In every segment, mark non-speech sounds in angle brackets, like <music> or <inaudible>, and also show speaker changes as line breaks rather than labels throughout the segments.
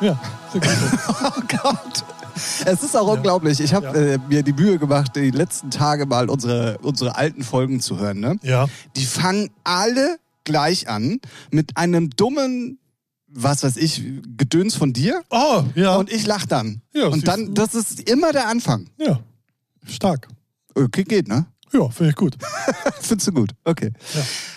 ja, sehr gut.
Oh Gott. Es ist auch unglaublich. Ich habe
Ja.
äh, mir die Mühe gemacht, die letzten Tage mal unsere, unsere alten Folgen zu hören. Ne?
<laughs> ja.
Die fangen alle gleich an mit einem dummen, was weiß ich, Gedöns von dir.
Oh, ja.
Und ich lach dann.
Ja,
und
siehst
dann, das ist immer der Anfang.
ja. Stark.
Okay, geht, ne?
Ja, finde ich gut.
Findest du gut, okay.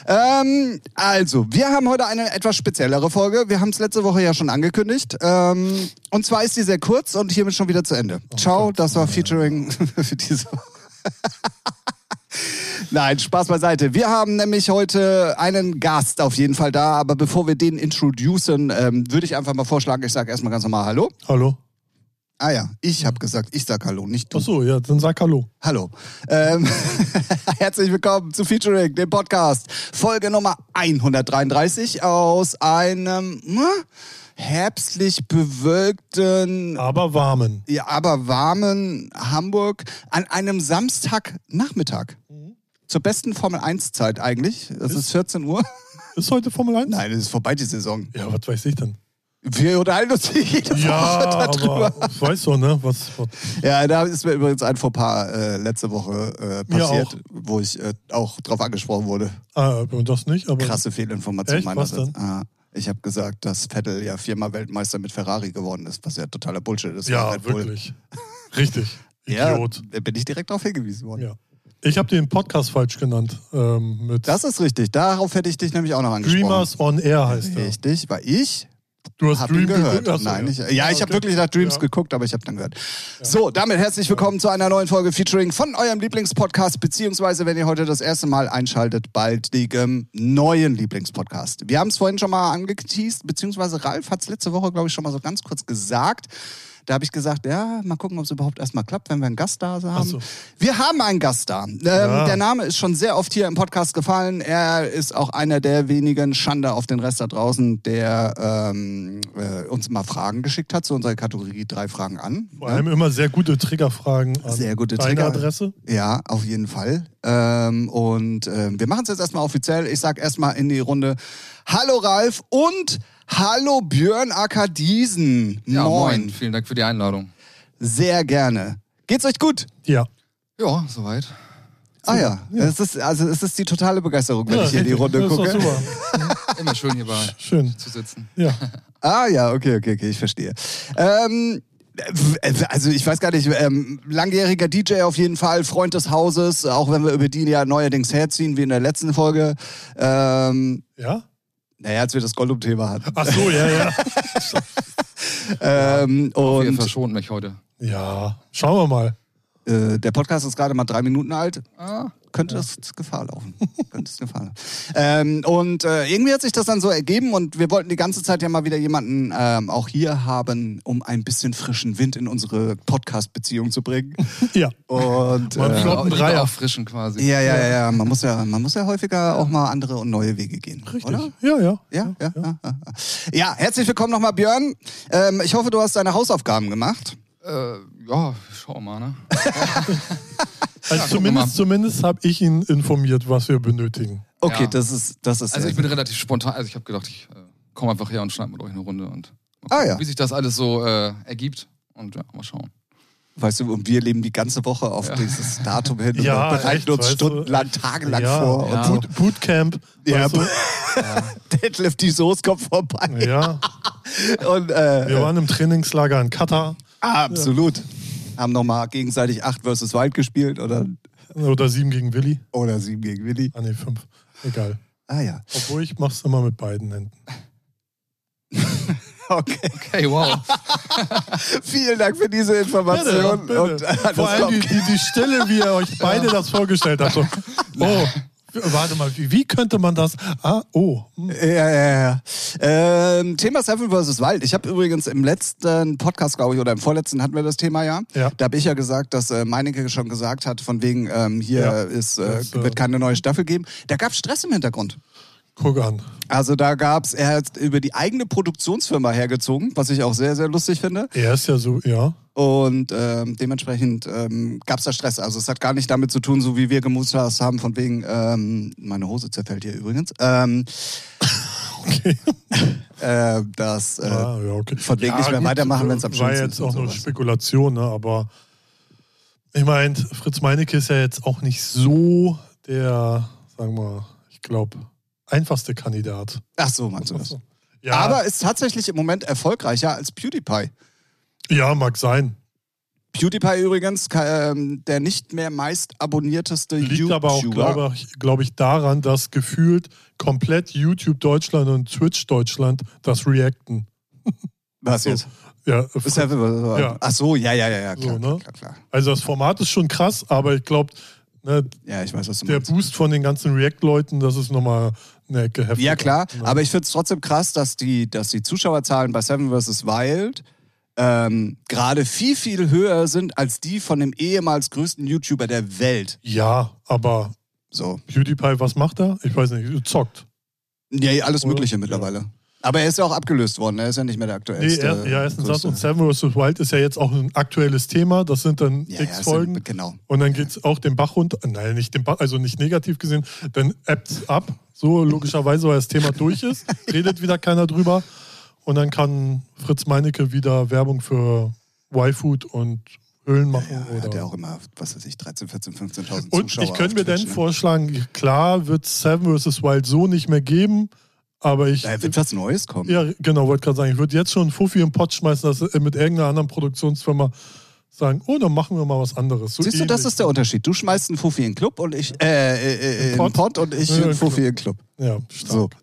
Ähm, also, wir haben heute eine etwas speziellere Folge. Wir haben es letzte Woche ja schon angekündigt. Ähm, und zwar ist sie sehr kurz und hiermit schon wieder zu Ende. Ciao, das war Featuring <laughs> für diese Woche. Nein, Spaß beiseite. Wir haben nämlich heute einen Gast auf jeden Fall da, aber bevor wir den introducen, ähm, würde ich einfach mal vorschlagen, ich sage erstmal ganz normal Hallo.
Hallo.
Ah ja, ich habe gesagt, ich sag Hallo, nicht du.
Ach so, ja, dann sag Hallo.
Hallo. Ähm, <laughs> herzlich willkommen zu Featuring, dem Podcast. Folge Nummer 133 aus einem hm, herbstlich bewölkten,
Aber warmen.
ja, aber warmen Hamburg an einem Samstagnachmittag.
Mhm.
Zur besten Formel 1-Zeit eigentlich. Es ist 14 Uhr. <laughs>
Ist heute Formel 1?
Nein, es ist vorbei die Saison.
Ja, was weiß ich
<laughs>
denn?
Wir unterhalten uns jede Woche
Ja,
darüber.
aber weißt du, ne? Was, was,
Ja, da ist mir übrigens ein Fauxpas äh, letzte Woche äh,
Mir
passiert,
auch.
wo ich äh, auch drauf angesprochen wurde.
ah, das nicht, aber.
Krasse Fehlinformation
Echt? Was
meinerseits. Ah, ich habe gesagt, dass Vettel ja viermal Weltmeister mit Ferrari geworden ist, was ja totaler Bullshit ist. weil
Ja,
Red Bull-
wirklich. Richtig.
Ja,
Idiot.
da bin ich direkt darauf hingewiesen worden.
Ja. Ich habe den Podcast falsch genannt. Ähm, mit
Das ist richtig. Darauf hätte ich dich nämlich auch noch angesprochen.
Dreamers on Air heißt er.
Richtig, weil ich
Du hast
Hab ihn
Dream-
gehört.
Achso,
Nein, ich, ja, ich
Ah,
habe
okay.
wirklich nach Dreams
Ja.
geguckt, aber ich habe dann gehört. So, damit herzlich willkommen zu einer neuen Folge Featuring von eurem Lieblingspodcast, beziehungsweise, wenn ihr heute das erste Mal einschaltet, bald dem neuen Lieblingspodcast. Wir haben es vorhin schon mal angeteased, beziehungsweise Ralf hat es letzte Woche, glaube ich, schon mal so ganz kurz gesagt. Da habe ich gesagt, ja, mal gucken, ob es überhaupt erstmal klappt, wenn wir einen Gast da haben.
so.
Wir haben einen Gast da. Ähm,
Ja.
Der Name ist schon sehr oft hier im Podcast gefallen. Er ist auch einer der wenigen Schande auf den Rest da draußen, der ähm, äh, uns mal Fragen geschickt hat zu unserer Kategorie drei Fragen an. ne?
Vor allem immer sehr gute Triggerfragen an
Sehr gute
deine
Trigger.
Adresse.
Ja, auf jeden Fall. Ähm, und ähm, wir machen es jetzt erstmal offiziell. Ich sag erstmal in die Runde Hallo Ralf und Hallo Björn Acker Diesen.
Ja, moin.
moin.
Vielen Dank für die Einladung.
Sehr gerne. Geht's euch gut?
Ja.
Ja, soweit.
Ah ja, es ist also es ist die totale Begeisterung, wenn ich hier in die Runde
das
gucke.
Ist doch super.
Immer schön
<laughs>
hier bei
Schön.
zu sitzen.
Ja.
Ah ja, okay, okay, okay, ich verstehe. Ähm, w- also ich weiß gar nicht, ähm, langjähriger DJ auf jeden Fall, Freund des Hauses, auch wenn wir über die ja neuerdings herziehen, wie in der letzten Folge. Ähm,
Ja?
naja, als wir das
<laughs>
Gollum-Thema hatten.
Ach so, ja, ja.
Ähm,
Ihr
und
verschont mich heute.
Ja, schauen wir mal.
äh, der Podcast ist gerade mal drei Minuten alt.
Ah,
Könnte es Gefahr laufen. <laughs> Könnte es Gefahr laufen. Ähm, und äh, irgendwie hat sich das dann so ergeben und wir wollten die ganze Zeit ja mal wieder jemanden ähm, auch hier haben, um ein bisschen frischen Wind in unsere Podcast-Beziehung zu bringen.
Ja.
Und
Mal
äh,
flott.
auch,
Flotten Dreier.
auffrischen quasi.
ja, ja, ja, ja, man muss ja, man muss ja häufiger auch mal andere und neue Wege gehen. Richtig. Oder?
Ja, ja.
Ja, ja, ja. ja, ja. ja herzlich willkommen nochmal, Björn. Ähm, ich hoffe, du hast deine Hausaufgaben gemacht.
Äh, ja, schau mal, ne?
Also
gucken wir
zumindest,
mal.
zumindest habe ich ihn informiert, was wir benötigen.
Okay,
Ja.
das ist, das ist.
Also ich bin relativ spontan. Also ich habe gedacht, ich äh, komme einfach her und schneide mit euch eine Runde und mal
Ah,
gucken,
ja.
wie sich das alles so äh, ergibt. Und ja, mal schauen.
weißt du, und wir leben die ganze Woche auf dieses Datum hin
Ja,
und bereiten
echt,
uns
weißt du,
stundenlang,
echt.
tagelang
ja,
vor.
Ja.
Und
Boot, Bootcamp.
Ja,
weißt
Detlef die Soße kommt
du?
vorbei.
ja.
Und äh,
Wir waren im Trainingslager in Katar.
absolut. Haben nochmal gegenseitig 8 versus Wald gespielt oder,
Oder sieben gegen Willi.
oder 7 gegen Willi.
Ah, nee, fünf. Egal.
Ah ja.
Obwohl ich mach's immer mit beiden Händen.
Okay.
Okay,
<laughs>
wow.
Vielen Dank für diese Information. Und, <laughs> äh, das
Vor allem die,
kommt-
die, die Stille, wie ihr euch beide das vorgestellt
<laughs>
habt. So, oh, warte mal, wie, wie könnte man das? Ah, oh. hm.
ja, ja, ja. Ähm, Thema Seven vs. Wild. Ich habe übrigens im letzten Podcast, glaube ich, oder im vorletzten hatten wir das Thema ja.
Ja.
Da habe ich ja gesagt, dass äh, Meinecke schon gesagt hat, von wegen ähm, hier
Ja.
ist, äh,
Das, äh,
wird keine neue Staffel geben. Da gab es Stress im Hintergrund.
Guck an.
Also da gab's, er hat über die eigene Produktionsfirma hergezogen, was ich auch sehr, sehr lustig finde.
Er ist ja so, ja.
Und ähm, dementsprechend ähm, gab's da Stress. Also es hat gar nicht damit zu tun, so wie wir gemustert haben, von wegen, ähm, meine Hose zerfällt hier übrigens. Ähm,
Okay.
Äh, das <laughs> äh,
Ah, ja, okay.
von wegen nicht mehr weitermachen, wenn's am
War
schönsten
jetzt
ist und
auch nur
sowas.
Spekulation, ne? aber ich meine, Fritz Meinecke ist ja jetzt auch nicht so der, sagen wir mal, ich glaube, einfachste Kandidat.
Ach so, meinst du das?
Ja,
Aber ist tatsächlich im Moment erfolgreicher als PewDiePie.
ja, mag sein.
PewDiePie übrigens ka- ähm, der nicht mehr meist abonnierteste
Liegt
YouTuber.
aber auch, glaube ich, glaub ich, daran, dass gefühlt komplett YouTube Deutschland und Twitch Deutschland das reacten.
Was jetzt?
Ja,
Ist ja,
Ja.
Ach so, ja, ja, ja, ja,
So,
klar,
ne?
klar, klar.
also das Format ist schon krass, aber ich glaube, ne,
Ja, ich weiß, was du
der
meinst.
Boost von den ganzen React-Leuten, das ist nochmal eine Ecke heftig.
Ja, klar.
Ne?
Aber ich finde es trotzdem krass, dass die, dass die Zuschauerzahlen bei Seven vs. Wild ähm, gerade viel, viel höher sind als die von dem ehemals größten YouTuber der Welt.
Ja, aber
So.
PewDiePie, was macht er? Ich weiß nicht, zockt.
Ja, alles
Oder?
Mögliche
Ja.
mittlerweile. Aber er ist ja auch abgelöst worden. Er ist ja nicht mehr der
Nee,
aktuellste.
er, ja, erstens das
größte.
und Seven vs. Wild ist ja jetzt auch ein aktuelles Thema. Das sind dann
ja, ja,
x
ist
Folgen.
ja- Genau.
und dann geht es auch den Bach runter. Nein, nicht den Bach, also nicht negativ gesehen. Dann ebbt ab, so logischerweise, weil das Thema durch ist. Redet wieder keiner drüber. Und dann kann Fritz Meinecke wieder Werbung für Y-Food und Höhlen machen.
Er hat
oder
ja auch immer, was weiß ich, 13, 14, 15.000
Und
Zuschauer.
ich könnte
auf
mir
Twitch,
dann
ne?
vorschlagen, klar wird Seven vs. Wild so nicht mehr geben, aber ich.
Da wird was Neues kommen.
Ja, genau, wollte gerade sagen, ich würde jetzt schon einen Fuffi im Pott schmeißen, dass sie mit irgendeiner anderen Produktionsfirma sagen, oh, dann machen wir mal was anderes. So
Siehst du, das
ähnlich.
ist der Unterschied. Du schmeißt einen Fuffi in den Club und ich, äh, äh, äh, in
Pott.
den Pott und ich
Ja,
einen
in Club.
Fuffi in den Club.
Ja,
So.
stark.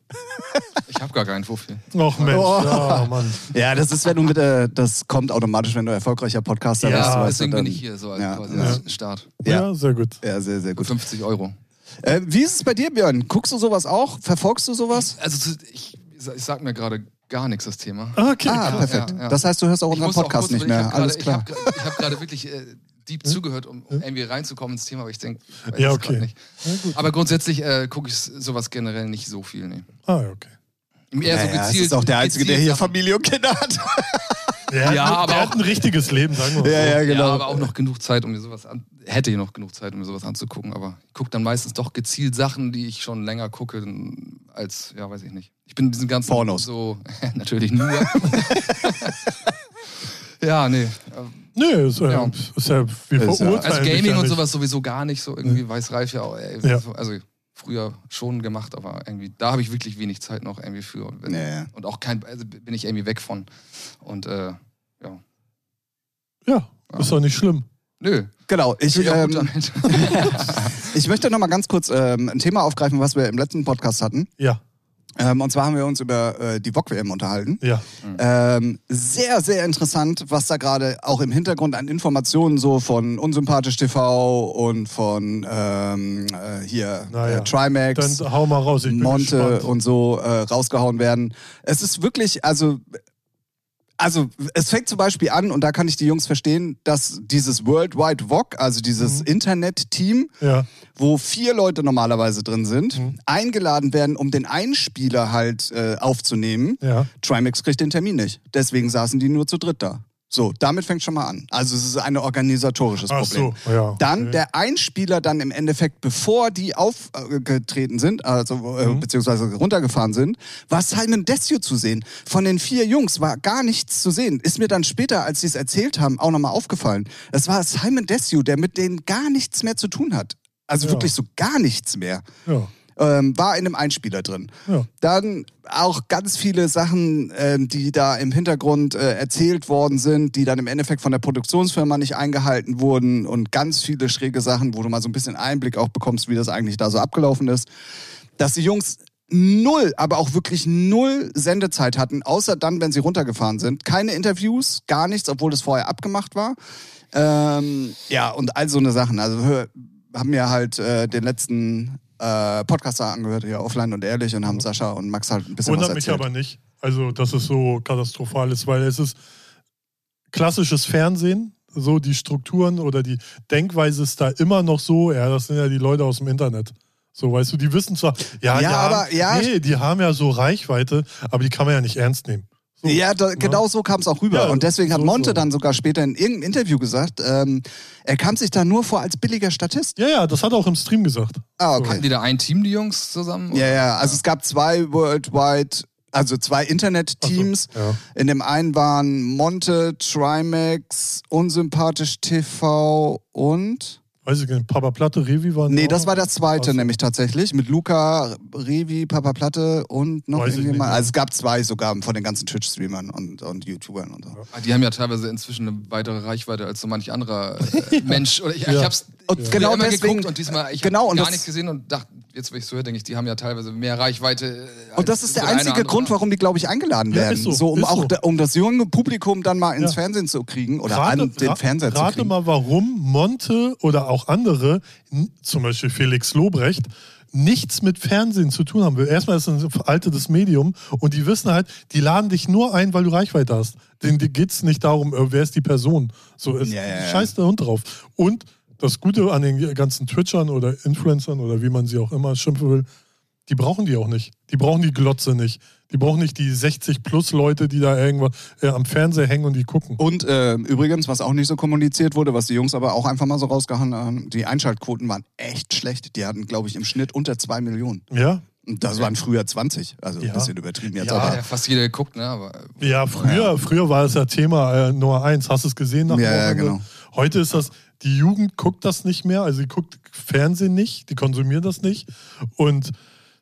Ich habe gar keinen Fuffi.
So. Och Mensch,
Oh.
ja, Mann.
Ja, das ist, wenn du mit, äh, das kommt automatisch, wenn du erfolgreicher Podcaster bist.
Ja,
weißt du,
deswegen
dann-
bin ich hier so als
Ja,
quasi
ja.
als Start.
Ja.
<laughs> Ja.
sehr gut.
Ja, sehr, sehr gut.
50 Euro.
Äh, wie ist es bei dir, Björn? Guckst du sowas auch? Verfolgst du sowas?
Also zu- ich, ich sag mir gerade gar nichts das Thema.
Okay.
Ah,
krass.
perfekt.
ja, ja.
Das heißt, du hörst auch
Ich
unseren
musste auch
Podcast
kurz
nicht
überlegen,
mehr. Alles
ich
klar. Hm?
hab grade- Ich habe gerade wirklich äh, deep zugehört, um um irgendwie reinzukommen ins Thema, aber ich denke,
Ja, okay.
nicht. Aber grundsätzlich äh, gucke ich sowas generell nicht so viel. Nee.
Ah, ja, okay.
Eher so
Naja, es
gezielt-
ist auch der Einzige, der hier
gezielt Sachen.
Familie und Kinder hat.
Der
Ja,
hat,
aber
der
auch-
hat ein richtiges Leben, sagen wir mal.
ja, ja, genau.
<laughs> Ja, aber auch noch genug Zeit, um mir sowas an hätte ich noch genug Zeit, um mir sowas anzugucken, aber ich gucke dann meistens doch gezielt Sachen, die ich schon länger gucke, dann als, ja, weiß ich nicht. Ich bin diesen ganzen
Pornos.
so <laughs> natürlich
<laughs>
nur. ja, nee.
Nö, ist, äh,
Ja.
ist ja, wir
Ist ja-
verurteilen
Also
dich
Gaming
ja
und
nicht.
sowas sowieso gar nicht, so irgendwie Weißreif ja auch, ey,
Ja.
so- also früher schon gemacht, aber irgendwie, da habe ich wirklich wenig Zeit noch irgendwie für. Wenn,
Ja, ja.
Und auch kein, also bin ich irgendwie weg von. Und äh, ja.
Ja,
Ah.
ist doch nicht schlimm.
Nö.
Genau, ich,
bin ich auch gut
ähm, <laughs>
damit.
ich möchte noch mal ganz kurz ähm, ein Thema aufgreifen, was wir im letzten Podcast hatten.
Ja,
Ähm, und zwar haben wir uns über äh, die VOG-WM unterhalten.
ja.
Ähm, sehr, sehr interessant, was da gerade auch im Hintergrund an Informationen so von Unsympathisch TV und von ähm, äh, hier
Naja.
äh, Trimax,
Dann hau mal raus. Ich bin
Monte
gespannt.
und so äh, rausgehauen werden. Es ist wirklich, also also es fängt zum Beispiel an, und da kann ich die Jungs verstehen, dass dieses Worldwide VOG, also dieses
Mhm.
Internet-Team,
Ja,
wo vier Leute normalerweise drin sind,
Mhm.
eingeladen werden, um den Einspieler halt äh, aufzunehmen.
ja.
Trimax kriegt den Termin nicht. Deswegen saßen die nur zu dritt da. So, damit fängt schon mal an. Also es ist ein organisatorisches
Ach
Problem.
so, ja.
Dann
okay.
der Einspieler dann im Endeffekt, bevor die aufgetreten sind, also
Mhm.
äh, beziehungsweise runtergefahren sind, war Simon Desio zu sehen. Von den vier Jungs war gar nichts zu sehen. Ist mir dann später, als sie es erzählt haben, auch nochmal aufgefallen. Es war Simon Desio, der mit denen gar nichts mehr zu tun hat. Also
Ja.
wirklich so gar nichts mehr
Ja,
ähm, war in einem Einspieler drin.
Ja.
Dann auch ganz viele Sachen, ähm, die da im Hintergrund äh, erzählt worden sind, die dann im Endeffekt von der Produktionsfirma nicht eingehalten wurden und ganz viele schräge Sachen, wo du mal so ein bisschen Einblick auch bekommst, wie das eigentlich da so abgelaufen ist. Dass die Jungs null, aber auch wirklich null Sendezeit hatten, außer dann, wenn sie runtergefahren sind. Keine Interviews, gar nichts, obwohl das vorher abgemacht war. Ähm, ja, und all so eine Sachen. Also hör, haben mir halt äh, den letzten äh, Podcast da angehört, hier offline und ehrlich, und haben Sascha und Max halt ein bisschen
wundert
was
mich
erzählt.
aber nicht. Also, dass es so katastrophal ist, weil es ist klassisches Fernsehen. So, die Strukturen oder die Denkweise ist da immer noch so. Ja, das sind ja die Leute aus dem Internet. So, weißt du, die wissen zwar, ja,
Ja,
die haben,
aber- ja.
nee, die haben ja so Reichweite, aber die kann man ja nicht ernst nehmen. So,
Ja, da, genau so kam es auch rüber.
Ja,
und deswegen hat
so,
Monte
so.
dann sogar später in irgendeinem Interview gesagt, ähm, er kam sich da nur vor als billiger Statist.
Ja, ja, das hat er auch im Stream gesagt.
Ah, okay.
Hatten die da ein Team, die Jungs zusammen?
Ja, ja, also es gab zwei Worldwide also zwei Internet-Teams.
Ach so, ja.
In dem einen waren Monte, Trimax, Unsympathisch TV und.
Weiß ich nicht, Papa Platte, Revi waren.
Nee,
da
das
auch.
war das zweite,
Ach so.
nämlich tatsächlich. Mit Luca, Revi, Papa Platte und noch
Weiß ich
irgendjemand.
nicht.
Also es gab zwei sogar von den ganzen Twitch-Streamern und, und YouTubern und so.
Ah, Die haben ja teilweise inzwischen eine weitere Reichweite als so manch anderer
<laughs>
äh, Mensch. Oder ich, ich
Ja.
hab's
Und
früher
genau
immer
deswegen-
geguckt und diesmal ich
genau,
hab
und
gar
das-
nichts gesehen und dachte, jetzt wo ich so höre, denke ich, die haben ja teilweise mehr Reichweite. äh, als
Und das ist der
so eine
einzige
andere.
Grund, warum die, glaube ich, eingeladen
Ja,
werden.
ist
so,
so,
um
ist
auch
so.
da, um das junge Publikum dann mal ins
Ja.
Fernsehen zu kriegen oder an
ra-
den Fernseher zu
rate
kriegen.
mal, warum Monte oder auch andere, n- zum Beispiel Felix Lobrecht, nichts mit Fernsehen zu tun haben will. Erstmal ist es ein veraltetes Medium und die wissen halt, die laden dich nur ein, weil du Reichweite hast. Denen geht es nicht darum, äh, wer ist die Person. So ist
Ja, ja, ja.
scheiß der Hund drauf. Und das Gute an den ganzen Twitchern oder Influencern oder wie man sie auch immer schimpfen will, die brauchen die auch nicht. Die brauchen die Glotze nicht. Die brauchen nicht die 60 plus Leute, die da irgendwo äh, am Fernseher hängen und die gucken.
Und äh, übrigens, was auch nicht so kommuniziert wurde, was die Jungs aber auch einfach mal so rausgehauen haben, die Einschaltquoten waren echt schlecht. Die hatten, glaube ich, im Schnitt unter zwei Millionen.
Ja,
Und das waren früher 20. Also ein
Ja.
bisschen übertrieben jetzt,
Ja.
Hat
aber.
ja fast jeder geguckt, ne? Aber äh,
Ja, früher, früher war es ja Thema äh, Nummer eins. Hast du es gesehen? dem
Ja, ja,
Wochenende?
genau.
Heute ist das, die Jugend guckt das nicht mehr, also die guckt Fernsehen nicht, die konsumieren das nicht. Und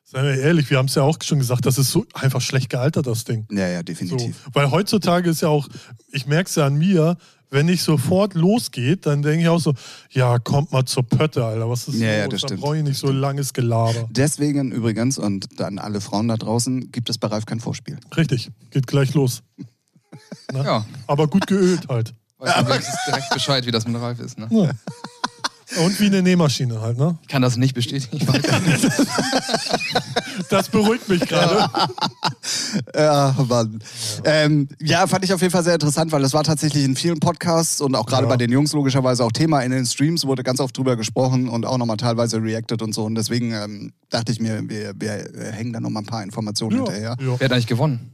seien wir ehrlich, wir haben es ja auch schon gesagt, das ist so einfach schlecht gealtert, das Ding.
Ja, ja,
So,
definitiv.
weil heutzutage ist ja auch, ich merke es ja an mir, wenn ich sofort losgeht, dann denke ich auch so, ja, kommt mal zur Pötte, Alter, was ist
Ja, ja,
los?
das
dann
stimmt.
brauche ich nicht so langes Gelaber.
Deswegen übrigens, und dann alle Frauen da draußen, gibt es bei Ralf kein Vorspiel.
Richtig, geht gleich los.
ja,
Aber gut geölt halt.
weiß man wenigstens direkt Bescheid, wie das mit Ralf ist. Ne?
Ja. <laughs> Und wie eine Nähmaschine halt, ne?
Ich kann das nicht bestätigen. Ich weiß nicht.
Das beruhigt mich gerade.
Ja, Mann. Ähm, ja, fand ich auf jeden Fall sehr interessant, weil das war tatsächlich in vielen Podcasts und auch gerade
Ja.
bei den Jungs logischerweise auch Thema. In den Streams wurde ganz oft drüber gesprochen und auch nochmal teilweise reacted und so. Und deswegen ähm, dachte ich mir, wir, wir äh, hängen da nochmal ein paar Informationen hinterher.
Ja.
Wer hat eigentlich gewonnen?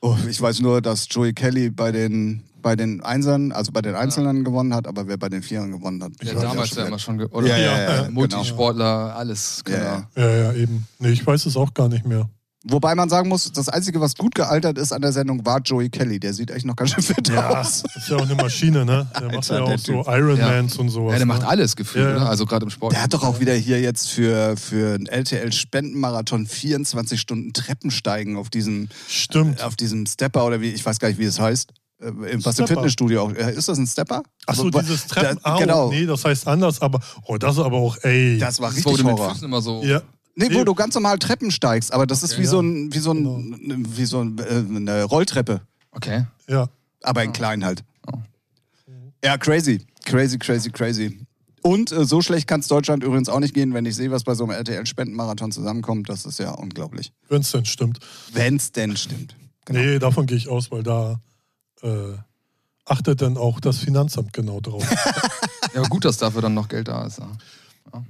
Oh, ich weiß nur, dass Joey Kelly bei den, bei den Einsern, also bei den Einzelnen gewonnen hat, aber wer bei den Vierern gewonnen hat. ich
Der
weiß
damals
nicht,
ja
wer-
immer schon. Ge oder
Ja, ja, ja,
Ja,
ja, genau.
Multisportler, alles. Genau.
Ja, ja.
Ja, ja, eben. Nee, ich weiß es auch gar nicht mehr.
Wobei man sagen muss, das Einzige, was gut gealtert ist an der Sendung, war Joey Kelly. Der sieht echt noch ganz schön fit aus.
Das ist ja auch eine Maschine, ne? Der macht
Alter,
ja
der
auch so
Typ.
Ironmans und sowas.
Ja, der macht
ne?
alles gefühlt,
Ja, ja.
oder? Also gerade im Sport.
Der hat doch auch wieder hier jetzt für, für einen LTL-Spendenmarathon 24 Stunden Treppensteigen auf diesem,
Stimmt.
auf diesem Stepper oder wie, ich weiß gar nicht, wie es heißt. Äh, im- Was im
Stepper.
Fitnessstudio auch. äh, Ist das ein Stepper?
Achso,
Wo- wo-
dieses
da-
Treppen. au,
Genau.
Nee, das heißt anders, aber. Oh, das ist aber auch, ey.
Das war
das wurde
richtig
mit
Horror.
Füßen immer so.
ja.
Nee, wo du ganz normal Treppen steigst, aber das ist wie
ja. Genau.
so ein, wie so ein, wie so ein, äh, eine Rolltreppe.
Okay.
Ja.
Aber in klein halt.
Oh.
Ja, crazy. Crazy, crazy, crazy. Und äh, so schlecht kann es Deutschland übrigens auch nicht gehen, wenn ich sehe, was bei so einem RTL-Spendenmarathon zusammenkommt. Das ist ja unglaublich.
Wenn es denn stimmt.
Wenn's denn stimmt.
Nee, davon gehe ich aus, weil da äh, achtet dann auch das Finanzamt genau drauf.
Ja, aber gut, dass dafür dann noch Geld da ist. Ja.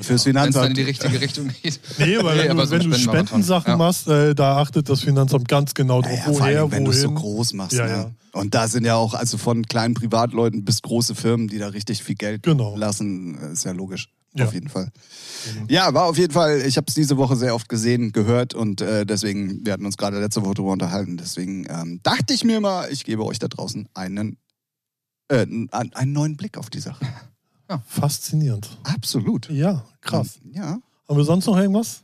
Fürs
Wenn es dann in
Finanzamt.
die richtige Richtung geht.
Nee, weil wenn, du,
aber so ein
wenn du
Spendenmarathon.
Spendensachen
Ja.
machst, äh, da achtet das Finanzamt ganz genau drauf,
Naja, vor
woher,
allem, wenn du es so
wohin.
groß machst.
Ja,
ne?
ja.
Und da sind ja auch, also von kleinen Privatleuten bis große Firmen, die da richtig viel Geld
Genau.
lassen, äh, ist ja logisch.
Ja. Genau.
Auf jeden Fall. Ja, war auf jeden Fall, ich habe es diese Woche sehr oft gesehen, gehört und äh, deswegen, wir hatten uns gerade letzte Woche drüber unterhalten, deswegen ähm, dachte ich mir mal, ich gebe euch da draußen einen, äh, n- an- einen neuen Blick auf
<laughs>
die Sache.
Faszinierend.
Absolut.
Ja, krass.
Ja.
Haben wir sonst noch irgendwas?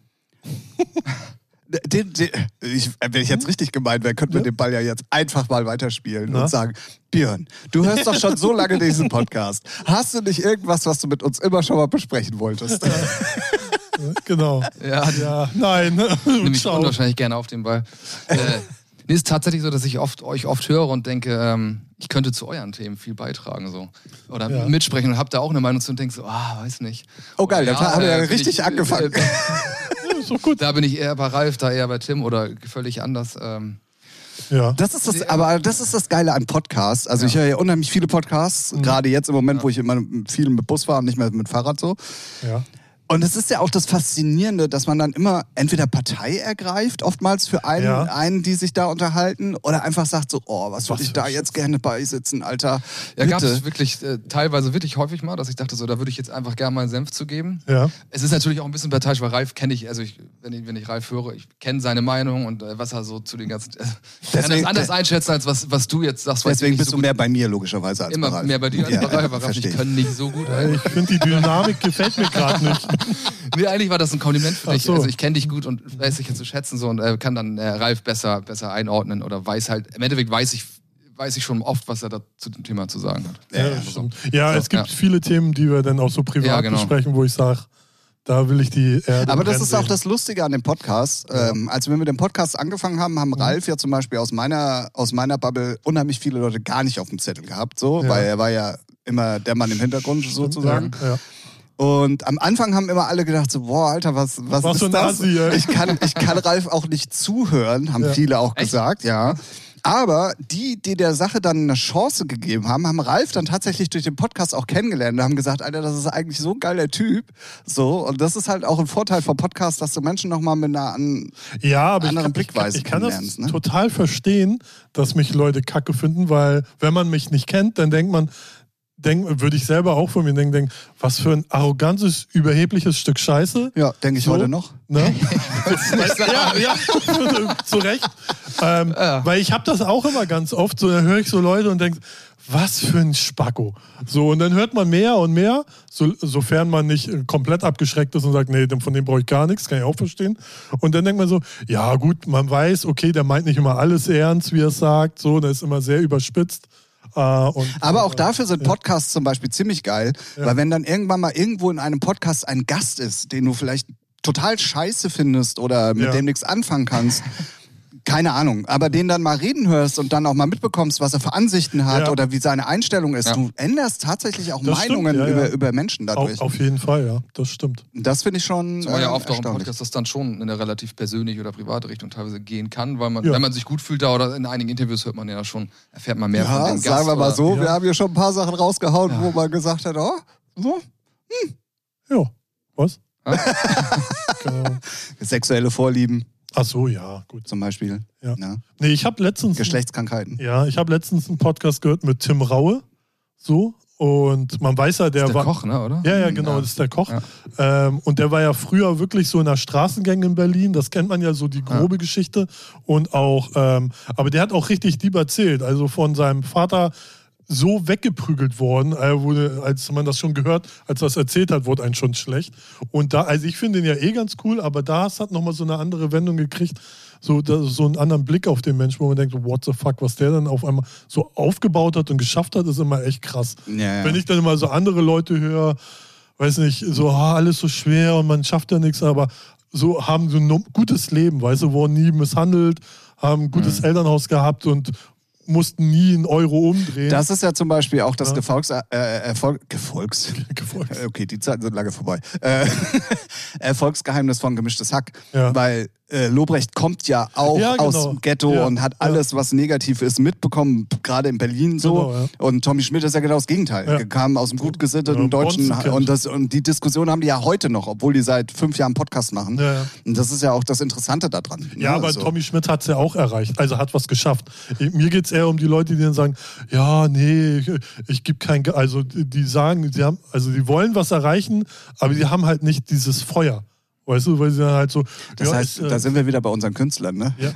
Den, den, ich, wenn ich jetzt richtig gemeint wäre, könnten wir
Ja.
den Ball ja jetzt einfach mal weiterspielen
Na?
und sagen, Björn, du hörst doch schon so lange diesen Podcast. Hast du nicht irgendwas, was du mit uns immer schon mal besprechen wolltest?
Genau.
Ja,
Ja, nein.
<laughs> nehme ich
<laughs> Ciao.
unwahrscheinlich gerne auf den Ball. Äh, nee, ist tatsächlich so, dass ich oft euch oft höre und denke, ähm, ich könnte zu euren Themen viel beitragen so oder
Ja.
mitsprechen und hab da auch eine Meinung zu und denk so, ah, weiß nicht.
Oh, geil, da haben wir ja
bin
richtig angefangen.
äh,
Ja, Ist doch gut.
da bin ich eher bei Ralf, da eher bei Tim oder völlig anders. Ähm,
Ja.
Das ist das, aber das ist das Geile an Podcasts. Also ich höre ja unheimlich viele Podcasts, gerade jetzt im Moment, wo ich immer viel mit Bus fahre und nicht mehr mit Fahrrad so.
ja.
Und es ist ja auch das Faszinierende, dass man dann immer entweder Partei ergreift, oftmals für einen,
Ja.
einen die sich da unterhalten, oder einfach sagt so, oh, was würde
Was
ich da
für
jetzt gerne beisitzen, Alter.
Ja, gab
Bitte.
es wirklich äh, teilweise wirklich häufig mal, dass ich dachte, so, da würde ich jetzt einfach gerne mal einen Senf zu geben.
Ja.
Es ist natürlich auch ein bisschen parteiisch, weil Ralf kenne ich, also ich, wenn, ich, wenn ich Ralf höre, ich kenne seine Meinung und äh, was er so zu den ganzen. <laughs> Äh, ich kann das
Deswegen-
anders einschätzen, als was, was du jetzt sagst. weil ich
Deswegen
nicht
bist du
so gut-
mehr bei mir, logischerweise, als
immer
bei Ralf.
mehr bei dir als
Ja,
bei Ralf.
ja,
weil Ralf und
verstehe
ich
ich.
können nicht so gut.
Ich finde, die Dynamik gefällt mir gerade nicht.
Nee, eigentlich war das ein Kompliment für dich.
so.
Also ich kenne dich gut und weiß dich jetzt zu schätzen so und äh, kann dann äh, Ralf besser, besser einordnen oder weiß halt, im Endeffekt weiß ich, weiß ich schon oft, was er da zu dem Thema zu sagen hat.
Ja,
Also,
stimmt. ja
So,
es gibt
ja.
viele Themen, die wir dann auch so privat
Ja, genau.
besprechen, wo ich sage, da will ich die Erde.
Aber das
brennen
ist auch
sehen.
das Lustige an dem Podcast. Ähm, als wir mit dem Podcast angefangen haben,
Mhm.
haben Ralf ja zum Beispiel aus meiner, aus meiner Bubble unheimlich viele Leute gar nicht auf dem Zettel gehabt, so,
Ja.
weil er war ja immer der Mann im Hintergrund sozusagen.
Ja, ja.
Und am Anfang haben immer alle gedacht so, boah, Alter, was, was,
Was
ist
für ein
das?
Assi, ey.
ich, kann, ich kann Ralf auch nicht zuhören, haben
Ja.
viele auch gesagt, ja. Aber die, die der Sache dann eine Chance gegeben haben, haben Ralf dann tatsächlich durch den Podcast auch kennengelernt und haben gesagt, Alter, das ist eigentlich so ein geiler Typ. So, und das ist halt auch ein Vorteil vom Podcast, dass du Menschen nochmal mit einer an.
Ja, aber ich
andere
kann, ich kann,
Blickweise
ich kann das
kennenlernst, ne?
total verstehen, dass mich Leute kacke finden, weil wenn man mich nicht kennt, dann denkt man, denk, würde ich selber auch von mir denken, denk, was für ein arrogantes, überhebliches Stück Scheiße.
Ja, denke ich
So.
heute noch. <laughs>
Ne? ja, ja, <laughs> zu Recht. Ähm,
Ja.
Weil ich habe das auch immer ganz oft, so, da höre ich so Leute und denke, was für ein Spacko. So, und dann hört man mehr und mehr, so, sofern man nicht äh, komplett abgeschreckt ist und sagt, nee, dem- von dem brauche ich gar nichts, kann ich auch verstehen. Und dann denkt man so, ja gut, man weiß, okay, der meint nicht immer alles ernst, wie er es sagt, so, der ist immer sehr überspitzt. Äh, und,
Aber auch dafür sind Podcasts zum Beispiel ziemlich geil, weil wenn dann irgendwann mal irgendwo in einem Podcast ein Gast ist, den du vielleicht total scheiße findest oder mit
Ja.
dem nichts anfangen kannst, <laughs> keine Ahnung, aber den dann mal reden hörst und dann auch mal mitbekommst, was er für Ansichten hat
Ja.
oder wie seine Einstellung ist,
Ja.
du änderst tatsächlich auch
Das stimmt,
Meinungen
ja, ja.
Über, über Menschen
auf,
dadurch.
auf jeden Fall, ja, das stimmt.
Das finde ich schon
Zumal ja
äh,
oft auch im
erstaunlich.
Podcast das dann schon in eine relativ persönliche oder private Richtung teilweise gehen kann, weil man,
Ja.
wenn man sich gut fühlt da oder in einigen Interviews hört man ja schon, erfährt man mehr von
Ja,
dem Gast.
sagen wir mal
oder-
so,
Ja.
wir haben hier schon ein paar Sachen rausgehauen, wo man gesagt hat, oh, so.
Ja, was?
Hä?
<laughs> genau.
sexuelle Vorlieben
Ach so, ja, gut.
zum Beispiel,
Ja.
ne?
Nee, ich habe letztens
Geschlechtskrankheiten.
Ja, ich habe letztens einen Podcast gehört mit Tim Raue. So. Und man weiß ja, der,
Ist der
war.
Koch, ne, oder?
Ja, ja, genau,
Ja.
das ist der Koch. Ähm, und der war ja früher wirklich so in der Straßengänge in Berlin. Das kennt man ja so, die grobe Geschichte. Und auch, ähm, aber der hat auch richtig lieb erzählt. Also von seinem Vater so weggeprügelt worden, äh, wurde, als man das schon gehört, als das erzählt hat, wurde einem schon schlecht. Und da, also ich finde ihn ja eh ganz cool, aber da es hat nochmal so eine andere Wendung gekriegt, so, da, so einen anderen Blick auf den Menschen, wo man denkt, what the fuck, was der dann auf einmal so aufgebaut hat und geschafft hat, ist immer echt krass.
Ja, ja.
Wenn ich dann immer so andere Leute höre, weiß nicht, so ah, alles so schwer und man schafft ja nichts, aber so haben so ein num- gutes Leben, weißt du, wurden nie misshandelt, haben ein gutes
Mhm.
Elternhaus gehabt und mussten nie einen Euro umdrehen.
Das ist ja zum Beispiel auch das Gefolgs, äh, Erfolg, Gefolgs.
<laughs>
Äh,
Gefolgs.
Okay, die Zeiten sind lange vorbei. Äh, <laughs> Erfolgsgeheimnis von gemischtes Hack.
Ja.
Weil äh, Lobrecht kommt ja auch
Ja, genau.
aus dem Ghetto
Ja,
und hat
ja.
alles, was negativ ist, mitbekommen, gerade in Berlin so.
Genau, ja.
Und Tommy Schmidt ist ja genau das Gegenteil.
Ja.
Er kam aus dem gut gesitteten
Ja,
Deutschen
Bonzenkind.
und, das, und die Diskussion haben die ja heute noch, obwohl die seit fünf Jahren Podcast machen.
Ja, ja.
Und das ist ja auch das Interessante daran.
Ja,
ne?
aber
So.
Tommy Schmidt hat es ja auch erreicht. Also hat was geschafft. Ich- Mir geht es eher um die Leute, die dann sagen, ja, nee, ich, ich gebe kein Ge Also die die sagen, sie haben, also die wollen was erreichen, aber die haben halt nicht dieses Feuer. Weißt du, weil sie dann halt so.
Das
ja,
heißt,
ist, äh,
da sind wir wieder bei unseren Künstlern, ne?
ja.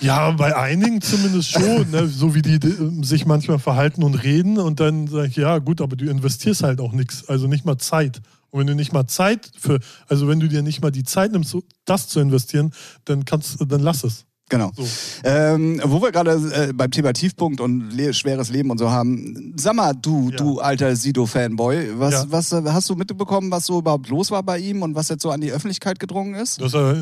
ja, bei einigen zumindest schon, ne? so wie die, die sich manchmal verhalten und reden und dann sag ich, ja gut, aber du investierst halt auch nichts, also nicht mal Zeit. Und wenn du nicht mal Zeit für, also wenn du dir nicht mal die Zeit nimmst, so das zu investieren, dann kannst dann lass es.
Genau.
So.
Ähm, wo wir gerade äh, beim Thema Tiefpunkt und le schweres Leben und so haben. Sag mal, du,
Ja.
du alter Sido-Fanboy, was,
Ja.
was äh, hast du mitbekommen, was so überhaupt los war bei ihm und was jetzt so an die Öffentlichkeit gedrungen ist?
Dass er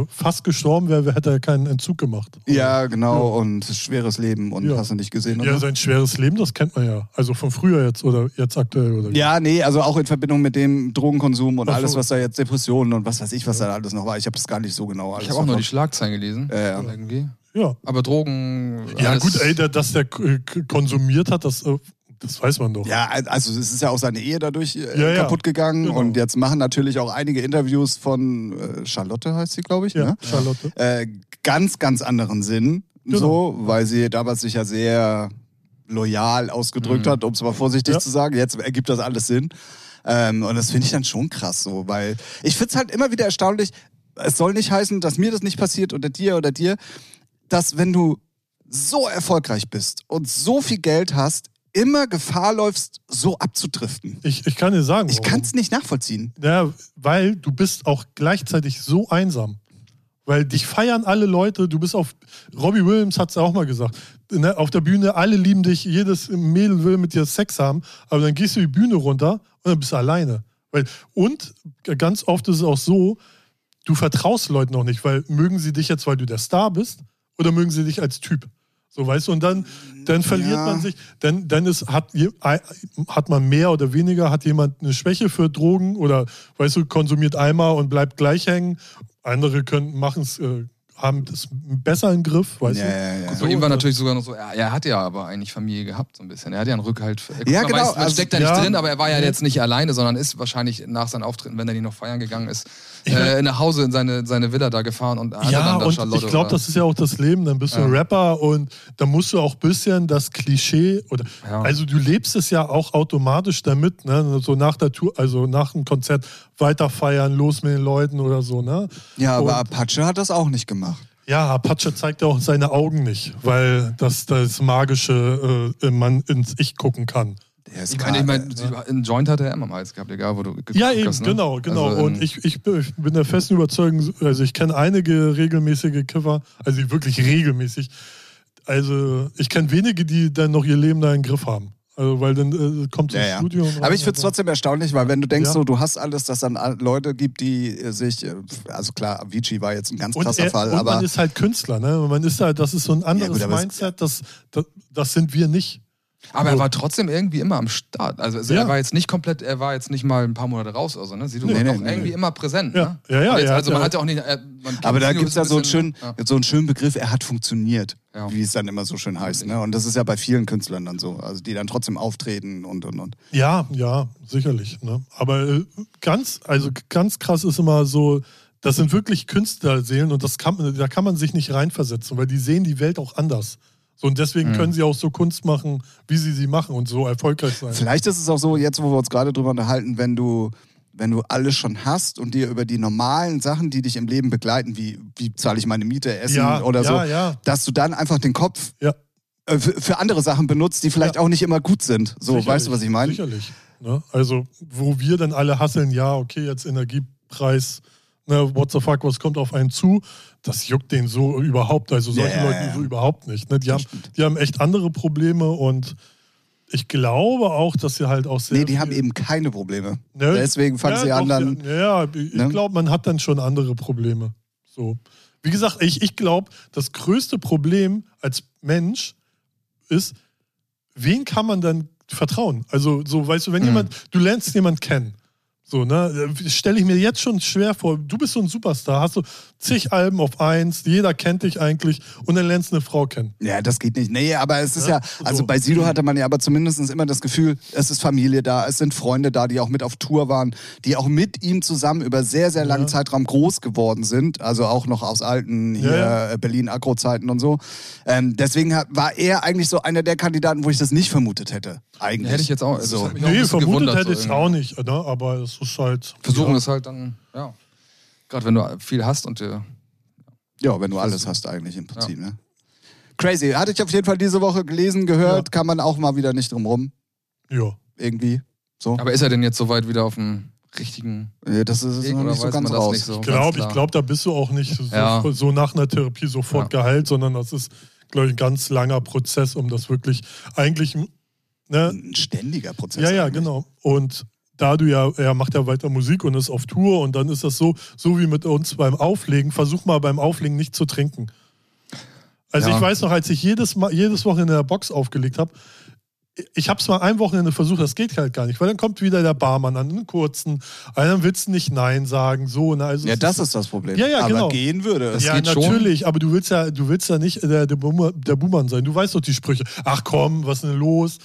äh, fast gestorben wäre, hätte er keinen Entzug gemacht.
Ja, genau, und schweres Leben und
Ja.
hast du nicht gesehen,
Ja,
oder?
sein schweres Leben, das kennt man ja. Also von früher jetzt oder jetzt aktuell oder wie.
Ja, nee, also auch in Verbindung mit dem Drogenkonsum und
Ach so.
alles, was da jetzt Depressionen und was weiß ich, was da alles noch war. Ich habe das gar nicht so genau alles
Ich habe auch nur die
verfolgt.
Schlagzeilen gelesen.
Ja, ja.
Irgendwie.
ja.
Aber Drogen.
Ja,
alles-
gut, ey, da- dass der k- k- konsumiert hat, das äh, Das weiß man doch.
Ja, also es ist ja auch seine Ehe dadurch äh,
Ja, ja.
kaputt gegangen
Genau.
und jetzt machen natürlich auch einige Interviews von äh, Charlotte heißt sie, glaube ich,
Ja,
ne?
Charlotte.
äh, ganz, ganz anderen Sinn,
Genau.
so, weil sie damals sich ja sehr loyal ausgedrückt
Mhm.
hat, um es mal vorsichtig
Ja.
zu sagen. Jetzt ergibt das alles Sinn. Ähm, und das finde ich dann schon krass so, weil ich finde es halt immer wieder erstaunlich, es soll nicht heißen, dass mir das nicht passiert oder dir oder dir, dass wenn du so erfolgreich bist und so viel Geld hast, immer Gefahr läufst, so abzudriften.
Ich, ich kann dir sagen.
Oh.
Ich
warum.
kann es nicht nachvollziehen.
Ja, weil du bist auch gleichzeitig so einsam. Weil dich feiern alle Leute, du bist auf, Robbie Williams hat es auch mal gesagt, ne, auf der Bühne, alle lieben dich, jedes Mädel will mit dir Sex haben, aber dann gehst du die Bühne runter und dann bist du alleine. Weil, und ganz oft ist es auch so, du vertraust Leuten auch nicht, weil mögen sie dich jetzt, weil du der Star bist, oder mögen sie dich als Typ? So, weißt du, und dann, dann verliert
Ja.
man sich, dann, dann ist, hat, je- ei- hat man mehr oder weniger, hat jemand eine Schwäche für Drogen oder, weißt du, konsumiert einmal und bleibt gleich hängen. Andere können, machen es, äh, haben es besser im Griff, weißt du?
ja, ja.
Bei ihm war natürlich sogar noch so, er, er hat ja aber eigentlich Familie gehabt, so ein bisschen. Er hat ja einen Rückhalt. Er
Ja, genau,
Weiß, man
also-
steckt da nicht
ja.
drin, aber er war ja
Nee.
jetzt nicht alleine, sondern ist wahrscheinlich nach seinen Auftritten, wenn er die noch feiern gegangen ist, äh, nach Hause in seine, seine Villa da gefahren und hat
Ja,
dann da
und
Charlotte
ich glaube,
oder-
das ist ja auch das Leben. Dann bist du ein Rapper und dann musst du auch ein bisschen das Klischee oder
Ja.
also du lebst es ja auch automatisch damit, ne? So nach der Tour, also nach dem Konzert weiter feiern, los mit den Leuten oder so, ne?
ja, aber
Und-
Apache hat das auch nicht gemacht.
Ja, Apache zeigt ja auch seine Augen nicht, weil das das magische äh, man ins Ich gucken kann.
Der ist
Ich meine, ich
gerade-
mein, einen Joint hatte er immer am Hals gehabt, egal wo du geguckt
Ja, eben,
hast, ne?
genau, genau.
Also, ähm,
und ich, ich bin ich bin der festen Überzeugung, also ich kenne einige regelmäßige Kiffer, also die wirklich regelmäßig. Also ich kenne wenige, die dann noch ihr Leben da im Griff haben. Also weil dann äh, kommt
Ja,
ins
ja.
Studio. und
Aber ich finde es
rein.
trotzdem erstaunlich, weil wenn du denkst,
Ja.
so, du hast alles, dass dann a- Leute gibt, die äh, sich, äh, also klar, Avicii war jetzt ein ganz
und,
krasser
er,
Fall,
und
aber
man ist halt Künstler, ne? Man ist halt, das ist so ein anderes
gut, aber es-
Mindset, das, das, das sind wir nicht.
aber er war trotzdem irgendwie immer am Start. Also, also
Ja.
er war jetzt nicht komplett, er war jetzt nicht mal ein paar Monate raus oder so, ne? Sie, du
Nee,
war
nee,
auch
nee,
irgendwie
nee.
immer präsent,
Ja.
ne?
Ja, ja,
Aber jetzt,
ja,
also man
ja.
hat ja auch nicht. äh, man kennt
aber da
sie nur
gibt es ja so einen,
bisschen,
schönen, so einen schönen Begriff, er hat funktioniert,
Ja.
wie es dann immer so schön heißt. Ne? Und das ist ja bei vielen Künstlern dann so, also die dann trotzdem auftreten und und und.
Ja, ja, sicherlich. Ne? Aber äh, ganz, also ganz krass ist immer so, das sind wirklich Künstlerseelen und das kann, da kann man sich nicht reinversetzen, weil die sehen die Welt auch anders. So, und deswegen
Hm.
können sie auch so Kunst machen, wie sie sie machen und so erfolgreich sein.
Vielleicht ist es auch so, jetzt wo wir uns gerade drüber unterhalten, wenn du wenn du alles schon hast und dir über die normalen Sachen, die dich im Leben begleiten, wie wie zahle ich meine Miete, Essen
Ja,
oder so,
ja, ja.
dass du dann einfach den Kopf
Ja,
äh, für, für andere Sachen benutzt, die vielleicht auch nicht immer gut sind. So,
sicherlich,
weißt du, was ich meine?
Sicherlich. Ne? Also, wo wir dann alle hasseln, ja, okay, jetzt Energiepreis, ne, what the fuck, was kommt auf einen zu, das juckt den so überhaupt, also solche
Ja, ja,
Leute
ja.
so überhaupt nicht. Ne? Die, haben, die haben echt andere Probleme und ich glaube auch, dass sie halt auch sehr.
Nee, die
viel-
haben eben keine Probleme.
Ne?
Deswegen fand
Ja,
sie
doch,
anderen.
die- Ja, ich
Ne?
glaube, man hat dann schon andere Probleme. So. Wie gesagt, ich, ich glaube, das größte Problem als Mensch ist, wen kann man dann vertrauen? Also, so, weißt du, wenn
Mhm.
jemand, du lernst jemanden kennen. So, ne, stelle ich mir jetzt schon schwer vor. Du bist so ein Superstar, hast du zig Alben auf eins, jeder kennt dich eigentlich und dann lernst du eine Frau kennen.
Ja, das geht nicht. Nee, aber es ist ja,
Ja,
also
so.
bei Sido hatte man ja aber zumindest immer das Gefühl, es ist Familie da, es sind Freunde da, die auch mit auf Tour waren, die auch mit ihm zusammen über sehr, sehr langen
Ja.
Zeitraum groß geworden sind. Also auch noch aus alten hier
Ja,
Berlin-Agro-Zeiten und so. Ähm, deswegen hat, war er eigentlich so einer der Kandidaten, wo ich das nicht vermutet hätte. Eigentlich.
Hätte ich jetzt auch- also das
So.
hat mich auch ein
Nee,
bisschen
vermutet
gewundert,
hätte
so
ich es
irgendwie.
auch nicht, ne? aber es ist halt.
versuchen
ja.
das halt dann, ja. Gerade wenn du viel hast und äh, dir.
Ja, wenn du alles hast eigentlich im Prinzip, ne? Crazy. Hatte ich auf jeden Fall diese Woche gelesen, gehört, kann man auch mal wieder nicht drum rum.
Ja.
Irgendwie. So.
Aber ist er denn jetzt soweit wieder auf dem richtigen.
Äh, das ist
Weg
noch
oder
nicht so
weiß
ganz
man das
raus.
nicht so?
Ich
Ganz
glaube, ich
klar.
glaube, da bist du auch nicht so,
Ja.
so nach einer Therapie sofort geheilt, sondern das ist, glaube ich, ein ganz langer Prozess, um das wirklich eigentlich. Ne?
Ein ständiger Prozess.
Ja, ja,
eigentlich.
genau. Und da du ja, er macht ja weiter Musik und ist auf Tour und dann ist das so, so wie mit uns beim Auflegen. Versuch mal beim Auflegen nicht zu trinken. Also
Ja.
ich weiß noch, als ich jedes Mal, jedes Wochenende in der Box aufgelegt habe, ich habe es mal ein Wochenende versucht, das geht halt gar nicht, weil dann kommt wieder der Barmann an, einen kurzen, dann willst du nicht Nein sagen, so. Ne? Also
Ja,
es
das ist das Problem.
Ja, ja,
Aber
genau.
gehen würde es.
ja,
geht schon.
natürlich, aber du äh, willst ja, du willst ja nicht der, der, Boomer, der Buhmann sein. Du weißt doch die Sprüche. Ach komm, was ist denn los?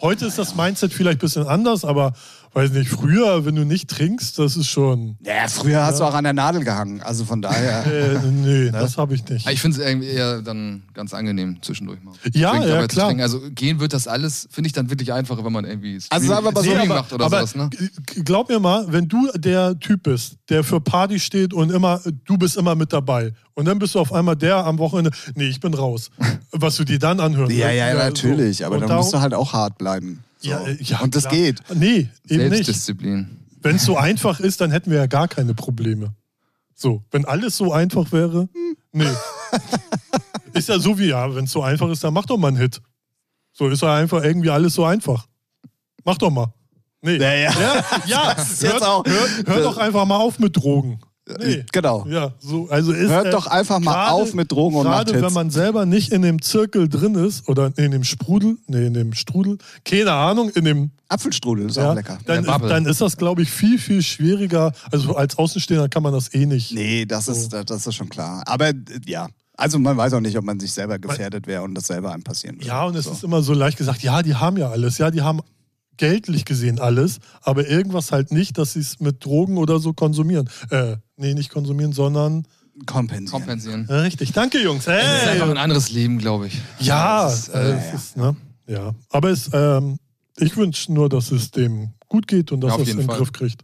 Heute ist das Mindset vielleicht ein bisschen anders, aber weiß nicht, früher, wenn du nicht trinkst, das ist schon.
Ja, früher hast du auch an der Nadel gehangen. Also
<laughs>
von daher.
Äh,
<laughs> Ne?
nee, das habe ich nicht.
Aber Ah, ich finde es irgendwie eher dann ganz angenehm zwischendurch mal.
Ja,
Trinken,
ja,
dabei zu
klar.
trinken. Also gehen wird das alles, finde ich dann wirklich einfacher, wenn man irgendwie
Also sagen wir mal so,
Streaming
aber-
macht oder
aber
sowas. Ne?
g- Glaub mir mal, wenn du der Typ bist, der für Party steht und immer, du bist immer mit dabei. Und dann bist du auf einmal der am Wochenende, nee, ich bin
<laughs>
raus. Was du dir dann anhören
Ja,
wirst.
ja,
so.
natürlich. Aber
Und
dann
darum-
musst du halt auch hart bleiben. So.
Ja, äh, ja,
Und das
klar.
geht.
Nee, eben nicht.
Selbstdisziplin.
Wenn es so einfach ist, dann hätten wir ja gar keine Probleme. So, wenn alles so einfach wäre, nee. ist ja so wie, ja, wenn es so einfach ist, dann mach doch mal einen Hit. So ist ja einfach irgendwie alles so einfach. Mach doch mal. Nee.
Naja.
Ja, <laughs> ja
Das ist
hört,
jetzt auch-
hört, hört doch einfach mal auf mit Drogen. Nee.
Genau.
Ja, so, also ist,
Hört
äh,
doch einfach mal
gerade-
auf mit Drogen und macht
Gerade wenn
Hits.
man selber nicht in dem Zirkel drin ist oder in dem Sprudel, nee, in dem Strudel, keine Ahnung, in dem
Apfelstrudel ist
ja,
auch lecker.
Dann,
In der Bubble.
dann ist das, glaube ich, viel, viel schwieriger. Also als Außenstehender kann man das eh nicht.
Nee, das, ist,
Oh.
das ist schon klar. Aber äh, ja. Also man weiß auch nicht, ob man sich selber gefährdet wäre und das selber einem passieren würde.
Ja, und es
so.
ist immer so leicht gesagt, ja, die haben ja alles, ja, die haben geldlich gesehen alles, aber irgendwas halt nicht, dass sie es mit Drogen oder so konsumieren. Äh, nee, nicht konsumieren, sondern.
kompensieren.
Kompensieren.
Ja, richtig. Danke, Jungs.
Das ist
Hey.
einfach ein anderes Leben, glaube ich.
Ja,
Das ist,
äh,
äh,
es ist, ne? ja. Aber es, ähm, ich wünsche nur, dass es dem gut geht und dass
Ja, auf
er es in
jeden
den
Fall.
Griff kriegt.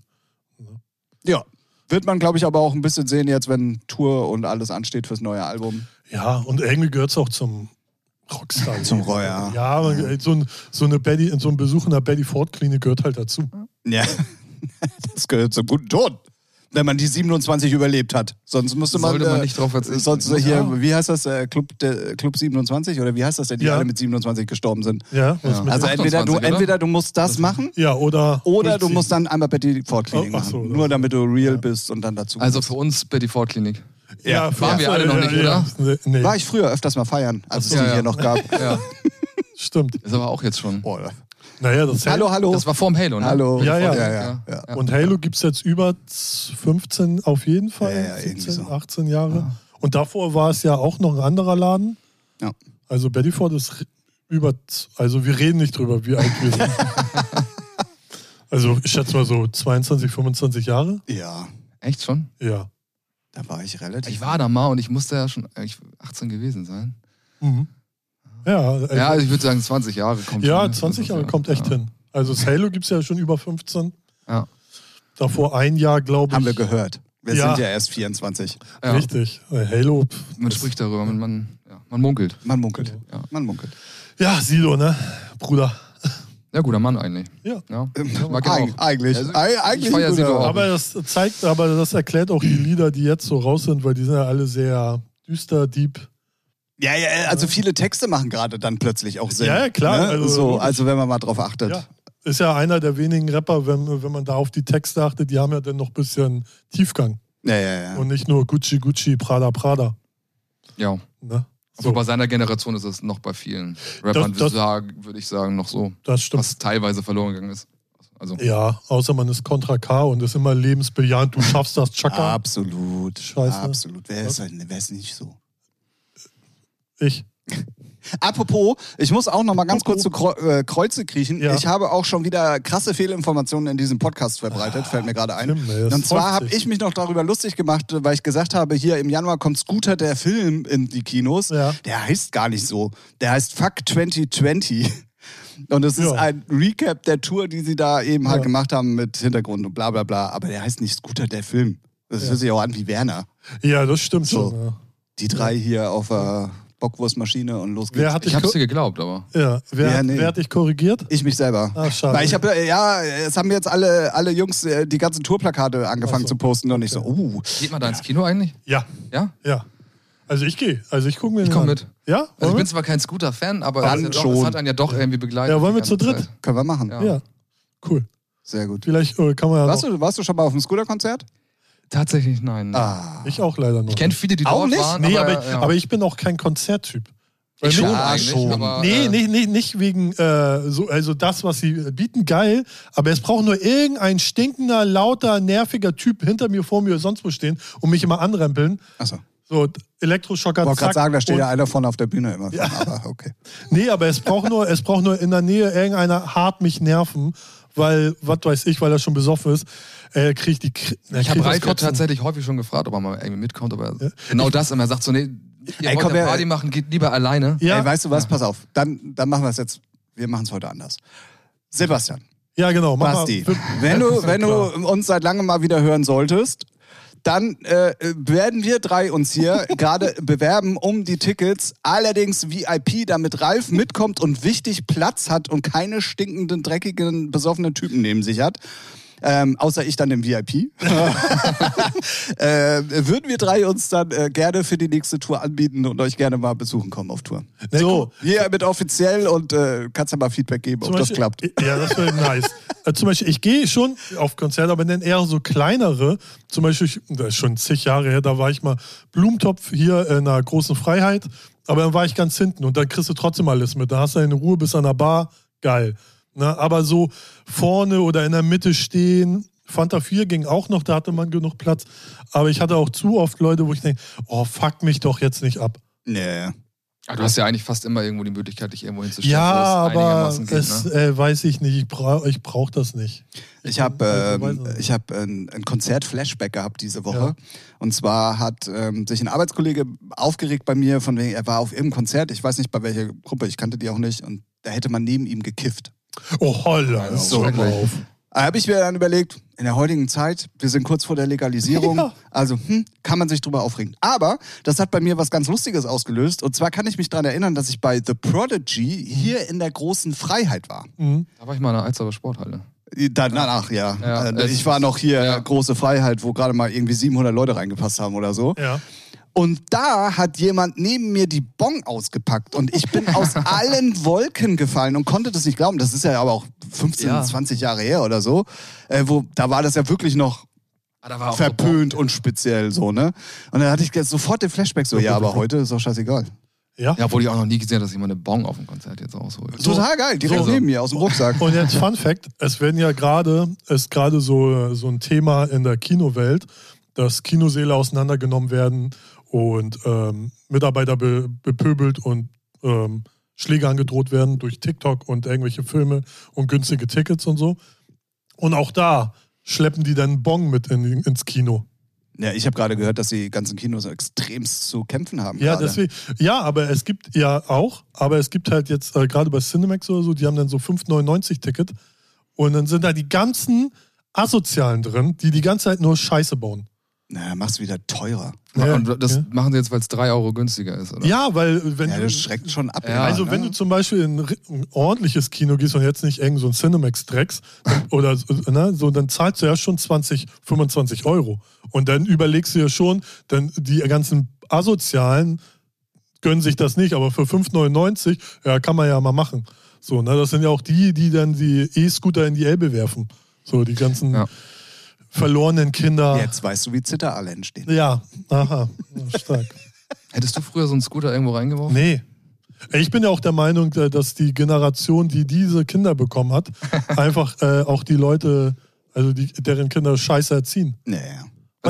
Ja. Wird man, glaube ich, aber auch ein bisschen sehen jetzt, wenn Tour und alles ansteht fürs neue Album.
Ja, und irgendwie gehört es auch zum Rockstar.
Zum Royal.
Ja, aber äh, so, ein, so, eine Betty, so ein Besuch in der Betty Ford Klinik gehört halt dazu.
Ja. <laughs> Das gehört zum guten Ton. Wenn man die 27 überlebt hat. Sonst müsste man. äh,
Sollte man nicht drauf verzichten.
Sonst hier, wie heißt das? Äh, Club, der, Club 27? Oder wie heißt das denn, die
Ja.
alle mit 27 gestorben sind?
Ja, was
Ja.
Mit
Also
dem-
entweder du,
28, oder?
entweder du musst das machen
ja oder.
oder du
durchziehen.
musst dann einmal Betty Ford Klinik
Oh, ach so,
machen.
oder
Nur
so.
damit du real bist und dann dazu.
Also für uns Betty Ford Klinik.
Ja, für
waren
uns,
wir alle noch nicht,
Ja, nee,
war
nee,
ich früher öfters mal feiern, als es
so,
die
ja,
hier
ja.
<laughs>
noch gab.
Ja,
stimmt.
ist aber auch jetzt schon.
Oh, ja.
Naja, das
hallo, hallo.
Das war vorm Halo, ne?
hallo.
Ja, ja.
ja, ja, ja.
Und Halo gibt es jetzt über 15 auf jeden Fall.
Ja, ja, irgendwie
17,
so.
18 Jahre. Und davor war es ja auch noch ein anderer Laden.
Ja.
Also Betty Ford ist über. Also wir reden nicht drüber, wie alt wir
<laughs>
sind. also ich schätze mal so 22, 25 Jahre.
Ja,
Echt schon?
Ja.
da war ich relativ.
Ich war da mal und ich musste ja schon eigentlich 18 gewesen sein.
Mhm. Ja, also,
Ja,
ja,
also ich würde sagen 20 Jahre kommt schon, ne?
20 Jahre
Ja.
kommt echt
ja.
hin. Also das Halo gibt es ja schon über 15.
Ja.
Davor ein Jahr, glaube ich.
Haben wir gehört. Wir
Ja.
sind ja erst 24.
Ja.
Richtig. Äh, Halo. pff.
Man spricht darüber, man, man, ja, man munkelt.
Man munkelt.
Ja.
Man munkelt.
Ja, Silo, ne? Bruder.
Ja, guter Mann eigentlich.
Ja. Ähm,
Ja. Mag ihn
Ähm, Eig
auch.
eigentlich.
Also,
Ei- eigentlich.
ich feier
ein
sie
guter-
doch auch.
Aber das zeigt, aber das erklärt auch die Lieder, die jetzt so raus sind, weil die sind ja alle sehr düster, deep.
Ja, ja, also viele Texte machen gerade dann plötzlich auch Sinn.
Ja, ja, klar.
Ne?
Also,
Also, so,
logisch.
also wenn man mal drauf achtet.
Ja. Ist ja einer der wenigen Rapper, wenn, wenn man da auf die Texte achtet, die haben ja dann noch ein bisschen Tiefgang.
Ja, ja, ja.
Und nicht nur Gucci, Gucci, Prada, Prada.
Ja.
Ne?
Also
Aber bei seiner Generation ist es noch bei vielen Rappern,
Das- das-
sagen- würde ich sagen, noch so,
Das stimmt.
was teilweise verloren gegangen ist. Also,
Ja, außer man ist Contra K und ist immer lebensbejahend. Du schaffst das, Chaka.
Absolut.
Scheiße.
Absolut. Wer ist, denn- wer ist nicht so?
Ich.
Apropos, ich muss auch noch mal ganz kurz zu Kreu äh, Kreuze kriechen.
Ja.
Ich habe auch schon wieder krasse Fehlinformationen in diesem Podcast verbreitet, fällt mir gerade ein.
Tim, ey, Ah, das
Und zwar
häuft
habe
sich.
ich mich noch darüber lustig gemacht, weil ich gesagt habe, hier im Januar kommt Scooter der Film in die Kinos.
Ja.
Der heißt gar nicht so. Der heißt Fuck 2020. Und es ist
Ja.
ein Recap der Tour, die sie da eben halt
Ja.
gemacht haben mit Hintergrund und bla bla bla. Aber der heißt nicht Scooter der Film. Das hört sich auch an wie Werner.
Ja, das stimmt
So.
schon. Ja.
Die drei hier auf der Bockwurstmaschine und los geht's.
Wer hat
ich
dich,
hab's
ko-
dir geglaubt, aber.
ja, wer,
Ja,
hat-
nee.
wer hat dich korrigiert?
Ich mich selber.
Ah, schade.
Weil ich habe ja, es haben jetzt alle, alle Jungs äh, die ganzen Tourplakate angefangen
Ach so.
zu posten und ich so, uh,
Geht man da ins Kino eigentlich?
Ja,
Ja?
ja. Also ich gehe. Also ich gucke mir den
komm
an.
mit.
Ja?
Also ich bin
Wollen
zwar kein Scooter-Fan, aber
Dann
es, ist ja doch,
schon.
es hat einen ja doch irgendwie begleitet.
Ja, wollen wir
die
zu
ganze
dritt?
Zeit.
können wir machen.
wir?
Ja.
ja, cool.
Sehr gut.
Vielleicht äh, kann man ja
Warst
noch.
du, warst du schon mal auf einem Scooter-Konzert?
Tatsächlich nein.
Ah.
Ich auch leider noch.
Ich kenne viele, die
Auch
dort
nicht?
waren.
nee, aber,
aber, ja.
aber ich bin auch kein Konzerttyp. Weil
ich
mich-
schon
Ja,
eigentlich.
schon.
Aber,
Nee,
äh,
nee, nee, nicht wegen äh, so, also das, was sie bieten, geil, aber es braucht nur irgendein stinkender, lauter, nerviger Typ hinter mir, vor mir, sonst wo stehen und mich immer anrempeln.
Achso.
So, Elektroschocker,
Ich wollte gerade
zack.
sagen, da steht
und-
ja einer von auf der Bühne immer. Aber okay.
Nee, aber es braucht nur, es braucht nur in der Nähe irgendeiner hart mich nerven, weil, was weiß ich, weil er schon besoffen ist, äh, kriege ich die. Kri
Ich habe
krieg das
Reiko
Kotzen.
tatsächlich häufig schon gefragt, ob er mal irgendwie mitkommt, aber genau das immer. Er sagt so, nee, ihr
Ey,
wollt
komm,
ja
wir-
Party machen, geht lieber alleine.
Ja,
Ey, weißt du was? Pass auf. Dann, dann machen wir es jetzt. Wir machen es heute anders. Sebastian,
ja, genau. mach mal-
Basti,
<laughs>
wenn du, wenn du uns seit langem mal wieder hören solltest, dann äh, werden wir drei uns
<laughs>
hier gerade bewerben um die Tickets. Allerdings VIP, damit Ralf mitkommt und wichtig Platz hat und keine stinkenden, dreckigen, besoffenen Typen neben sich hat. Ähm, außer ich dann
<laughs>
im VIP. <laughs> äh, würden wir drei uns dann äh, gerne für die nächste Tour anbieten und euch gerne mal besuchen kommen auf Tour.
Na,
so,
guck.
hier mit offiziell und äh, kannst ja mal Feedback geben, ob
Zum
das
Beispiel-
klappt.
Ja, das wäre nice. Äh, zum Beispiel, ich gehe schon auf Konzerte, aber dann eher so kleinere. Zum Beispiel, ich, das ist schon zig Jahre her, da war ich mal Blumentopf hier in einer großen Freiheit, aber dann war ich ganz hinten und dann kriegst du trotzdem alles mit. Da hast du deine Ruhe bis an der Bar, geil. Na, aber so vorne oder in der Mitte stehen, Fanta 4 ging auch noch, da hatte man genug Platz. Aber ich hatte auch zu oft Leute, wo ich denke, oh, fuck mich doch jetzt nicht ab.
Nee.
Aber du hast ja eigentlich fast immer irgendwo die Möglichkeit, dich irgendwo hinzustellen.
Ja,
wo es
aber
einigermaßen geht,
es
ne?
äh, weiß ich nicht, ich brauche ich brauch das nicht.
Ich habe
Also, weiß
ähm,
nicht.
ich hab ein, ein Konzert-Flashback gehabt diese Woche.
Ja.
Und zwar hat ähm, sich ein Arbeitskollege aufgeregt bei mir, von wegen, er war auf irgendeinem Konzert, ich weiß nicht bei welcher Gruppe, ich kannte die auch nicht, und da hätte man neben ihm gekifft.
Oh, holla.
So.
schau mal auf.
Da habe ich mir dann überlegt, in der heutigen Zeit, wir sind kurz vor der
<laughs>
Legalisierung,
Ja.
also hm, kann man sich drüber aufregen. Aber das hat bei mir was ganz Lustiges ausgelöst. Und zwar kann ich mich daran erinnern, dass ich bei The Prodigy hier in der großen Freiheit war.
Mhm.
Da war ich mal in der Alzheimer Sporthalle.
Dann, danach, ja.
Ja,
Äh,
es-
ich war noch hier,
ja.
große Freiheit, wo gerade mal irgendwie 700 Leute reingepasst haben oder so.
Ja.
Und da hat jemand neben mir die Bon ausgepackt und ich bin
<laughs>
aus allen Wolken gefallen und konnte das nicht glauben. Das ist ja aber auch 15,
Ja.
20 Jahre her oder so. Äh, wo, da war das ja wirklich noch
Ah, da war auch
verpönt und speziell so, ne? Und dann hatte ich jetzt sofort den Flashback so, ja, aber heute ist doch scheißegal.
Ja.
Ja, obwohl ich auch noch nie gesehen habe, dass jemand eine Bong auf dem Konzert jetzt ausholt.
So.
Total geil, direkt
So.
neben mir aus dem Rucksack.
Und jetzt Fun Fact: Es werden ja gerade, ist gerade so, so ein Thema in der Kinowelt, dass Kinosäle auseinandergenommen werden und ähm, Mitarbeiter be bepöbelt und ähm, Schläge angedroht werden durch TikTok und irgendwelche Filme und günstige Tickets und so. Und auch da schleppen die dann Bon mit in, ins Kino.
Ja, ich habe gerade gehört, dass die ganzen Kinos extremst zu kämpfen haben.
Ja,
gerade.
deswegen, ja, aber es gibt ja auch, aber es gibt halt jetzt äh, gerade bei Cinemax oder so, die haben dann so 5,99 Ticket und dann sind da die ganzen Asozialen drin, die die ganze Zeit nur Scheiße bauen.
Na, mach's wieder teurer.
Ja,
und das
ja.
machen sie jetzt, weil es 3 Euro günstiger ist, oder?
Ja, weil wenn
Ja,
du,
das schreckt schon ab.
Ja,
also
ne?
wenn du zum Beispiel in ein ri- ein ordentliches Kino gehst und jetzt nicht irgend so ein Cinemax Drecks
<laughs>
oder so, ne, so, dann zahlst du ja schon 20, 25 Euro und dann überlegst du ja schon, dann die ganzen Asozialen gönnen sich das nicht, aber für 5,99 ja, kann man ja mal machen. So, ne, das sind ja auch die, die dann die E-Scooter in die Elbe werfen. So die ganzen
Ja.
verlorenen Kinder.
Jetzt weißt du, wie Zitter alle entstehen.
Ja, aha, stark.
Hättest du früher so einen Scooter irgendwo
Oh.
reingeworfen?
Nee. Ich bin ja auch der Meinung, äh, dass die Generation, die diese Kinder bekommen
<laughs>
hat, einfach äh, auch die Leute, also die, deren Kinder scheiße erziehen.
Naja.
weiß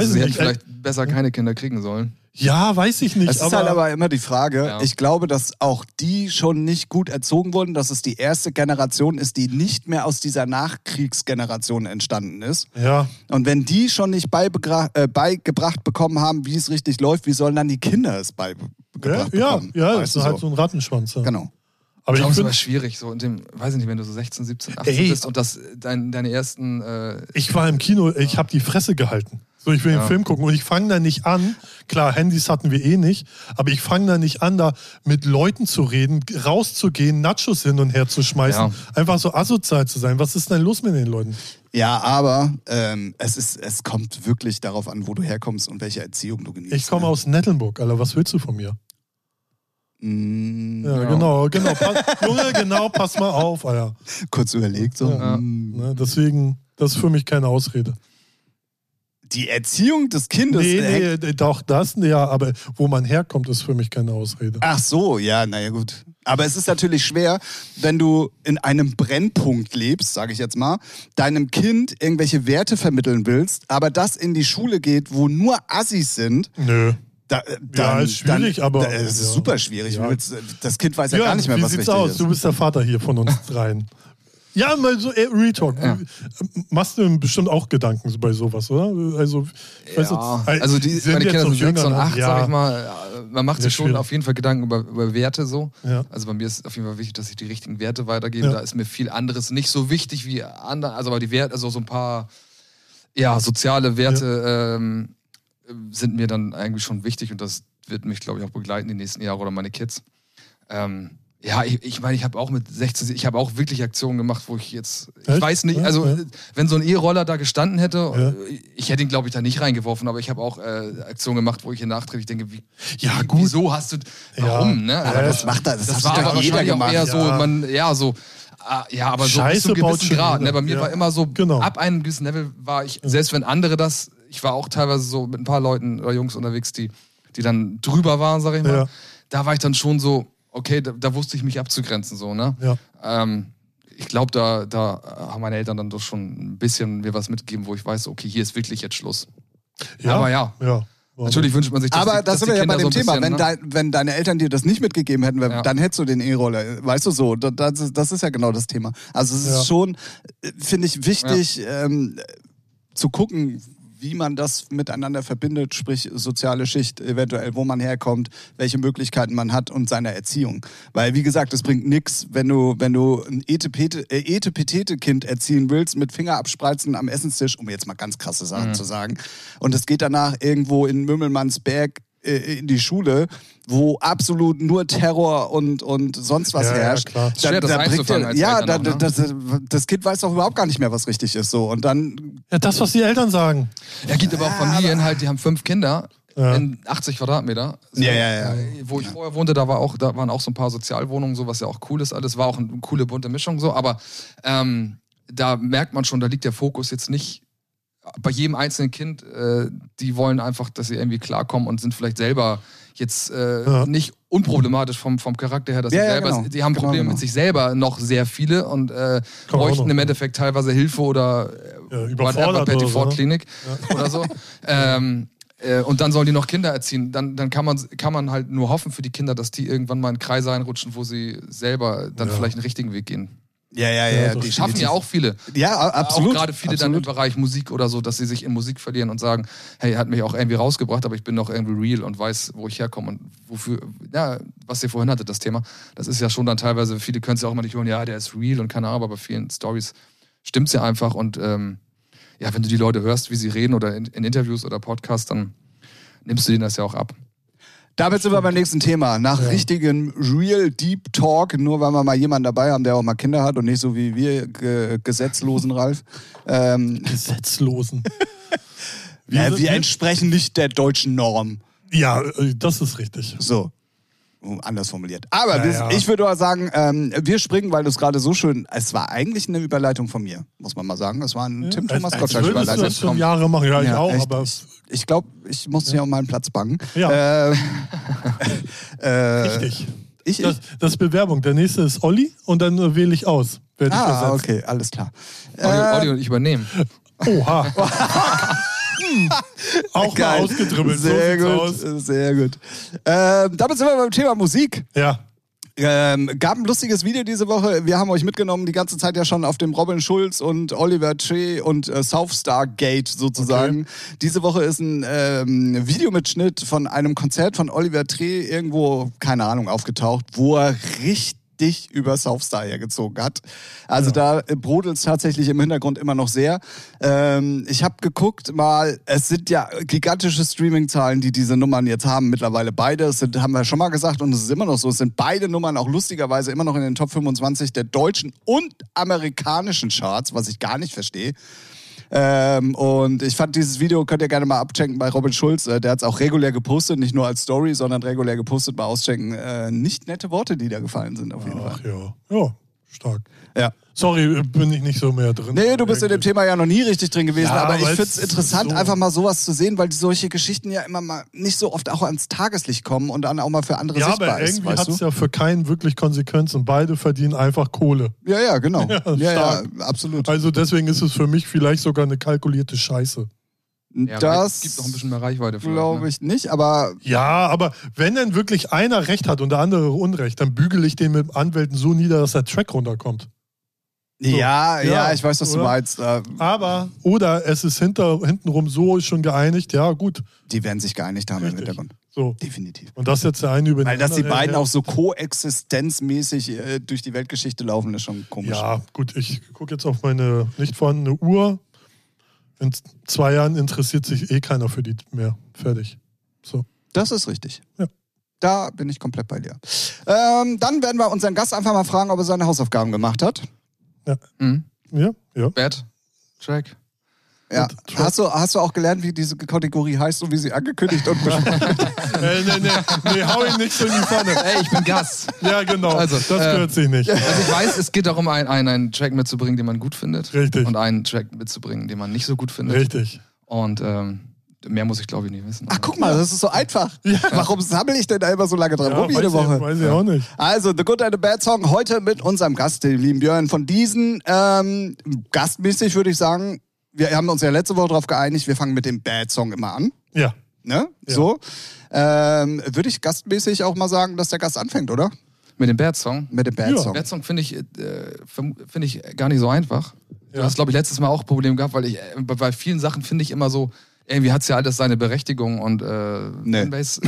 Also, sie
ich
hätten
nicht. Äh,
vielleicht besser keine Kinder kriegen sollen.
Ja, weiß ich nicht.
Es ist
aber,
halt aber immer die Frage,
Ja.
ich glaube, dass auch die schon nicht gut erzogen wurden, dass es die erste Generation ist, die nicht mehr aus dieser Nachkriegsgeneration entstanden ist.
ja, äh,
Und wenn die schon nicht beibegra- äh, beigebracht bekommen haben, wie es richtig läuft, wie sollen dann die Kinder es beigebracht
ja, ja,
bekommen?
ja das
Weißt du
ist halt so ein Rattenschwanz. Ja.
Genau.
Aber
Ich
ich
glaube, es ist aber
finde,
schwierig, so in dem, weiß ich nicht, wenn du so 16, 17, 18
Ey.
bist und das äh, dein, deine ersten äh,
ich war im Kino, ich habe die Fresse gehalten. So, ich will
Ja.
den Film gucken und ich fange da nicht an. Klar, Handys hatten wir eh nicht, aber ich fange da nicht an, da mit Leuten zu reden, rauszugehen, Nachos hin und her zu schmeißen,
Ja.
einfach so asozial zu sein. Was ist denn los mit den Leuten?
Ja, aber ähm, es, ist, es kommt wirklich darauf an, wo du herkommst und welche Erziehung du genießt.
Ich komme
ne?
aus Nettelnburg, Alter, was willst du von mir?
Mm,
Ja,
Ja.
genau, genau. Pass, Junge, genau, pass mal auf, Alter.
kurz überlegt. So.
Ja.
mm.
Ne, deswegen, das ist für mich keine Ausrede.
Die Erziehung des Kindes. äh,
nee,
hängt-
nee, d- doch das, ja, aber wo man herkommt, ist für mich keine Ausrede.
Ach so, ja, naja, gut. Aber es ist natürlich schwer, wenn du in einem Brennpunkt lebst, sage ich jetzt mal, deinem Kind irgendwelche Werte vermitteln willst, aber das in die Schule geht, wo nur Assis sind,
Nö.
Da, äh, dann,
ist schwierig,
dann,
aber-
da- Es ist
ja.
super schwierig.
Ja.
Willst- Das Kind weiß ja,
Jörn,
gar nicht mehr,
wie
was
sieht's
wichtig
aus?
ist.
Du bist der Vater hier von uns dreien. Ja, mal so äh, Retalk. Machst du bestimmt auch Gedanken so bei sowas, oder? Also, ich weiß
Ja,
jetzt- äh,
also die, meine
jetzt
Kinder sind
noch
sechs und
jünger, ne?
acht,
ja.
sag ich mal. Man macht
Sehr
sich schon
schwierig.
auf jeden Fall Gedanken über, über Werte so.
Ja.
Also bei mir ist auf jeden Fall wichtig, dass ich die richtigen Werte weitergebe.
Ja.
Da ist mir viel anderes nicht so wichtig wie andere. Also aber die Werte, also so ein paar ja, soziale Werte ähm, sind mir dann eigentlich schon wichtig und das wird mich, glaube ich, auch begleiten die nächsten Jahre oder meine Kids. Ähm, ja, ich, ich meine, ich habe auch mit 16, ich habe auch wirklich Aktionen gemacht, wo ich jetzt, ich
Echt?
weiß nicht,
Ja,
also
ja.
wenn so ein E-Roller da gestanden hätte, äh,
Ja.
ich hätte ihn, glaube ich, da nicht reingeworfen, aber ich habe auch äh, Aktionen gemacht, wo ich hier nachträglich denke, wie,
Ja,
wie-
gut.
wieso hast du, warum, ne?
Aber
Also,
das macht er, das,
das
hat
war
doch
aber
jeder
wahrscheinlich auch
gemacht.
eher so,
Ja.
man, ja, so, ah, ja, aber so
Scheiße
bis zu einem
baut
gewissen
schon
Grad,
jeder.
ne? Bei mir
Ja.
war immer so,
Genau. Mhm.
ab einem gewissen Level war ich, selbst wenn andere das, ich war auch teilweise so mit ein paar Leuten oder Jungs unterwegs, die, die dann drüber waren, sag ich mal,
Ja.
da war ich dann schon so, okay, da, da wusste ich mich abzugrenzen, so, ne?
Ja.
Ähm, ich glaube, da, da haben meine Eltern dann doch schon ein bisschen mir was mitgegeben, wo ich weiß, okay, hier ist wirklich jetzt Schluss.
Ja.
Aber ja,
Ja.
natürlich wünscht man sich das.
Aber
die-
da
dass
sind
die
wir ja bei
Kinder
dem
so ein
Thema.
bisschen,
wenn,
ne?
dein, wenn deine Eltern dir das nicht mitgegeben hätten, wär-
Ja.
dann hättest du den E-Roller. Weißt du so, da- das ist, das ist ja genau das Thema. Also es ist
Ja.
schon, äh, finde ich, wichtig ähm, zu gucken, wie man das miteinander verbindet, sprich soziale Schicht, eventuell, wo man herkommt, welche Möglichkeiten man hat und seiner Erziehung. Weil, wie gesagt, es bringt nichts, wenn du, wenn du ein Etepete- äh, Etepetete-Kind erziehen willst, mit Finger abspreizen am Essenstisch, um jetzt mal ganz krasse Sachen
Mhm.
zu sagen. Und es geht danach irgendwo in Mümmelmannsberg äh, in die Schule, wo absolut nur Terror und, und sonst was
Ja, ja,
herrscht.
klar.
Schwer, das
bringt
einzufangen
dir-
als
ja,
Eltern
da,
auch, ne?
das, das Kind weiß doch überhaupt gar nicht mehr, was richtig ist. So. Und dann
ja, das, was die Eltern sagen.
Ja, gibt aber auch Familien halt, die haben fünf Kinder
Ja.
in 80 Quadratmeter.
Ja, ja, ja.
äh, Wo ich vorher wohnte, da, war auch, da waren auch so ein paar Sozialwohnungen, so was ja auch cool ist. Alles war auch eine coole bunte Mischung so, aber ähm, da merkt man schon, da liegt der Fokus jetzt nicht bei jedem einzelnen Kind. Äh, die wollen einfach, dass sie irgendwie klarkommen und sind vielleicht selber jetzt äh,
Ja.
nicht unproblematisch vom, vom Charakter her, dass
Ja,
sie
ja,
selber,
genau.
die haben
Genau,
Probleme
genau.
mit sich selber noch sehr viele und äh,
auch noch,
bräuchten im
ja.
Endeffekt teilweise Hilfe oder äh,
Ja,
whatever,
überfordert
Betty
oder so,
Ford
ne?
Klinik
<laughs>
oder so. ähm, äh, und dann sollen die noch Kinder erziehen. Dann, dann kann, man, kann man halt nur hoffen für die Kinder, dass die irgendwann mal in Kreise einrutschen, wo sie selber dann
Ja.
vielleicht den richtigen Weg gehen.
Ja,
Ja,
ja, ja.
doch.
die
Schaffen ja auch viele.
Ja, a- absolut.
Auch gerade viele dann im
absolut.
Bereich Musik oder so, dass sie sich in Musik verlieren und sagen, hey, hat mich auch irgendwie rausgebracht, aber ich bin noch irgendwie real und weiß, wo ich herkomme und wofür, ja, was ihr vorhin hattet, das Thema. Das ist ja schon dann teilweise, viele können es ja auch mal nicht hören, ja, der ist real und keine Ahnung, aber bei vielen Stories stimmt es ja einfach und ähm, ja, wenn du die Leute hörst, wie sie reden oder in, in Interviews oder Podcasts, dann nimmst du denen das ja auch ab.
Damit sind wir beim nächsten Thema. Nach richtigen Real Deep Talk, nur weil wir mal jemanden dabei haben, der auch mal Kinder hat und nicht so wie wir ge gesetzlosen Ralf. Ähm,
Gesetzlosen.
wir,
sind-
wir entsprechen nicht der deutschen Norm.
<laughs> ja, äh, das ist richtig.
So. Um, Anders formuliert. Aber
Ja,
wir,
ja.
ich würde mal sagen, ähm, wir springen, weil du es gerade so schön. Es war eigentlich eine Überleitung von mir, muss man mal sagen. Es war ein Tim
als, als würdest
Thomas
du
Gottschalk-Überleitung.
das schon Jahre machen. Ja, ich
Ja,
auch,
echt.
aber
Ich glaube, ich muss hier um meinen Platz bangen.
Ja.
Ähm, äh,
richtig.
Ich, ich,
Das, das ist Bewerbung. Der nächste ist Olli und dann äh, wähle ich aus. Wer dich
ah,
ersetzt.
okay, alles klar.
Audio,
Äh,
Audio und ich übernehmen.
Oha.
<laughs>
Hm. Auch mal ausgedribbelt.
Sehr
so
gut,
sieht's aus.
sehr gut. Ähm, damit sind wir beim Thema Musik.
Ja.
Ähm, gab ein lustiges Video diese Woche. Wir haben euch mitgenommen die ganze Zeit ja schon auf dem Robin Schulz und Oliver Tree und äh, Southstar Gate sozusagen. Diese Woche ist ein ähm, Videomitschnitt von einem Konzert von Oliver Tree irgendwo, keine Ahnung, aufgetaucht, wo er richtig über Southstar hergezogen hat. Also da brodelt es tatsächlich im Hintergrund immer noch sehr. Ähm, ich habe geguckt mal, es sind ja gigantische Streaming-Zahlen, die diese Nummern jetzt haben, mittlerweile beide. Es sind, haben wir schon mal gesagt und es ist immer noch so, es sind beide Nummern auch lustigerweise immer noch in den Top 25 der deutschen und amerikanischen Charts, was ich gar nicht verstehe. Ähm, und ich fand dieses Video, könnt ihr gerne mal abchecken bei Robin Schulz. Äh, der hat es auch regulär gepostet, nicht nur als Story, sondern regulär gepostet, mal auschecken. Äh, nicht nette Worte, die da gefallen sind, auf jeden Fall.
Ach ja. Ja, stark.
Ja.
Sorry, bin ich nicht so mehr drin.
Nee, du bist in dem Thema ja noch nie richtig drin gewesen,
Ja,
aber ich
aber es
find's
ist
interessant,
so.
einfach mal sowas zu sehen, weil solche Geschichten ja immer mal nicht so oft auch ans Tageslicht kommen und dann auch mal für andere
Ja,
sichtbar
aber
ist,
irgendwie
weißt
hat
du?
es ja für keinen wirklich Konsequenzen. Beide verdienen einfach Kohle.
Ja, ja, genau. Ja,
<laughs> Ja,
ja,
stark.
absolut.
Also deswegen ist es für mich vielleicht sogar eine kalkulierte Scheiße.
Ja,
das
gibt noch ein bisschen mehr Reichweite. vielleicht, ne?
ne?
glaube ich nicht, aber
Ja, aber wenn dann wirklich einer Recht hat und der andere Unrecht, dann bügele ich den mit Anwälten so nieder, dass der Track runterkommt.
ja, ja,
Ja,
ich weiß, was du
oder?
meinst. Äh,
Aber, oder es ist hinter, hintenrum so schon geeinigt, ja, gut.
die werden sich geeinigt haben im
Richtig.
Hintergrund.
So.
Definitiv.
Und das jetzt der eine über den
Weil dass die
anderen
beiden
her-
auch so koexistenzmäßig äh, durch die Weltgeschichte laufen, ist schon komisch.
Ja, gut, ich gucke jetzt auf meine nicht vorhandene Uhr. In z- zwei Jahren interessiert sich eh keiner für die mehr. Fertig. So.
Das ist richtig.
Ja.
Da bin ich komplett bei dir. Ähm, dann werden wir unseren Gast einfach mal fragen, ob er seine Hausaufgaben gemacht hat.
Ne? Mhm.
Ja, ja.
Bad Track.
Ja.
Und Trump-
Hast, du, hast du auch gelernt, wie diese Kategorie heißt und wie sie angekündigt
<laughs>
und besprochen
äh, nee, nee, nee, hau ihn nicht so in die Pfanne.
Ey, ich bin Gas.
Ja, genau.
Also,
das
äh,
gehört sich
<laughs>
nicht.
Also ich weiß, es geht darum, einen, einen, einen Track mitzubringen, den man gut findet.
Richtig.
Und einen Track mitzubringen, den man nicht so gut findet.
Richtig.
Und ähm, mehr muss ich, glaube ich, nicht wissen.
Ach, guck mal, das ist so einfach. Warum sammle ich denn da immer so lange dran rum
weiß
jede
Ich,
Woche?
weiß ich auch nicht.
Also, The Good and the Bad Song heute mit unserem Gast, dem lieben Björn. Von diesen, ähm, gastmäßig würde ich sagen, wir haben uns ja letzte Woche darauf geeinigt, wir fangen mit dem Bad Song immer an.
Ja.
Ne? So. Ähm, würde ich gastmäßig auch mal sagen, dass der Gast anfängt, oder?
Mit dem Bad Song.
Mit dem Bad
Ja.
Song.
Bad Song finde ich, äh, verm- finde ich gar nicht so einfach. Du
Ja.
hast, glaube ich, letztes Mal auch Probleme gehabt, weil ich äh, bei- bei vielen Sachen finde ich immer so, irgendwie hat es ja alles seine Berechtigung und äh,
Nee.
Fanbase.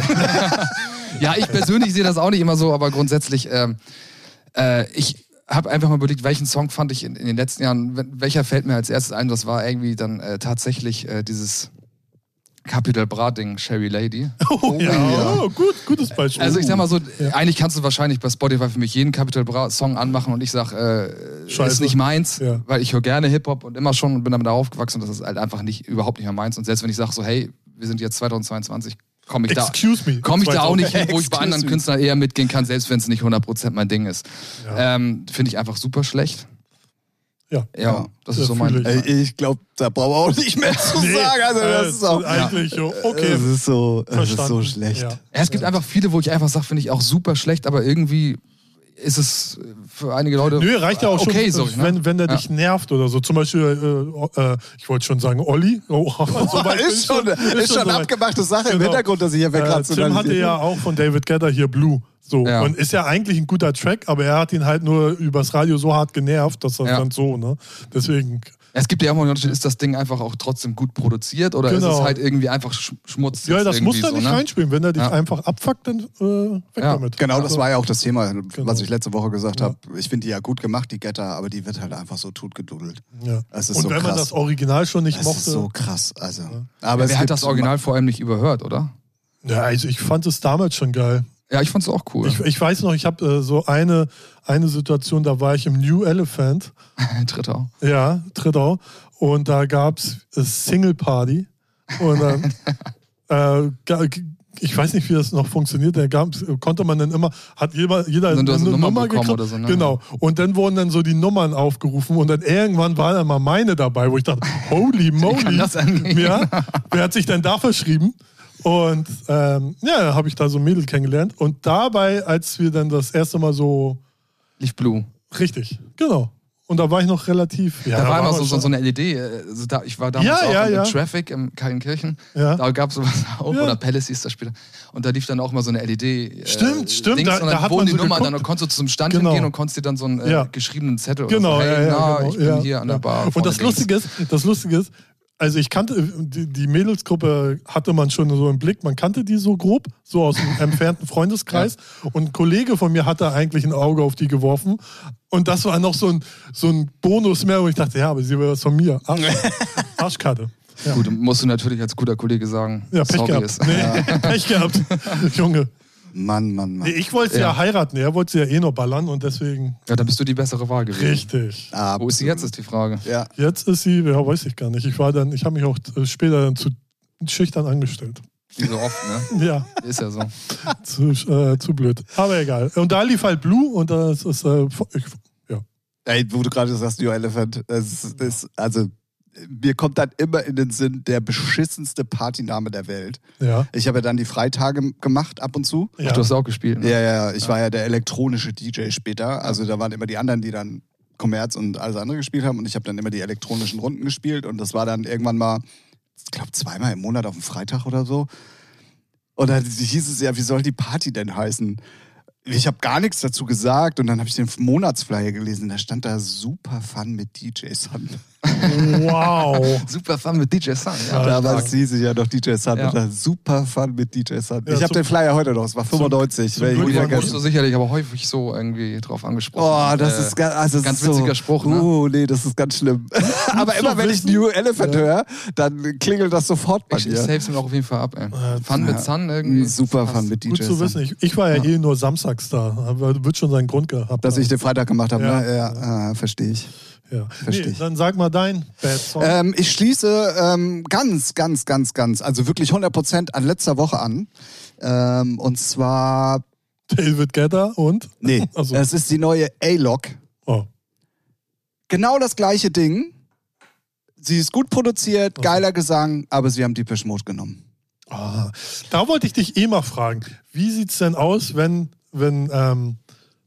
<laughs> ja, ich persönlich sehe das auch nicht immer so, aber grundsätzlich, ähm, äh, ich habe einfach mal überlegt, welchen Song fand ich in, in den letzten Jahren, wel- welcher fällt mir als erstes ein? Das war irgendwie dann äh, tatsächlich äh, dieses Capital Bra Ding, Sherry Lady.
Oh, ja.
ja.
Oh, gut, gutes Beispiel.
Also ich sag mal so,
Oh.
eigentlich kannst du wahrscheinlich bei Spotify für mich jeden Capital Bra Song anmachen und ich sag, äh, ist
Scheiße.
nicht meins,
Ja.
weil ich höre gerne Hip-Hop und immer schon und bin damit aufgewachsen und das ist halt einfach nicht, überhaupt nicht mehr meins. Und selbst wenn ich sage so, hey, wir sind jetzt 2022, komme
Oh,
ich da...
Excuse me.
Komme ich da auch nicht hin, wo ich bei
Excuse
anderen
me.
Künstlern eher mitgehen kann, selbst wenn es nicht 100% mein Ding ist.
Ja.
Ähm, Finde ich einfach super schlecht.
Ja.
Ja,
Ja,
das
das
ist so
fühle
mein.
ich.
Äh, Ich glaube, da brauchen wir auch nicht mehr zu
Nee,
sagen. Also, das
äh,
ist auch.
Eigentlich, jo. okay.
Das ist so, das ist so
verstanden.
schlecht.
Ja.
Ja, es gibt einfach viele, wo ich einfach sage, finde ich auch super schlecht, aber irgendwie ist es äh, für einige Leute.
Nö, reicht ja auch schon,
okay, so, ne?
wenn, wenn der
Ja.
dich nervt oder so. Zum Beispiel, äh, äh, ich wollte schon sagen, Olli. Oh, <laughs> so weit bin
ist
ich
schon, ist schon
so weit.
abgemachte Sache im
Genau.
Hintergrund, dass ich hier
Äh,
wegratze.
Tim hatte ja auch von David Guetta hier Blue. So.
Ja.
Und ist ja eigentlich ein guter Track, aber er hat ihn halt nur übers Radio so hart genervt, dass das
Ja.
dann so, ne? Deswegen,
Es gibt ja auch mal einen Unterschied, ist das Ding einfach auch trotzdem gut produziert oder ist
Genau.
es halt irgendwie einfach sch Schmutz?
ja,
jetzt
das muss
irgendwie
er
so,
nicht
ne?
reinspielen. Wenn er dich
Ja.
einfach abfuckt, dann äh, weg
Ja,
damit.
Genau, das
Also, Genau.
war ja auch das Thema, was ich letzte Woche gesagt
Ja.
habe. Ich finde die ja gut gemacht, die Getter, aber die wird halt einfach so totgedudelt.
Ja.
Es ist
Und
so
wenn man
krass.
das Original schon nicht
Das
mochte.
ist so krass. Also. Aber es
Wer
gibt
hat das Original vor allem nicht überhört, oder?
ja, also ich fand es damals schon geil.
Ja, ich fand's auch cool.
Ich, ich weiß noch, ich habe äh, so eine, eine Situation, da war ich im New Elephant
<laughs> Dritter.
Ja, Trittau. Und da gab es Single Party. Und dann,
<laughs>
äh, ga- g- ich weiß nicht, wie das noch funktioniert. Da gab's, konnte man dann immer, hat jeder, jeder
Dann du hast eine Nummer bekommen
gekriegt.
oder so, ne?
Genau. Und dann wurden dann so die Nummern aufgerufen und dann irgendwann war dann mal meine dabei, wo ich dachte, holy
<laughs>
moly.
kann das angehen? <laughs>
ja, wer hat sich denn da verschrieben? Und ähm, ja, habe ich da so ein Mädel kennengelernt. Und dabei, als wir dann das erste Mal so
Licht Blue.
Richtig, genau. Und da war ich noch relativ. Ja,
da war immer
man
so, so,
schon-
so eine LED. äh, so da, ich war damals
Ja,
auch
ja,
im
ja.
Traffic in Kallenkirchen.
Ja.
Da gab es sowas <laughs> auch.
Ja.
Oder Palace hieß das später. Und da lief dann auch immer so eine LED. Äh,
Stimmt, stimmt,
Dings,
da-
und dann
da hat
wurden
man
die
so
Nummern,
geguckt.
dann konntest du zum Stand
Genau.
hingehen und konntest dir dann so einen äh,
Ja.
geschriebenen Zettel
Genau,
oder so.
ja,
Hey,
ja,
na,
genau,
ich bin
ja.
hier an
ja.
der Bar.
Und das
vorne links.
Lustige ist, das Lustige ist, also ich kannte, äh, die, die Mädelsgruppe hatte man schon so im Blick, man kannte die so grob, so aus dem entfernten
<laughs>
Freundeskreis. Und ein Kollege von mir hatte eigentlich ein Auge auf die geworfen. Und das war noch so ein, so ein Bonus mehr, wo ich dachte, ja, aber sie will was von mir.
<laughs>
Arsch, Arschkarte. Ja.
Gut, musst du natürlich als guter Kollege sagen.
Ja, Pech
sorry
gehabt.
ist. <laughs>
Nee, Pech gehabt. Junge.
Mann, Mann,
Nee,
Mann.
ich wollte sie ja. heiraten, er wollte sie ja eh nur ballern und deswegen.
Ja, dann bist du die bessere Wahl gewesen.
Richtig.
Ah,
Wo ist sie jetzt, ist die Frage.
Ja.
Jetzt ist sie, ja, weiß ich gar nicht. Ich war dann, ich habe mich auch äh, später dann zu schüchtern angestellt.
Wie so oft,
<laughs>
ne?
Ja,
Ist ja so.
zu, äh, zu blöd. Aber egal. Und da lief halt Blue und das ist, äh, ich,
Ey, wo du gerade sagst, New Elephant, das ist, das, also mir kommt dann immer in den Sinn der beschissenste Partyname der Welt.
ja.
Ich habe ja dann die Freitage gemacht ab und zu.
ja.
Ach, du hast auch gespielt. Ne?
Ja, ja, ich war ja der elektronische DJ später. Also da waren immer die anderen, die dann Kommerz und alles andere gespielt haben. Und ich habe dann immer die elektronischen Runden gespielt. Und das war dann irgendwann mal ich glaube, zweimal im Monat auf dem Freitag oder so. Und dann hieß es ja, wie soll die Party denn heißen? Ich habe gar nichts dazu gesagt und dann habe ich den Monatsflyer gelesen. Da stand da super Fun mit DJ Sun.
Wow.
Super Fun mit DJ Sun. Ja.
Ja.
Damals hieß es ja noch DJ Sun.
Ja.
Und da super Fun mit DJ Sun.
Ja,
ich habe
zum-
den Flyer heute noch. Es war 95.
zum
werde ich
Glück
nie
war
Da
vergessen.
musst du sicherlich aber häufig so irgendwie drauf angesprochen.
Oh, das
Äh,
ist ganz, also das
ganz
ist so,
witziger Spruch, ne? Hm,
Oh, nee, das ist ganz
<laughs>
schlimm. Aber
zu
immer wenn ich
wissen.
New Elephant höre, dann klingelt das sofort bei
Ich, ich
mir.
saves mir auch auf jeden Fall ab, ey.
Ja,
Fun mit
ja.
Sun irgendwie.
Ein Super Fun mit
Gut
DJs.
zu wissen. Ich, ich war ja, eh nur samstags da. Aber wird schon seinen Grund gehabt.
Dass
haben.
ich den Freitag gemacht habe,
Ja.
ne? Ja, äh, verstehe ich.
ja.
versteh
nee,
ich.
dann sag mal dein Bad Song.
Ähm, ich schließe ähm, ganz, ganz, ganz, ganz, also wirklich 100% an letzter Woche an. Ähm, und zwar,
David Guetta und.
<laughs>
nee,
Ach
Also.
so.
es ist die neue A-Log.
Oh.
Genau das gleiche Ding. Sie ist gut
Also.
produziert, geiler Gesang, aber sie haben die Mode genommen.
Ah, da wollte ich dich eh mal fragen. Wie sieht's denn aus, wenn, wenn ähm,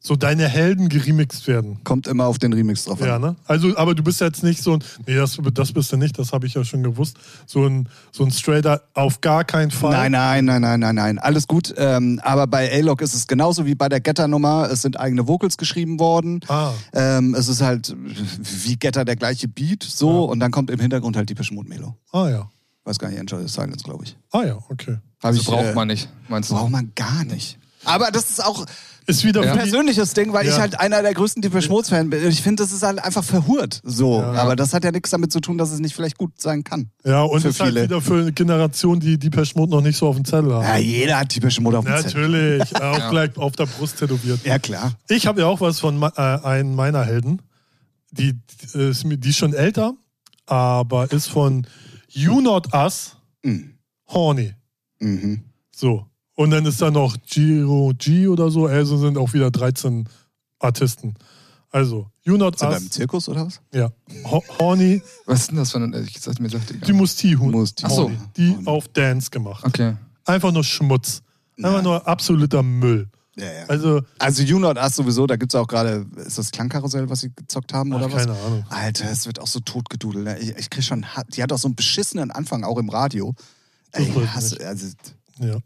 so deine Helden geremixt werden?
Kommt immer auf den Remix drauf an.
Ja, ne? Also, aber du bist jetzt nicht so ein, nee, das, das bist du nicht, das habe ich ja schon gewusst. So ein, so ein Straighter auf gar keinen Fall.
Nein, nein, nein, nein, nein, nein. Alles gut. Ähm, aber bei A-Log ist es genauso wie bei der Getter-Nummer. Es sind eigene Vocals geschrieben worden.
Ah.
Ähm, es ist halt wie Getter der gleiche Beat, so. Und dann kommt im Hintergrund halt die Mode Melo.
Ah ja.
Weiß gar nicht, Enjoy the Silence, glaube ich.
Ah ja, okay.
Hab
Also
ich, äh,
braucht man nicht, meinst du?
Braucht man gar nicht. Aber das ist auch
Ist wieder
Ja.
für die-
persönliches Ding, weil
Ja.
ich halt einer der größten Depeche Mode Fan bin. Ich finde, das ist halt einfach verhurt. So.
Ja.
Aber das hat ja nichts damit zu tun, dass es nicht vielleicht gut sein kann.
Ja, und
für
ist halt
viele.
wieder für eine Generation, die die Mode noch nicht so auf dem Zettel haben.
Ja, jeder hat Depeche Mode auf dem Zettel.
Natürlich,
<laughs>
auch gleich auf der Brust tätowiert.
Ja, klar.
Ich habe ja auch was von ma- äh, einem meiner Helden. Die, die, äh, ist mir- die ist schon älter, aber ist von You Not Us
Mhm.
Horny.
Mhm.
So. Und dann ist da noch Giro G oder so. Also sind auch wieder 13 Artisten. Also, You Not
Sind wir im
Us,
Zirkus oder was?
ja. Ho Horny,
Was ist denn das für ein. Ich sag mir, sagt
die Musti-Hun.
Musst-
Ach so.
Horny, Die
Horny.
auf Dance gemacht.
Okay.
Einfach nur Schmutz. Einfach
Ja.
nur absoluter Müll.
Ja, ja.
Also,
Also You Not Us sowieso, da gibt es auch gerade, ist das Klangkarussell, was sie gezockt haben oder
ach,
was?
keine Ahnung.
Alter, es wird auch so totgedudelt. Ne? Ich, ich krieg schon, Ha- die hat auch so einen beschissenen Anfang, auch im Radio. Ey,
freut mich.
hast, also,
Ja.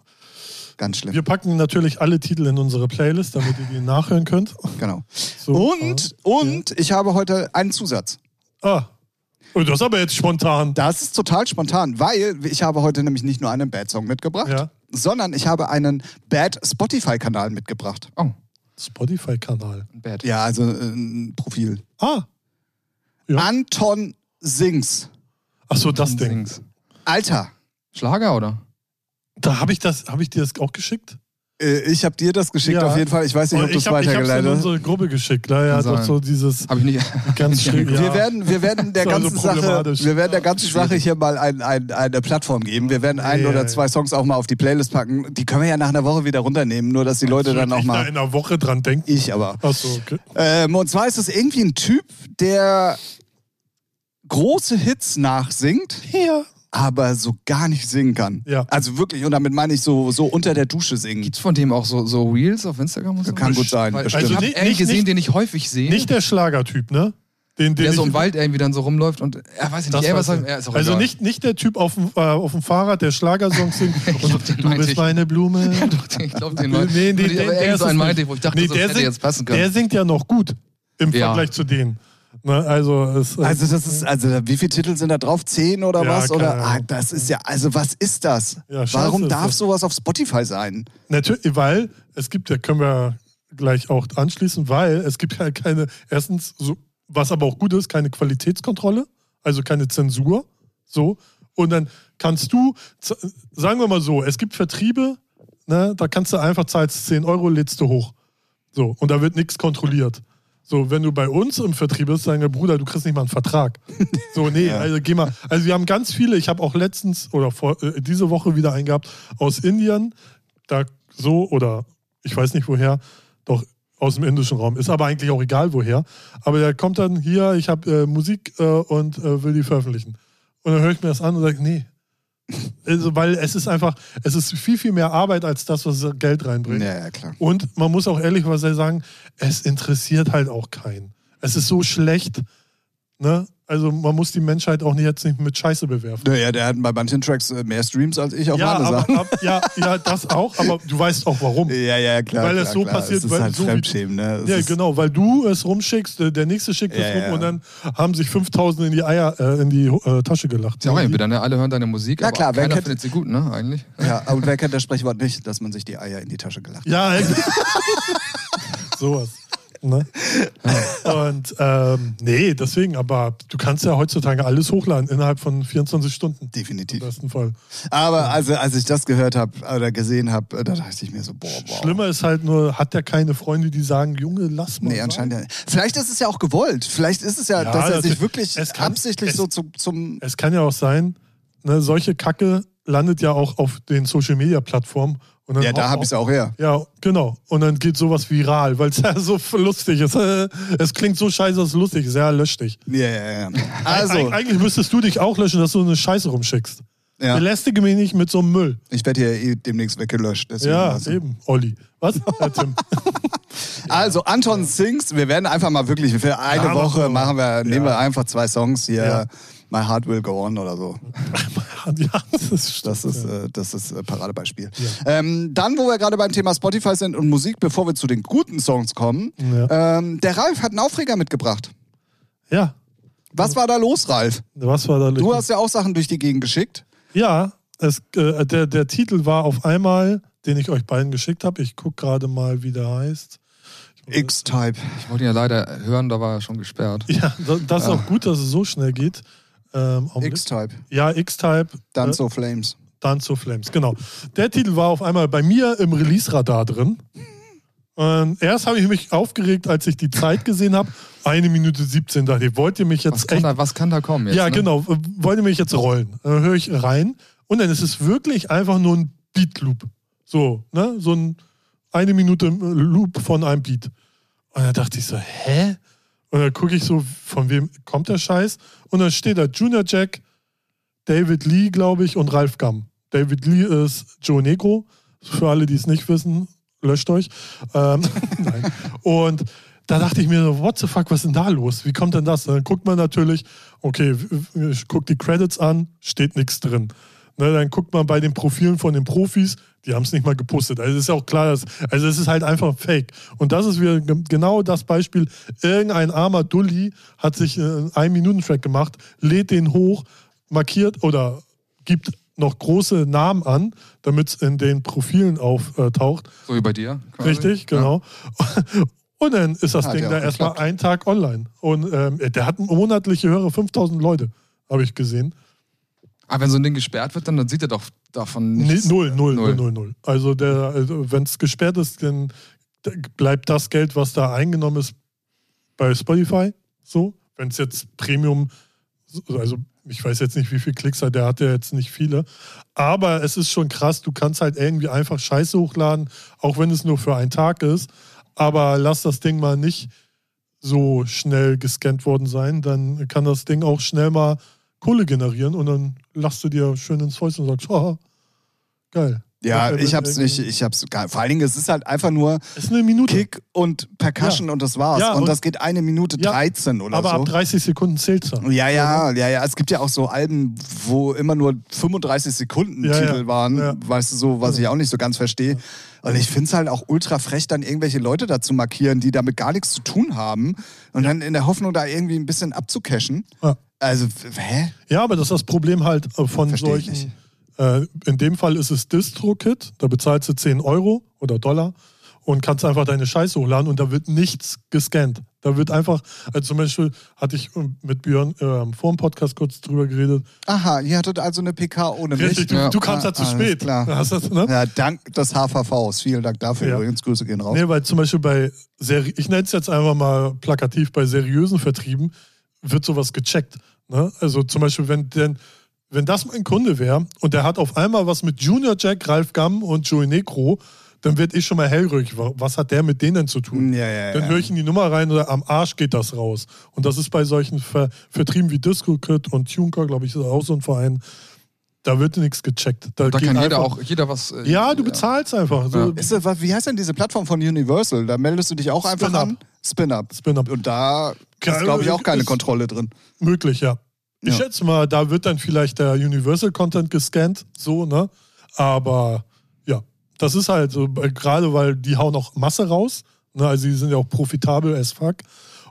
ganz schlimm,
Wir packen natürlich alle Titel in unsere Playlist, damit ihr die nachhören könnt.
genau.
So,
und, und, ich habe heute einen Zusatz.
Ah. Oh, das ist aber jetzt spontan.
Das ist total spontan, weil ich habe heute nämlich nicht nur einen Bad Song mitgebracht,
Ja.
sondern ich habe einen Bad Spotify-Kanal mitgebracht.
Oh,
Spotify-Kanal.
ein Bad.
Ja, also äh, ein Profil.
Ah. Ja.
Anton Sings.
Ach so, das Ding.
Dings.
Alter,
Schlager, oder?
Da habe ich das, habe ich dir das auch geschickt?
Äh, Ich habe dir das geschickt
Ja.
auf jeden Fall. Ich weiß nicht,
Oh,
ob du es
hab- ich hab's in
weitergeleitet hast.
unsere Gruppe geschickt. ne? Ja, ja,
Kann
doch
sein.
so dieses
Hab ich nicht. <laughs>
ganz schräg. Ja.
Wir werden, wir
<laughs>
werden der
Ist also
ganzen Sache,
problematisch.
wir werden der ganzen Sache hier mal ein, ein, eine Plattform geben. Wir werden ein
Ja,
oder
ja.
zwei Songs auch mal auf die Playlist packen. Die können wir ja nach einer Woche wieder runternehmen, nur dass die Leute dann auch
ich da <laughs>
mal.
in einer Woche dran denken.
Ich aber.
Ach so, okay.
Ähm, und zwar ist es irgendwie ein Typ, der große Hits nachsingt,
Ja.
aber so gar nicht singen kann.
Ja.
Also wirklich, und damit meine ich so, so unter der Dusche singen.
Gibt's von dem auch so, so Reels auf Instagram und so?
Kann gut sein.
Weil,
Also
ich hab
nicht-
einen
nicht-
gesehen,
nicht-
den ich häufig sehe.
Nicht der Schlagertyp, ne? Den, den
der so
ich- <laughs>
im Wald irgendwie dann so rumläuft und er weiß ich
Das
nicht, er was
weiß
soll-
ich.
ja, ist auch
also
egal.
nicht, nicht der Typ auf dem, äh, auf dem Fahrrad, der Schlagersongs singt.
glaub, den
und, du
meinte
bist
<laughs> ich.
meine Blume.
Ja, <laughs> doch, den- ich glaube, den
Nee,
meinte
nee, nee,
ich.
der-
Aber
der
irgend
ist
so einen
es
meinte
nicht.
ich, wo ich dachte,
Nee,
so,
der
das hätte
singt-
jetzt passen
Der
können.
singt ja noch gut im
Ja.
Vergleich zu denen. Ne? Also, es, äh,
Also das ist, also wie viele Titel sind da drauf? Zehn oder
Ja,
was?
keine
Oder ah,
Ahnung.
das ist ja, also was ist das?
Ja, scheiße
Warum
ist
darf
das.
sowas auf Spotify sein?
Natürlich, weil es gibt ja, können wir gleich auch anschließen, weil es gibt ja keine, erstens, so, was aber auch gut ist, keine Qualitätskontrolle, also keine Zensur. So. Und dann kannst du, z- sagen wir mal so, es gibt Vertriebe, ne, da kannst du einfach zahlst 10 Euro, lädst du hoch. So, und da wird nichts kontrolliert. So, wenn du bei uns im Vertrieb bist, sagen wir, Bruder, du kriegst nicht mal einen Vertrag. So, nee, also geh mal. Also wir haben ganz viele, ich habe auch letztens oder vor, äh, diese Woche wieder einen gehabt aus Indien, da so oder ich weiß nicht woher, doch aus dem indischen Raum. Ist aber eigentlich auch egal woher. Aber der kommt dann hier, ich habe äh, Musik äh, und äh, will die veröffentlichen. Und dann höre ich mir das an und sage, nee. Also, weil es ist einfach, es ist viel, viel mehr Arbeit als das, was Geld reinbringt.
Ja, ja, klar.
Und man muss auch ehrlich was sagen, es interessiert halt auch keinen. Es ist so schlecht, Ne? Also man muss die Menschheit auch nicht jetzt nicht mit Scheiße bewerfen.
Naja, der hat bei manchen Tracks äh, mehr Streams als ich auf
Ja,
meine
aber,
Sachen.
ab, ja, ja, das auch, aber du weißt auch warum.
Ja, ja, klar.
Weil
klar,
es so
klar.
passiert,
es ist
weil
halt
so wie-
Fremdschämen, ne? Es
Ja,
ist-
genau, weil du es rumschickst, äh, der nächste schickt es
Ja,
rum
ja.
und dann haben sich 5000 in die Eier, äh, in die äh, Tasche gelacht.
Tja, auch
Die-
irgendwie, dann, ne? alle hören deine Musik,
Na
aber
klar, wer
keiner
kennt-
findet sie gut, ne, eigentlich.
Ja, und wer kennt das Sprechwort nicht, dass man sich die Eier in die Tasche gelacht hat?
Ja, ex- <laughs> sowas. Ne? Und ähm, nee, deswegen, aber du kannst ja heutzutage alles hochladen innerhalb von 24 Stunden. Im
Definitiv.
besten Fall.
Aber also, als ich das gehört habe oder gesehen habe, da dachte ich mir so, boah, wow.
Schlimmer ist halt nur, hat er keine Freunde, die sagen, Junge, lass mal.
Nee,
sein.
anscheinend ja. nicht. Vielleicht ist es ja auch gewollt. Vielleicht ist es ja,
Ja,
dass er
natürlich.
sich wirklich
Es kann-
absichtlich
es-
so zum, zum.
Es kann ja auch sein, ne, solche Kacke landet ja auch auf den Social Media Plattformen. Und dann
Ja, da
auch-
habe ich es auch her.
Ja, genau. Und dann geht sowas viral, weil es <laughs> ja so lustig ist. <laughs> Äh, Es klingt so scheiße, dass es lustig ist. Ja, lösch dich.
Ja, ja, ja. Also,
Eig eigentlich müsstest du dich auch löschen, dass du eine Scheiße rumschickst.
ja.
Belästige mich nicht mit so einem Müll.
ich werde hier eh demnächst weggelöscht. Deswegen
Ja,
also.
eben, Olli.
<laughs>
Was? Herr Tim. <laughs>
Also Anton Sings, wir werden einfach mal wirklich für eine
Ja,
Woche machen
machen
wir, nehmen wir
Ja.
einfach zwei Songs hier.
Ja.
My Heart Will Go On oder so.
ja, das stimmt.
Das ist,
ja.
äh, das ist äh, Paradebeispiel. Ähm, dann, wo wir gerade beim Thema Spotify sind und Musik, bevor wir zu den guten Songs kommen,
Ja.
ähm, der Ralf hat einen Aufreger mitgebracht.
ja,
Was war da los, Ralf?
was war da
Du
los?
hast ja auch Sachen durch die Gegend geschickt.
Ja, es, äh, der, der Titel war auf einmal, den ich euch beiden geschickt habe. Ich gucke gerade mal, wie der heißt. Äh,
X-Type.
Ich wollte ihn ja leider hören, da war er schon gesperrt.
Ja, das, das ist auch gut, dass es so schnell geht. Ähm, Augenblick.
X-Type.
ja, X-Type.
Dann so Flames.
Dance to Flames, genau. Der Titel war auf einmal bei mir im Release-Radar drin. Und erst habe ich mich aufgeregt, als ich die Zeit gesehen habe. Eine Minute 17 dachte ich, wollt ihr mich
Was
jetzt
kann,
echt.
da, was kann da kommen jetzt?
ja,
ne?
genau, äh, wollt ihr mich jetzt rollen? Dann höre ich rein. Und dann ist es wirklich einfach nur ein Beat-Loop. So, ne? So ein eine Minute äh, Loop von einem Beat. Und dann dachte ich so, hä? Und dann gucke ich so, von wem kommt der Scheiß? Und dann steht da Junior Jack, David Lee, glaube ich, und Ralf Gamm. David Lee ist Joe Negro. Für alle, die es nicht wissen, löscht euch. Ähm, nein. Und da dachte ich mir so, what the fuck, was ist denn da los? Wie kommt denn das? Und dann guckt man natürlich, okay, w- w- ich guck die Credits an, steht nichts drin. Ne, dann guckt man bei den Profilen von den Profis, die haben es nicht mal gepostet. Also ist ja auch klar, dass, also es ist halt einfach fake. Und das ist wieder ge- genau das Beispiel. Irgendein armer Dulli hat sich äh, einen Ein-Minuten-Track gemacht, lädt den hoch, markiert oder gibt noch große Namen an, damit es in den Profilen auftaucht.
So wie bei dir. quasi.
Richtig, genau. <laughs> Und dann ist das
Hat ja
Ding
auch
da erstmal
geklappt.
einen Tag online. Und ähm, der hat monatliche Hörer, 5000 Leute, habe ich gesehen.
Aber wenn so ein Ding gesperrt wird, dann, dann sieht er doch davon
Nee,
nichts.
null, null, null,
Null.
null, null. Also, der, also wenn es gesperrt ist, dann d- bleibt das Geld, was da eingenommen ist, bei Spotify. So, wenn es jetzt Premium, also ich weiß jetzt nicht, wie viel Klicks hat, der hat ja jetzt nicht viele. Aber es ist schon krass, du kannst halt irgendwie einfach Scheiße hochladen, auch wenn es nur für einen Tag ist. Aber lass das Ding mal nicht so schnell gescannt worden sein, dann kann das Ding auch schnell mal Kohle generieren und dann lachst du dir schön ins Fäust und sagst, <laughs> oh, geil.
Ja,
Äh,
ich hab's
äh,
nicht, ich hab's gar Vor allen Dingen, es ist halt einfach nur
Ist eine Minute.
Kick und Percussion und das war's.
Ja,
und,
und-
das geht eine Minute
Ja,
13 oder
aber
so.
ab ne? 30 Sekunden zählt's dann.
Ja, ja, ja, ja. Es gibt ja auch so Alben, wo immer nur 35 Sekunden
Ja,
Titel
ja,
waren.
ja.
Weißt du, so, was ich auch nicht so ganz verstehe. Und ich finde es halt auch ultra frech, dann irgendwelche Leute dazu markieren, die damit gar nichts zu tun haben. Und dann in der Hoffnung, da irgendwie ein bisschen abzucashen.
Ja.
Also, w- hä?
Ja, aber das ist das Problem halt äh, von
Versteh ich
solchen. Äh, in dem Fall ist es DistroKit, da bezahlst du 10 Euro oder Dollar und kannst einfach deine Scheiße hochladen und da wird nichts gescannt. Da wird einfach, also zum Beispiel hatte ich ähm, mit Björn äh, vor dem Podcast kurz drüber geredet.
Aha, ihr hattet also eine PK ohne mich.
Richtig, du,
Ja.
du kamst
Ah,
da zu
alles
spät.
klar.
Da Hast du das, ne?
Ja, dank des HVVs. Vielen Dank dafür.
Ja.
Übrigens, Grüße gehen raus.
Nee, weil zum Beispiel bei, seri ich nenne es jetzt einfach mal plakativ, bei seriösen Vertrieben wird sowas gecheckt. Ne? Also zum Beispiel, wenn, denn, wenn das mein Kunde wäre und der hat auf einmal was mit Junior Jack, Ralf Gamm und Joey Necro, dann wird ich schon mal hellrührig. Wa- Was hat der mit denen denn zu tun?
Ja, ja,
dann
ja.
höre ich in die Nummer rein oder am Arsch geht das raus. Und das ist bei solchen Ver Vertrieben wie DiscoKit und TuneCore, glaube ich, ist auch so ein Verein, da wird nichts gecheckt. Da,
Da
geht
kann jeder
einfach-
auch, jeder was. äh,
Ja, du bezahlst einfach. So,
Ja.
Ist das, was- wie heißt denn diese Plattform von Universal? Da meldest du dich auch einfach
Spin-Up.
an? Spin-Up.
Spin-Up.
Und da ist,
Keine-
glaube ich, auch keine
ist-
Kontrolle drin.
Möglich, ja. Ich
Ja.
schätze mal, da wird dann vielleicht der Universal Content gescannt, so, ne? Aber ja, das ist halt so, äh, gerade weil die hauen auch Masse raus, ne? Also die sind ja auch profitabel as fuck.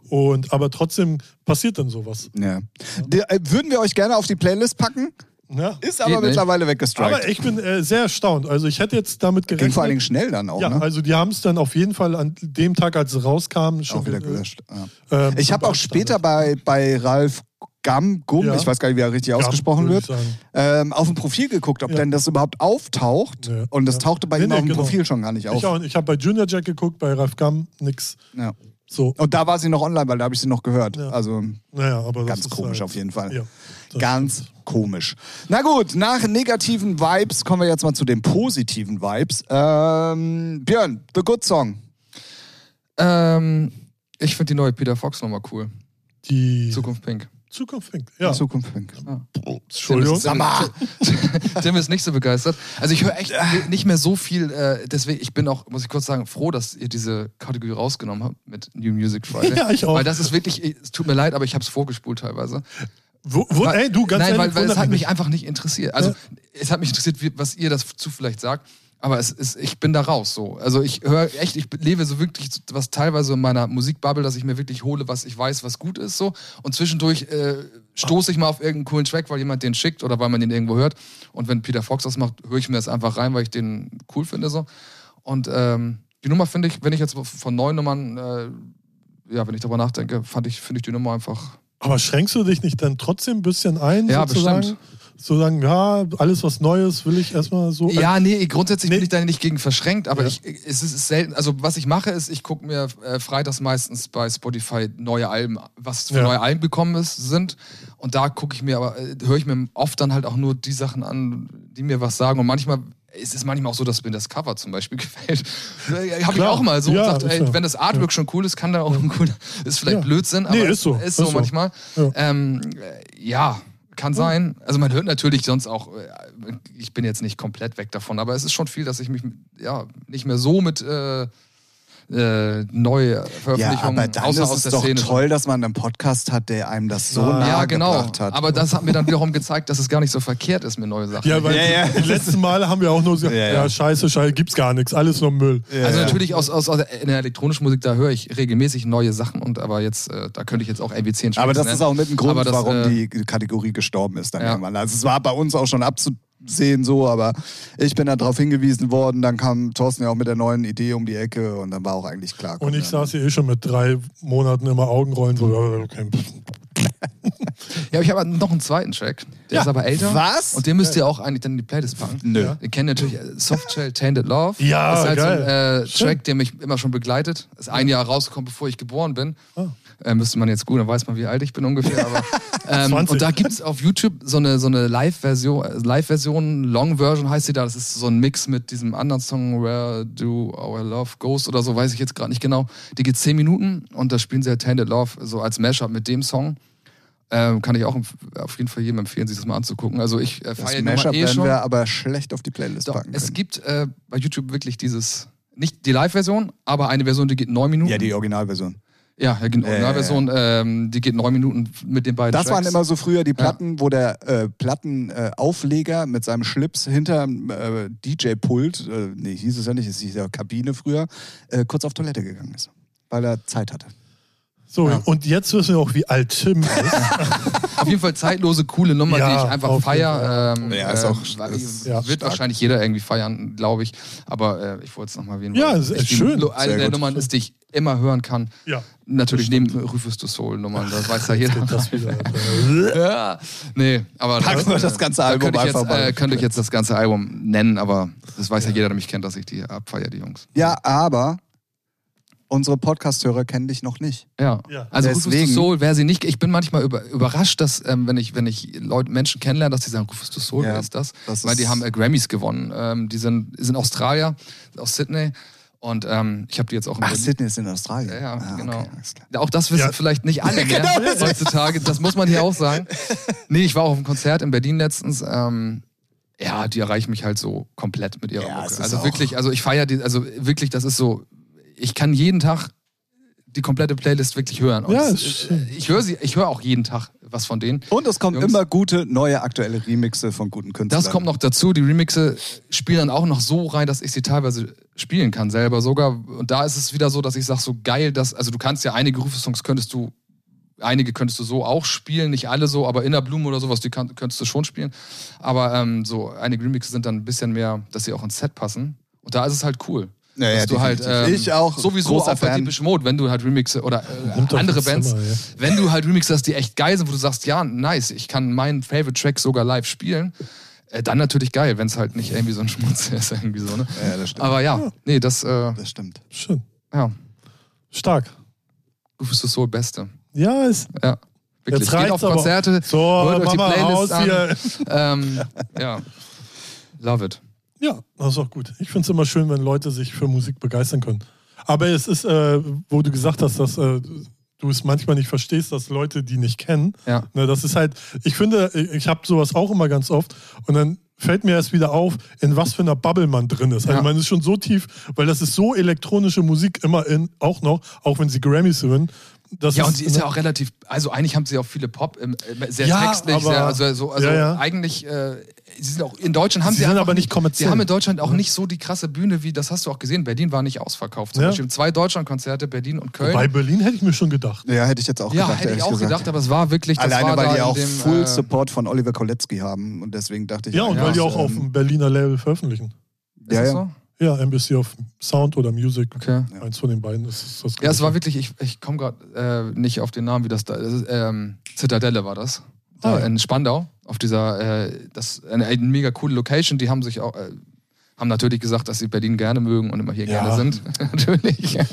Und aber trotzdem passiert dann sowas.
Ja. Der, äh, würden wir euch gerne auf die Playlist packen,
Ne?
ist aber
nicht.
mittlerweile
Aber
weggestrikt.
ich bin äh, sehr erstaunt. Also ich hätte jetzt damit
Ging vor
gerechnet.
allen Dingen schnell dann auch,
Ja,
ne?
also die haben es dann auf jeden Fall an dem Tag, als es rauskam, schon
Auch wieder
äh,
gelöscht. Ja.
ähm,
Ich habe auch später bei, bei Ralf Gam, Gum,
Ja.
ich weiß gar nicht, wie er richtig
Gam,
ausgesprochen
würde
wird,
ich sagen.
ähm, auf ein Profil geguckt, ob
Ja.
denn das überhaupt auftaucht.
Ja.
Und das
Ja.
tauchte bei
Nee,
ihm
nee,
auf dem
genau.
Profil schon gar nicht auf.
Ich, auch- ich habe bei Junior Jack geguckt, bei Ralf Gum nix.
Ja.
So,
Und da war sie noch online, weil da habe ich sie noch gehört.
Ja.
Also
naja, aber das
ganz
ist
komisch
halt,
auf jeden Fall.
Ja, das
ganz komisch. Na gut, nach negativen Vibes kommen wir jetzt mal zu den positiven Vibes. Ähm, Björn, The Good Song.
Ähm, ich finde die neue Peter Fox nochmal cool.
die
Zukunft Pink.
Zukunft hängt. Ja.
Zukunft Pink.
Entschuldigung.
Sag mal.
Tim ist nicht so begeistert. Also ich höre echt
Ah.
nicht mehr so viel. Äh, deswegen, ich bin auch, muss ich kurz sagen, froh, dass ihr diese Kategorie rausgenommen habt mit New Music Friday.
<laughs> Ja, ich auch.
Weil das ist wirklich, es tut mir leid, aber ich habe es vorgespult teilweise.
Wo, wo,
Weil-
ey, du, ganz
Nein,
ehrlich,
weil, weil es
wundert
hat
mich
mich einfach nicht interessiert. Also es hat mich interessiert, wie, was ihr dazu vielleicht sagt. Aber es ist, ich bin da raus so. Also ich höre echt, ich lebe so wirklich was teilweise in meiner Musikbubble, dass ich mir wirklich hole, was ich weiß, was gut ist so. Und zwischendurch äh, stoße ich mal auf irgendeinen coolen Track, weil jemand den schickt oder weil man den irgendwo hört. Und wenn Peter Fox das macht, höre ich mir das einfach rein, weil ich den cool finde so. Und ähm, die Nummer finde ich, wenn ich jetzt von neun Nummern, äh, ja, wenn ich darüber nachdenke, fand ich, finde ich die Nummer einfach
Aber schränkst du dich nicht dann trotzdem ein bisschen ein?
Ja,
sozusagen?
bestimmt.
So sagen, ja, alles was Neues will ich erstmal so. Also
Ja, nee, grundsätzlich
Nee.
bin ich da nicht gegen verschränkt, aber
Ja.
ich, es ist selten. Also, was ich mache, ist, ich gucke mir äh, freitags meistens bei Spotify neue Alben, was für
Ja.
neue Alben gekommen ist, sind. Und da gucke ich mir aber, äh, höre ich mir oft dann halt auch nur die Sachen an, die mir was sagen. Und manchmal. Es ist manchmal auch so, dass mir das Cover zum Beispiel <laughs> gefällt. Habe ich
Klar.
auch mal so
Ja,
gesagt,
ist
ey,
ja.
wenn das Artwork schon cool ist, kann da auch ein cooler. Ist vielleicht
Ja.
Blödsinn, aber
Nee, ist so,
Ist so,
ist so.
manchmal.
Ja.
Ähm, äh, ja, kann sein. Also man hört natürlich sonst auch, äh, ich bin jetzt nicht komplett weg davon, aber es ist schon viel, dass ich mich ja, nicht mehr so mit äh, äh, neue
Ja,
Veröffentlichungen
aber dann
außer
ist
aus
es
der
doch
Szene.
toll, dass man einen Podcast hat, der einem das so
Ja,
nahe
ja, genau.
gebracht hat.
Aber das hat mir dann wiederum gezeigt, dass es gar nicht so verkehrt ist mit neuen Sachen.
ja weil
Ja,
die-
ja.
die letzten Male haben wir auch nur so,
Ja,
ja,
ja.
scheiße, scheiße, gibt's gar nichts, alles nur Müll.
also
ja.
natürlich aus, aus, aus in der elektronischen Musik, da höre ich regelmäßig neue Sachen und aber jetzt, äh, da könnte ich jetzt auch irgendwie 10
Aber das
Stück
ist
nennen.
auch mit dem Grund,
ne? Aber das,
warum die
äh,
Kategorie gestorben ist dann
Ja.
irgendwann. Also es war bei uns auch schon abzusehen so, aber ich bin da drauf hingewiesen worden. Dann kam Thorsten ja auch mit der neuen Idee um die Ecke und dann war auch eigentlich klar. komm,
Und ich
ja.
saß hier eh schon mit drei Monaten immer Augenrollen, so, ja, okay.
Ja, aber ich habe noch einen zweiten Track. Der
Ja.
ist aber älter.
Was?
Und den müsst ihr auch eigentlich dann in die Playlist packen.
Nö.
Ja. Ihr kennt natürlich äh, Softshell Tainted Love.
Ja,
ist halt so
geil.
ein äh,
Schön.
Track, der mich immer schon begleitet. Ist ein Jahr rausgekommen, bevor ich geboren bin.
Oh.
Äh, müsste man jetzt gut, dann weiß man, wie alt ich bin
<laughs>
ungefähr. Aber, ähm,
20.
und da gibt es auf YouTube so eine, so eine Live-Version, äh, Live-Version, Long-Version heißt sie da. Das ist so ein Mix mit diesem anderen Song, Where Do Our Love Goes oder so, weiß ich jetzt gerade nicht genau. Die geht 10 Minuten und da spielen sie halt Tainted Love so als Mashup mit dem Song. Ähm, kann ich auch empf- auf jeden Fall jedem empfehlen, sich das mal anzugucken. Also ich äh,
Das
feiere die Nummer
Mashup
eh
werden
schon.
wir aber schlecht auf die Playlist
Doch,
packen
es
können.
gibt äh, bei YouTube wirklich dieses, nicht die Live-Version, aber eine Version, die geht neun Minuten.
ja, die Originalversion.
ja, ja, die Originalversion, ähm, die geht neun Minuten mit den beiden
Das
Tracks.
waren immer so früher die Platten, wo der äh, Plattenaufleger äh, Aufleger mit seinem Schlips hinter äh, DJ-Pult, äh, nee, hieß es ja nicht, es hieß ja Kabine früher, äh, kurz auf Toilette gegangen ist, weil er Zeit hatte.
So, und jetzt wissen wir auch, wie alt Tim ist.
Auf jeden Fall zeitlose, coole Nummer,
Ja,
die ich einfach
auf
feier.
jeden
Ähm,
Ja, ist
ähm,
auch- ist
wird
stark.
wahrscheinlich jeder irgendwie feiern, glaube ich. Aber äh, ich wollte es nochmal erwähnen.
Ja,
weil
ist-
ich
ist
die-
schön.
Lo- Eine
Sehr
der
gut.
Nummern ist, die ich immer hören kann.
Ja.
Natürlich neben Rufus du Soul-Nummern,
<laughs>
das weiß ja
Jetzt
jeder.
geht das wieder.
Ja. Nee, aber
Packen wir das ganze Album
da könnte ich
einfach
jetzt,
mal.
äh, könnte ich jetzt das ganze Album nennen, aber das weiß ja, jeder, der mich kennt, dass ich die abfeier, die Jungs.
Ja, aber unsere Podcast-Hörer kennen dich noch nicht.
Ja.
Ja.
Also Rufus du
Deswegen-
Soul, wer sie nicht, ich bin manchmal über, überrascht, dass ähm, wenn ich wenn ich Leute Menschen kennenlerne, dass die sagen, Rufus du Soul,
Ja,
wer ist das?
das
Weil
ist-
die haben äh, Grammys gewonnen. Ähm, die sind, sind Australier, aus Sydney und ähm, ich habe die jetzt auch in
Ach,
Berlin-
Sydney ist in Australien.
Ja, ja,
ah,
genau.
Okay, alles klar.
Auch das wissen
Ja. Genau,
vielleicht nicht
<laughs>
alle mehr heutzutage. Das muss man hier auch sagen. Nee, ich war auch auf einem Konzert in Berlin letztens. Ähm, ja, die erreichen mich halt so komplett mit ihrer
Ja, es
Mucke.
ist
Also
auch-
wirklich, also ich feiere die, also wirklich, das ist so, ich kann jeden Tag die komplette Playlist wirklich hören. Und
Ja,
es-
das stimmt.
ich höre sie, ich höre auch jeden Tag was von denen.
Und es kommen
Jungs.
immer gute, neue, aktuelle Remixe von guten Künstlern.
Das kommt noch dazu. Die Remixe spielen dann auch noch so rein, dass ich sie teilweise spielen kann selber sogar. Und da ist es wieder so, dass ich sage, so geil, dass, also du kannst ja einige Rufesongs könntest du, einige könntest du so auch spielen, nicht alle so, aber in der Blume oder sowas, die kann, könntest du schon spielen. Aber ähm, so einige Remixe sind dann ein bisschen mehr, dass sie auch ins Set passen. Und da ist es halt cool.
Ja, ja,
dass du halt,
definitiv. Ich auch,
Sowieso
großer
auch bei
Fan.
Deepish Mode, wenn du halt Remixe oder
Nimmt
äh,
doch
andere
das
Bands,
Zimmer, ja.
wenn du halt Remixe hast, die echt geil sind, wo du sagst, ja, nice, ich kann meinen Favorite Track sogar live spielen, äh, dann natürlich geil, wenn es halt nicht irgendwie so ein Schmutz <laughs> ist, irgendwie so, ne?
Ja, das stimmt.
Aber ja, nee, das, äh,
Das stimmt.
Schön.
ja,
Stark.
du bist das so Beste.
Ja, ist.
Ja. Wirklich.
Jetzt
Geht
reicht's
auf
aber.
Konzerte,
So,
hört euch die
Mama, raus
Playlist an.
hier. <laughs>
Ähm, ja. Love it.
Ja, das ist auch gut. Ich finde es immer schön, wenn Leute sich für Musik begeistern können. Aber es ist, äh, wo du gesagt hast, dass äh, du es manchmal nicht verstehst, dass Leute die nicht kennen.
Ja.
Ne, das ist halt, ich finde, ich- ich habe sowas auch immer ganz oft und dann fällt mir erst wieder auf, in was für einer Bubble man drin ist. Also
Ja.
man ist schon so tief, weil das ist so elektronische Musik immer in, auch noch, auch wenn sie Grammys gewinnen. Das
Ja, und sie ist ja auch relativ, also eigentlich haben sie auch viele Pop, ähm, äh, sehr
Ja,
textlich,
aber-
sehr, also, so- also
ja, ja.
eigentlich, äh, sie sind auch, in Deutschland haben
Sie
sie,
sind
einfach
aber nicht kommerziell.
Sie haben in Deutschland auch nicht so die krasse Bühne wie, das hast du auch gesehen, Berlin war nicht ausverkauft. Zum
Ja.
Beispiel zwei Deutschlandkonzerte, Berlin und Köln.
Bei Berlin hätte ich mir schon gedacht.
Ja, hätte ich jetzt auch
ja,
gedacht,
hätte ich
ehrlich
auch
gesagt.
gedacht, aber es war wirklich, das
Alleine,
war
weil
da
die
in
auch
dem,
Full
äh,
Support von Oliver Koletzki haben und deswegen dachte ich...
Ja, und
Ja,
weil die
das,
auch auf dem Berliner Label veröffentlichen.
ist
Ja,
das
ja.
So?
Ja, Embassy of Sound oder Music.
Okay.
Eins von den beiden ist ist das
Ja, es
Gleiche.
war wirklich, ich, ich komme gerade äh, nicht auf den Namen, wie das da das ist. Ähm, Zitadelle war das. Da
Ah, ja.
in Spandau, auf dieser, äh, das, eine, eine mega coole Location, die haben sich auch, äh, haben natürlich gesagt, dass sie Berlin gerne mögen und immer hier
Ja.
gerne sind. <laughs>
<laughs>
natürlich. Ja.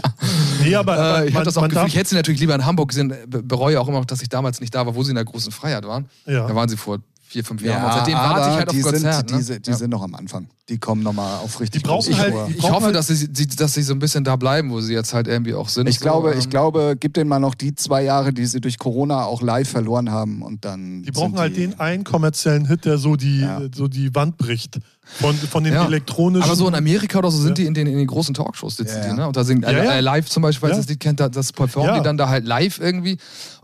Nee, aber, aber
Äh, ich
man-
hatte das auch
man
Gefühl,
darf-
ich hätte sie natürlich lieber in Hamburg gesehen, be- bereue auch immer noch, dass ich damals nicht da war, wo sie in der großen Freiheit waren.
Ja.
Da waren sie vor vier, fünf Jahren. und seitdem warte ich halt auf
die,
Konzert.
sind,
ne?
die, sind- die
Ja.
sind noch am Anfang. Die kommen nochmal auf richtig
Die brauchen
große
halt-
Spur.
die
Ich
brauchen
hoffe,
halt-
dass sie, sie- dass sie so ein bisschen da bleiben, wo sie jetzt halt irgendwie auch sind.
Ich
so,
glaube,
ähm,
ich glaube, gib denen mal noch die zwei Jahre, die sie durch Corona auch live verloren haben und dann.
Die brauchen
sind
halt den einen kommerziellen Hit, der so die,
Ja.
so die Wand bricht. Von, von den
Ja.
elektronischen.
Aber so in Amerika oder so sind
Ja.
die in den, in den großen Talkshows sitzen
Ja, ja.
die, ne? Und da singen
Ja, ja.
Äh, live zum Beispiel, falls
Ja.
ihr das Lied kennt, da- das performen
Ja.
die dann da halt live irgendwie.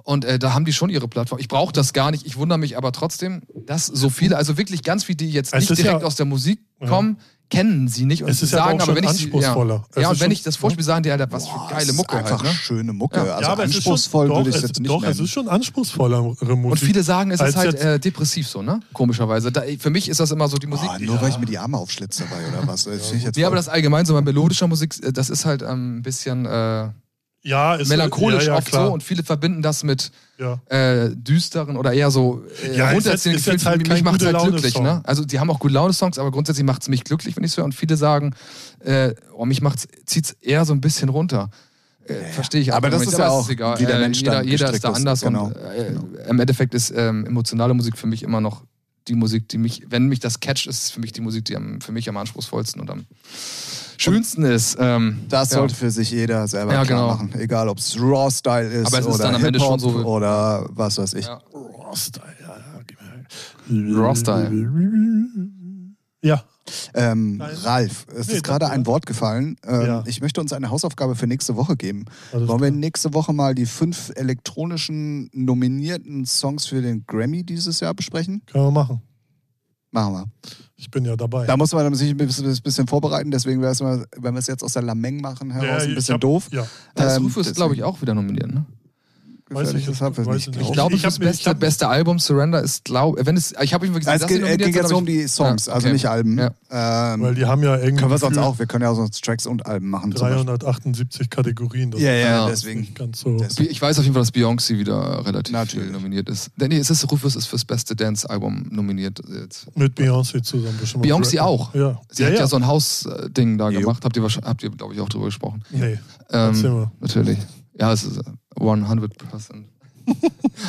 Und äh, da haben die schon ihre Plattform. Ich brauche das gar nicht. Ich wundere mich aber trotzdem, dass so viele, also wirklich ganz viele, die jetzt
Es
nicht
ist
direkt
ja-
aus der Musik kommen, kennen sie nicht und
Es ist ja
sagen,
aber auch
aber wenn ich
schon
sie,
anspruchsvoller. Es
ja, ja
ist
und wenn
schon- ne?
ich das vorspiele, sagen die, Alter, was
Boah,
für geile
es
Mucke
ist einfach
halt, ne?
schöne Mucke.
Ja.
Also
ja, aber es ist schon-
anspruchsvoll
doch,
würde ich
es-
es jetzt nicht
Doch,
nennen.
es ist schon anspruchsvollere Musik.
Und viele sagen, es ist
Als
halt
jetzt-
äh, depressiv so, ne? Komischerweise. Da, für mich ist das immer so die Musik.
Boah, nur weil ich mir die Arme aufschlitze dabei oder was? Das finde ich jetzt
ja, aber
voll-
das allgemein so bei melodischer Musik, äh, das ist halt ähm, ein bisschen äh,
ja, es-
melancholisch
ja, ja,
oft
klar.
so und viele verbinden das mit
ja.
äh, düsteren oder eher so äh,
Ja, ist
runterziehenden
jetzt- ist jetzt
Gefühlen.
halt
Mich- mich
kein
macht
gute
halt
Laune
glücklich.
Song.
Ne? Also die haben auch gute Laune-Songs, aber grundsätzlich macht es mich glücklich, wenn ich es höre. Und viele sagen, äh, oh, mich zieht es eher so ein bisschen runter. Äh, Verstehe ich
Aber das
nicht.
ist ja auch,
egal.
wie der
Äh,
Mensch
jeder,
dann
jeder ist da
gestrickt ist.
anders.
Genau.
Und, äh, Im Endeffekt ist ähm, emotionale Musik für mich immer noch die Musik, die mich, wenn mich das catcht, ist es für mich die Musik, die am, für mich am anspruchsvollsten und am schönsten ist. Ähm,
Das
ja.
sollte für sich jeder selber
Ja,
klar
genau.
machen. Egal, ob es Raw-Style ist
Aber es ist
oder
dann am Ende
Hip-Hop
schon so-
oder was weiß ich.
Ja.
Raw-Style. Ja, ja, gib mir- Ja,
Ähm,
Nein.
Ralf, es
Nee,
ist gerade
danke.
ein Wort gefallen. Ähm,
Ja.
Ich möchte uns eine Hausaufgabe für nächste Woche geben.
Alles
Wollen wir nächste Woche mal die fünf elektronischen nominierten Songs für den Grammy dieses Jahr besprechen?
können wir machen.
Machen wir.
Ich bin ja dabei.
Da muss man sich ein bisschen, ein bisschen vorbereiten, deswegen wäre es, mal, wenn wir es jetzt aus der Lameng machen,
ja,
heraus ein
ich
bisschen
hab-
doof.
Ja,
Da ist
Ähm,
Rufus, glaube ich, auch wieder nominiert. Ne?
weiß ich,
Gefährliches Halbwissen,
weiß
ich
ich
glaub.
nicht.
Ich glaube,
ich
das
hab mir- ich
beste,
hab- äh,
beste Album Surrender ist, glaube wenn es, ich habe mich
deswegen-
gesagt,
Es geht, es ging jetzt um die Songs, also nicht Alben.
Ja.
Ähm,
Weil die haben ja irgendwie
können wir sonst
gefühlt
auch, wir können ja auch sonst Tracks und Alben machen. zum Beispiel.
378 Kategorien. Das
Ja, ja,
Ja.
ist
deswegen.
ganz so.
Das-
Ich weiß auf jeden Fall, dass Beyoncé wieder relativ
Natürlich.
viel nominiert ist. Denn Nee, es ist Rufus ist fürs beste Dance-Album nominiert. Jetzt.
Mit Beyoncé zusammen. bestimmt.
Beyoncé auch.
Ja.
Sie
ja,
hat ja,
ja.
so ein Haus-Ding da
Jo.
gemacht, habt ihr, wahrscheinlich- habt ihr glaube ich, auch drüber gesprochen.
Nee, erzähl
Ähm,
mal.
natürlich. Ja, es ist äh, <laughs> 100%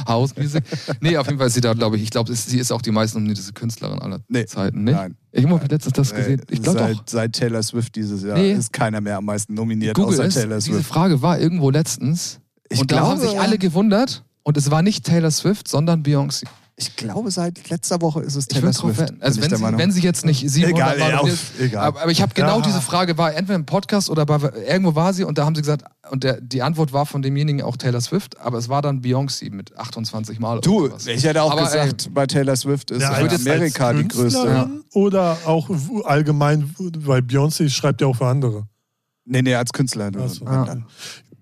House Music. Nee, auf jeden Fall ist sie da, glaube ich. Ich glaube, sie ist auch die meisten nominierte Künstlerin aller
Nee.
Zeiten. Nicht?
Nein.
Ich habe letztens das
Äh,
gesehen. Ich glaube
seit,
doch.
seit Taylor Swift dieses Jahr
Nee.
ist keiner mehr am meisten nominiert
Google
außer
ist,
Taylor
diese
Swift.
Frage war irgendwo letztens.
Ich
und da haben
glaube-
sich alle gewundert. Und es war nicht Taylor Swift, sondern Beyoncé.
Ich glaube, seit letzter Woche ist es
Ich
Taylor
würde drauf
Swift.
wetten.
bin
Also
ich
wenn
der
sie,
Meinung.
wenn sie jetzt nicht 700
Egal, ey,
Mal
auf,
nominiert-
egal.
Aber, aber ich habe genau
Ja.
diese Frage, war entweder im Podcast oder bei, irgendwo war sie und da haben sie gesagt, und der, die Antwort war von demjenigen auch Taylor Swift, aber es war dann Beyoncé mit 28 Mal.
du,
oder sowas.
ich hätte auch
aber,
gesagt, bei Taylor Swift ist
Ja,
ähm, in
als-
Amerika
als
die größte.
Künstlerin Oder auch w- allgemein, w- weil Beyoncé schreibt ja auch für andere.
Nee, nee, als Künstler.
Ach so.
Ja.
Dann.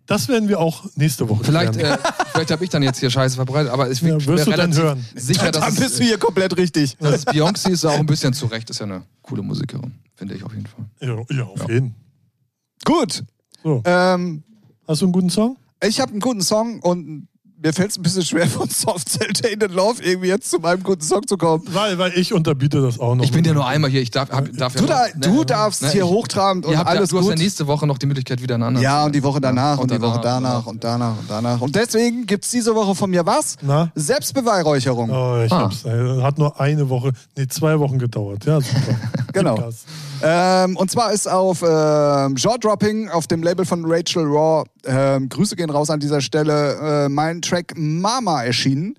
Das werden wir auch nächste Woche
Vielleicht,
klären.
äh, vielleicht habe ich dann jetzt hier Scheiße verbreitet, aber ich bin
Ja,
mir
wirst du dann
relativ
hören.
<laughs>
sicher, dass
dann bist du
es,
hier komplett richtig.
dass es Beyoncé ist, auch ein bisschen zu Recht. Ist ja eine coole Musikerin, finde ich auf jeden Fall.
ja, ja, auf jeden.
Gut.
So.
Ähm,
Hast du einen guten Song?
ich habe einen guten Song und mir fällt es ein bisschen schwer, <laughs> von Soft Cell Tainted Love irgendwie jetzt zu meinem guten Song zu kommen.
Weil, weil ich unterbiete das auch noch.
Ich bin ja nur einmal hier, ich darf, hab, darf
Äh, Du,
ja
da,
noch, ne?
du darfst
Ne,
hier
ich-
hochtrabend und
Ihr habt ja,
alles
du hast
gut.
ja nächste Woche noch die Möglichkeit, wieder einen anderen
Ja,
zu-
und die Woche danach und, die Woche danach
und
und danach und danach. Und deswegen gibt es diese Woche von mir was?
Na?
Selbstbeweihräucherung.
Oh, ich
Ah.
hab's. äh, Hat nur eine Woche, nee, zwei Wochen gedauert. Ja, super. Gib
<laughs> Genau.
Gas.
Ähm, und zwar ist auf ähm, Jawdropping, auf dem Label von Rachel Raw, ähm, Grüße gehen raus an dieser Stelle, äh, mein Track Mama erschienen.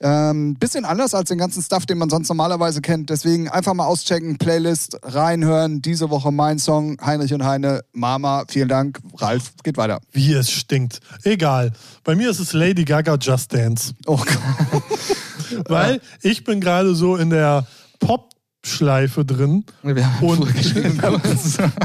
Ähm, bisschen anders als den ganzen Stuff, den man sonst normalerweise kennt. Deswegen einfach mal auschecken, Playlist reinhören. Diese Woche mein Song, Heinrich und Heine, Mama. Vielen Dank. Ralf, geht weiter.
Wie es stinkt. Egal. Bei mir ist es Lady Gaga Just Dance.
Oh Gott.
Weil ich bin gerade so in der Pop-Schleife drin.
Wir haben
Und-
und
<laughs>
geschrieben.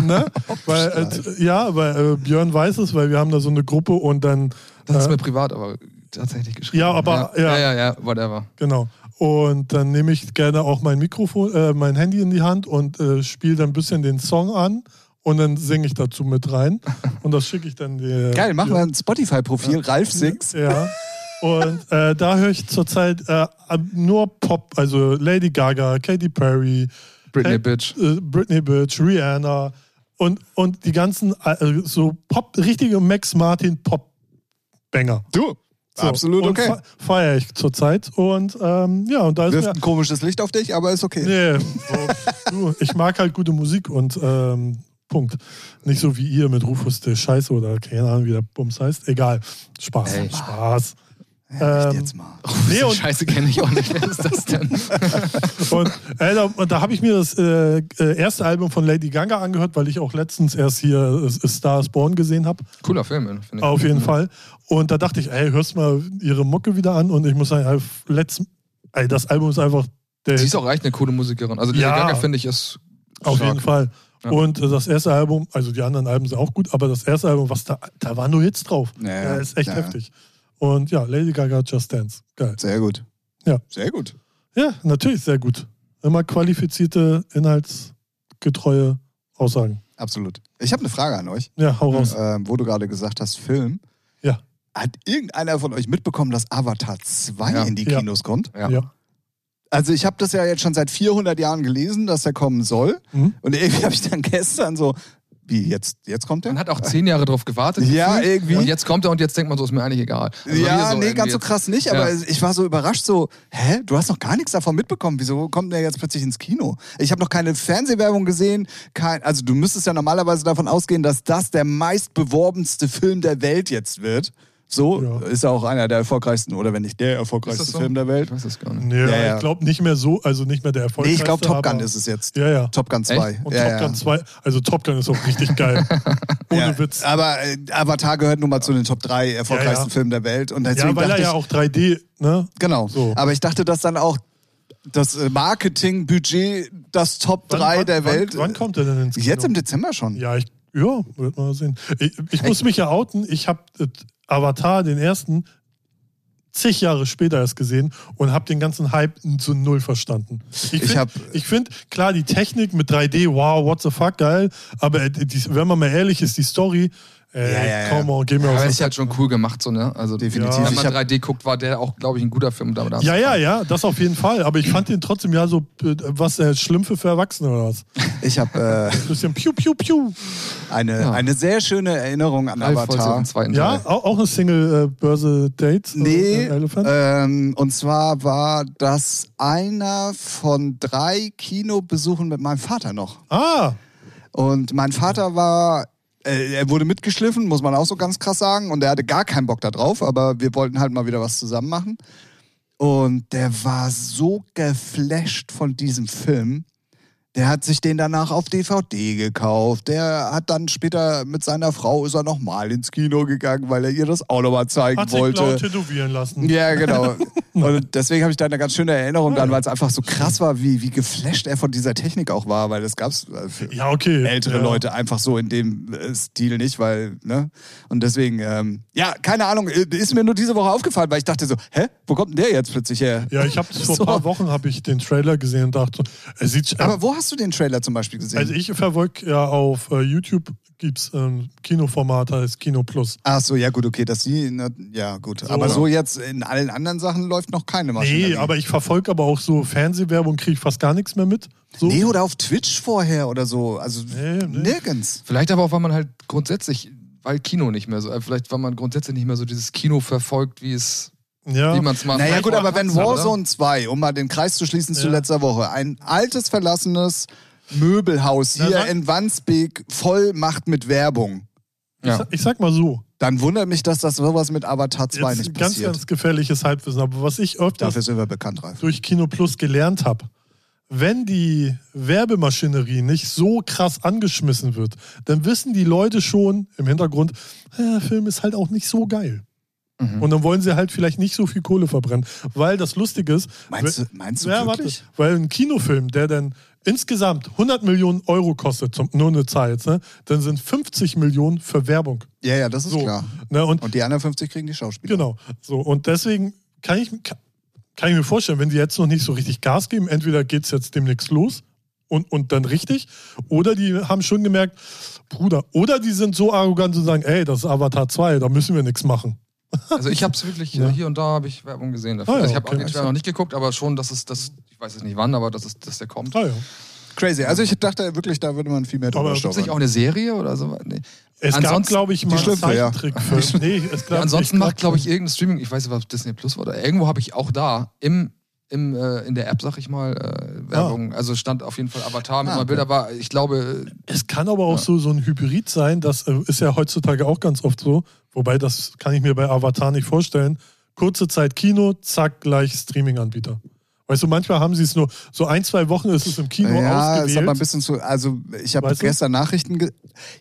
Ne? weil, äh, ja, weil äh, Björn weiß es, weil wir haben da so eine Gruppe und dann.
Das ist
äh,
mir privat aber tatsächlich geschrieben.
Ja, aber- ja.
Ja, ja, ja, whatever.
Genau. Und dann nehme ich gerne auch mein Mikrofon, äh, mein Handy in die Hand und äh, spiele dann ein bisschen den Song an und dann singe ich dazu mit rein. Und das schicke ich dann dir.
Geil, machen wir ein Spotify-Profil. Ralf singst.
Ja. Und äh, da höre ich zurzeit äh, nur Pop, also Lady Gaga, Katy Perry,
Britney
Hey.
Bitch.
äh, Britney Bitch, Rihanna und, und die ganzen äh, so Pop, richtige Max Martin Pop-Banger.
Du.
So.
Absolut
und
okay.
fe- Feiere ich zurzeit. Und ähm, ja, und da ist
Wirft
mir,
ein komisches Licht auf dich, aber ist okay.
Nee, <laughs> so, du, ich mag halt gute Musik und ähm, Punkt. Nicht so wie ihr mit Rufus der Scheiße oder keine Ahnung, wie der Bums heißt. Egal. Spaß.
Ey.
Spaß.
Echt
Ähm,
jetzt mal.
nee, und,
Oh, Scheiße <laughs> kenne ich auch nicht. Wer ist das denn?
und, äh, da, und da habe ich mir das äh, äh, erste Album von Lady Gaga angehört, weil ich auch letztens erst hier äh, Star is Born gesehen habe.
Cooler Film, finde ich. Mhm.
Auf
Mhm.
jeden Fall. Und da dachte ich, ey, hörst mal ihre Mucke wieder an und ich muss sagen, ey, letzt, ey, das Album ist einfach der
Sie ist auch echt eine coole Musikerin. Also Lady
Ja.
Gaga finde ich ist
Auf
stark.
jeden Fall.
Ja.
Und äh, das erste Album, also die anderen Alben sind auch gut, aber das erste Album, was da, da waren nur Hits drauf.
<laughs> Ja,
Ja,
ja.
ist echt
Ja, ja.
heftig. Und ja, Lady Gaga, Just Dance. Geil.
Sehr gut.
Ja.
Sehr gut.
Ja, natürlich sehr gut. Immer qualifizierte, inhaltsgetreue Aussagen.
Absolut. Ich habe eine Frage an euch,
Ja, hau raus.
ähm, wo du gerade gesagt hast, Film.
Ja.
Hat irgendeiner von euch mitbekommen, dass Avatar 2
Ja.
in die
Ja.
Kinos kommt?
Ja.
Ja.
Also ich habe das ja jetzt schon seit 400 Jahren gelesen, dass der kommen soll.
Mhm.
Und irgendwie <laughs> habe ich dann gestern so, wie, jetzt, jetzt kommt
Man
der?
hat auch zehn Jahre drauf gewartet.
Ja,
gefühlt.
irgendwie.
Und jetzt kommt er und jetzt denkt man so, ist mir eigentlich egal. Also bei mir
Ja, nee,
irgendwie
ganz so
jetzt-
krass nicht, aber ich war so überrascht, so, hä, du hast noch gar nichts davon mitbekommen, wieso kommt der jetzt plötzlich ins Kino? Ich habe noch keine Fernsehwerbung gesehen, kein, also du müsstest ja normalerweise davon ausgehen, dass das der meistbeworbenste Film der Welt jetzt wird. So
Ja.
ist ja auch einer der erfolgreichsten, oder wenn nicht der
Ist
erfolgreichste
das so?
Film der Welt.
Ich weiß das gar nicht.
Nee,
Ja, ja.
ich glaube nicht mehr so, also nicht mehr der Erfolg.
Nee, ich glaube Top Gun ist es jetzt.
Ja, ja.
Top Gun 2.
Und
ja,
Top Gun 2, also Top Gun ist auch richtig
<laughs>
geil. Ohne
ja.
Witz.
Aber äh, Avatar gehört nun mal zu den Top 3 erfolgreichsten
Ja, ja.
Filmen der Welt. Und deswegen
Ja, weil er
dachte ich,
ja auch 3D, ne?
Genau.
So.
Aber ich dachte, dass dann auch das äh, Marketingbudget das Top 3
wann,
der
wann,
Welt. äh,
Wann kommt er denn ins Kino?
Jetzt im Dezember schon.
Ja, ich, ja, wird mal sehen. Ich, ich muss mich ja outen. Ich habe Avatar, den ersten, zig Jahre später erst gesehen und habe den ganzen Hype zu null verstanden. Ich
Ich
finde,
hab-
ich find, klar, die Technik mit 3D, wow, what the fuck, geil. Aber äh, die, wenn man mal ehrlich ist, die Story, ey,
Ja, ja, ja.
come on, geh mir
Aber
auf.
es ist halt schon cool gemacht, so, ne? Also,
Definitiv.
Wenn
Ich
man
hab-
3D guckt, war der auch, glaube ich, ein guter Film. Da
Ja, ja, ja, das auf jeden Fall. Aber ich fand den trotzdem ja so, äh, was äh, schlimm für, für Erwachsene oder was.
Ich habe
Ein bisschen piu, piu, piu.
äh, eine,
Ja.
eine sehr schöne Erinnerung an
Ralf wollte
Avatar.
den zweiten
Ja,
Teil.
auch, auch eine äh, Single-Börse-Date.
Nee,
äh, Elephant.
ähm, und zwar war das einer von drei Kinobesuchen mit meinem Vater noch.
ah,
Und mein Vater war, äh, er wurde mitgeschliffen, muss man auch so ganz krass sagen. Und er hatte gar keinen Bock da drauf, aber wir wollten halt mal wieder was zusammen machen. Und der war so geflasht von diesem Film. Der hat sich den danach auf DVD gekauft. Der hat dann später mit seiner Frau ist er nochmal ins Kino gegangen, weil er ihr das auch nochmal zeigen
Hat sich blau
wollte.
tätowieren lassen. <laughs>
Ja, genau. Und deswegen habe ich da eine ganz schöne Erinnerung dran, weil es einfach so krass war, wie, wie geflasht er von dieser Technik auch war, weil das gab es für
Ja, okay.
ältere
ja.
Leute einfach so in dem äh, Stil nicht, weil, ne? Und deswegen, ähm, ja, keine Ahnung, äh, ist mir nur diese Woche aufgefallen, weil ich dachte so, hä, wo kommt denn der jetzt plötzlich her?
Ja,
<laughs>
ich habe vor
So.
ein paar Wochen habe ich den Trailer gesehen und dachte, er sieht. äh,
Aber wo hast du den Trailer zum Beispiel gesehen?
also ich verfolge ja auf äh, YouTube gibt's ähm, Kinoformat, heißt Kino Plus.
Ach so, ja gut, okay, dass die, na, ja gut. aber so jetzt in allen anderen Sachen läuft noch keine Maschinerie.
Nee, aber ich verfolge aber auch so Fernsehwerbung, kriege ich fast gar nichts mehr mit. So.
Nee, oder auf Twitch vorher oder so, also
Nee, nee.
nirgends.
Vielleicht aber auch, weil man halt grundsätzlich, weil Kino nicht mehr so, äh, vielleicht weil man grundsätzlich nicht mehr so dieses Kino verfolgt, wie es,
ja.
wie man es mal.
Naja
vielleicht
gut,
mal
aber wenn
hat's, oder?
Warzone 2, um mal den Kreis zu schließen zu
Ja.
letzter Woche, ein altes verlassenes Möbelhaus
Na,
hier
sag-
in Wandsbek voll macht mit Werbung,
ich, sa- ich sag mal so,
dann wundert mich, dass das sowas mit Avatar 2
jetzt
nicht
ganz,
passiert.
ganz gefährliches Halbwissen. Aber was ich öfter
Dafür sind wir bekannt, Ralf.
durch Kino Plus gelernt habe, wenn die Werbemaschinerie nicht so krass angeschmissen wird, dann wissen die Leute schon im Hintergrund, äh, der Film ist halt auch nicht so geil.
Mhm.
Und dann wollen sie halt vielleicht nicht so viel Kohle verbrennen. Weil das Lustige ist,
Meinst du, meinst du
ja, warte,
wirklich?
weil ein Kinofilm, der dann insgesamt 100 Millionen Euro kostet, zum, nur eine Zahl jetzt, ne, dann sind 50 Millionen für Werbung.
Ja, ja, das ist
So,
klar.
Ne, und
Und die anderen 50 kriegen die Schauspieler.
Genau. So, und deswegen kann ich, kann ich mir vorstellen, wenn die jetzt noch nicht so richtig Gas geben, entweder geht es jetzt demnächst los und, und dann richtig, oder die haben schon gemerkt, Bruder, oder die sind so arrogant und sagen, ey, das ist Avatar 2, da müssen wir nichts machen.
Also ich habe es wirklich, äh,
Ja.
hier und da habe ich Werbung gesehen dafür.
Ah, ja,
also ich habe
okay.
den Trailer noch nicht geguckt, aber schon, dass es das, ich weiß jetzt nicht wann, aber dass, es, dass der kommt.
Ah, ja.
Crazy. Also ich dachte wirklich, da würde man viel mehr drüber
Aber
Gibt es
schauen.
nicht auch eine Serie oder so? Nee.
Es gab,
Ansonsten-
glaube ich, mal
die
einen
Schlümpfe, ja.
Zeichentrickfilm.
<laughs>
Nee, es gab,
Ja, ansonsten macht, glaube ich,
schon.
irgendein Streaming, ich weiß nicht, ob Disney Plus war oder irgendwo habe ich auch da im, im, äh, in der App, sag ich mal,
Ah.
äh, Werbung. Also stand auf jeden Fall Avatar mit
Ah,
meinen Bildern, aber ich glaube,
Es kann aber auch so, so ein Hybrid sein, das äh, ist ja heutzutage auch ganz oft so, wobei das kann ich mir bei Avatar nicht vorstellen. Kurze Zeit Kino, zack, gleich Streaming-Anbieter. Weißt du, manchmal haben sie es nur, so ein, zwei Wochen ist es im Kino
Ja, ist
ausgewählt.
aber ein bisschen zu. Also, ich habe
Weißt du?
gestern Nachrichten. Ge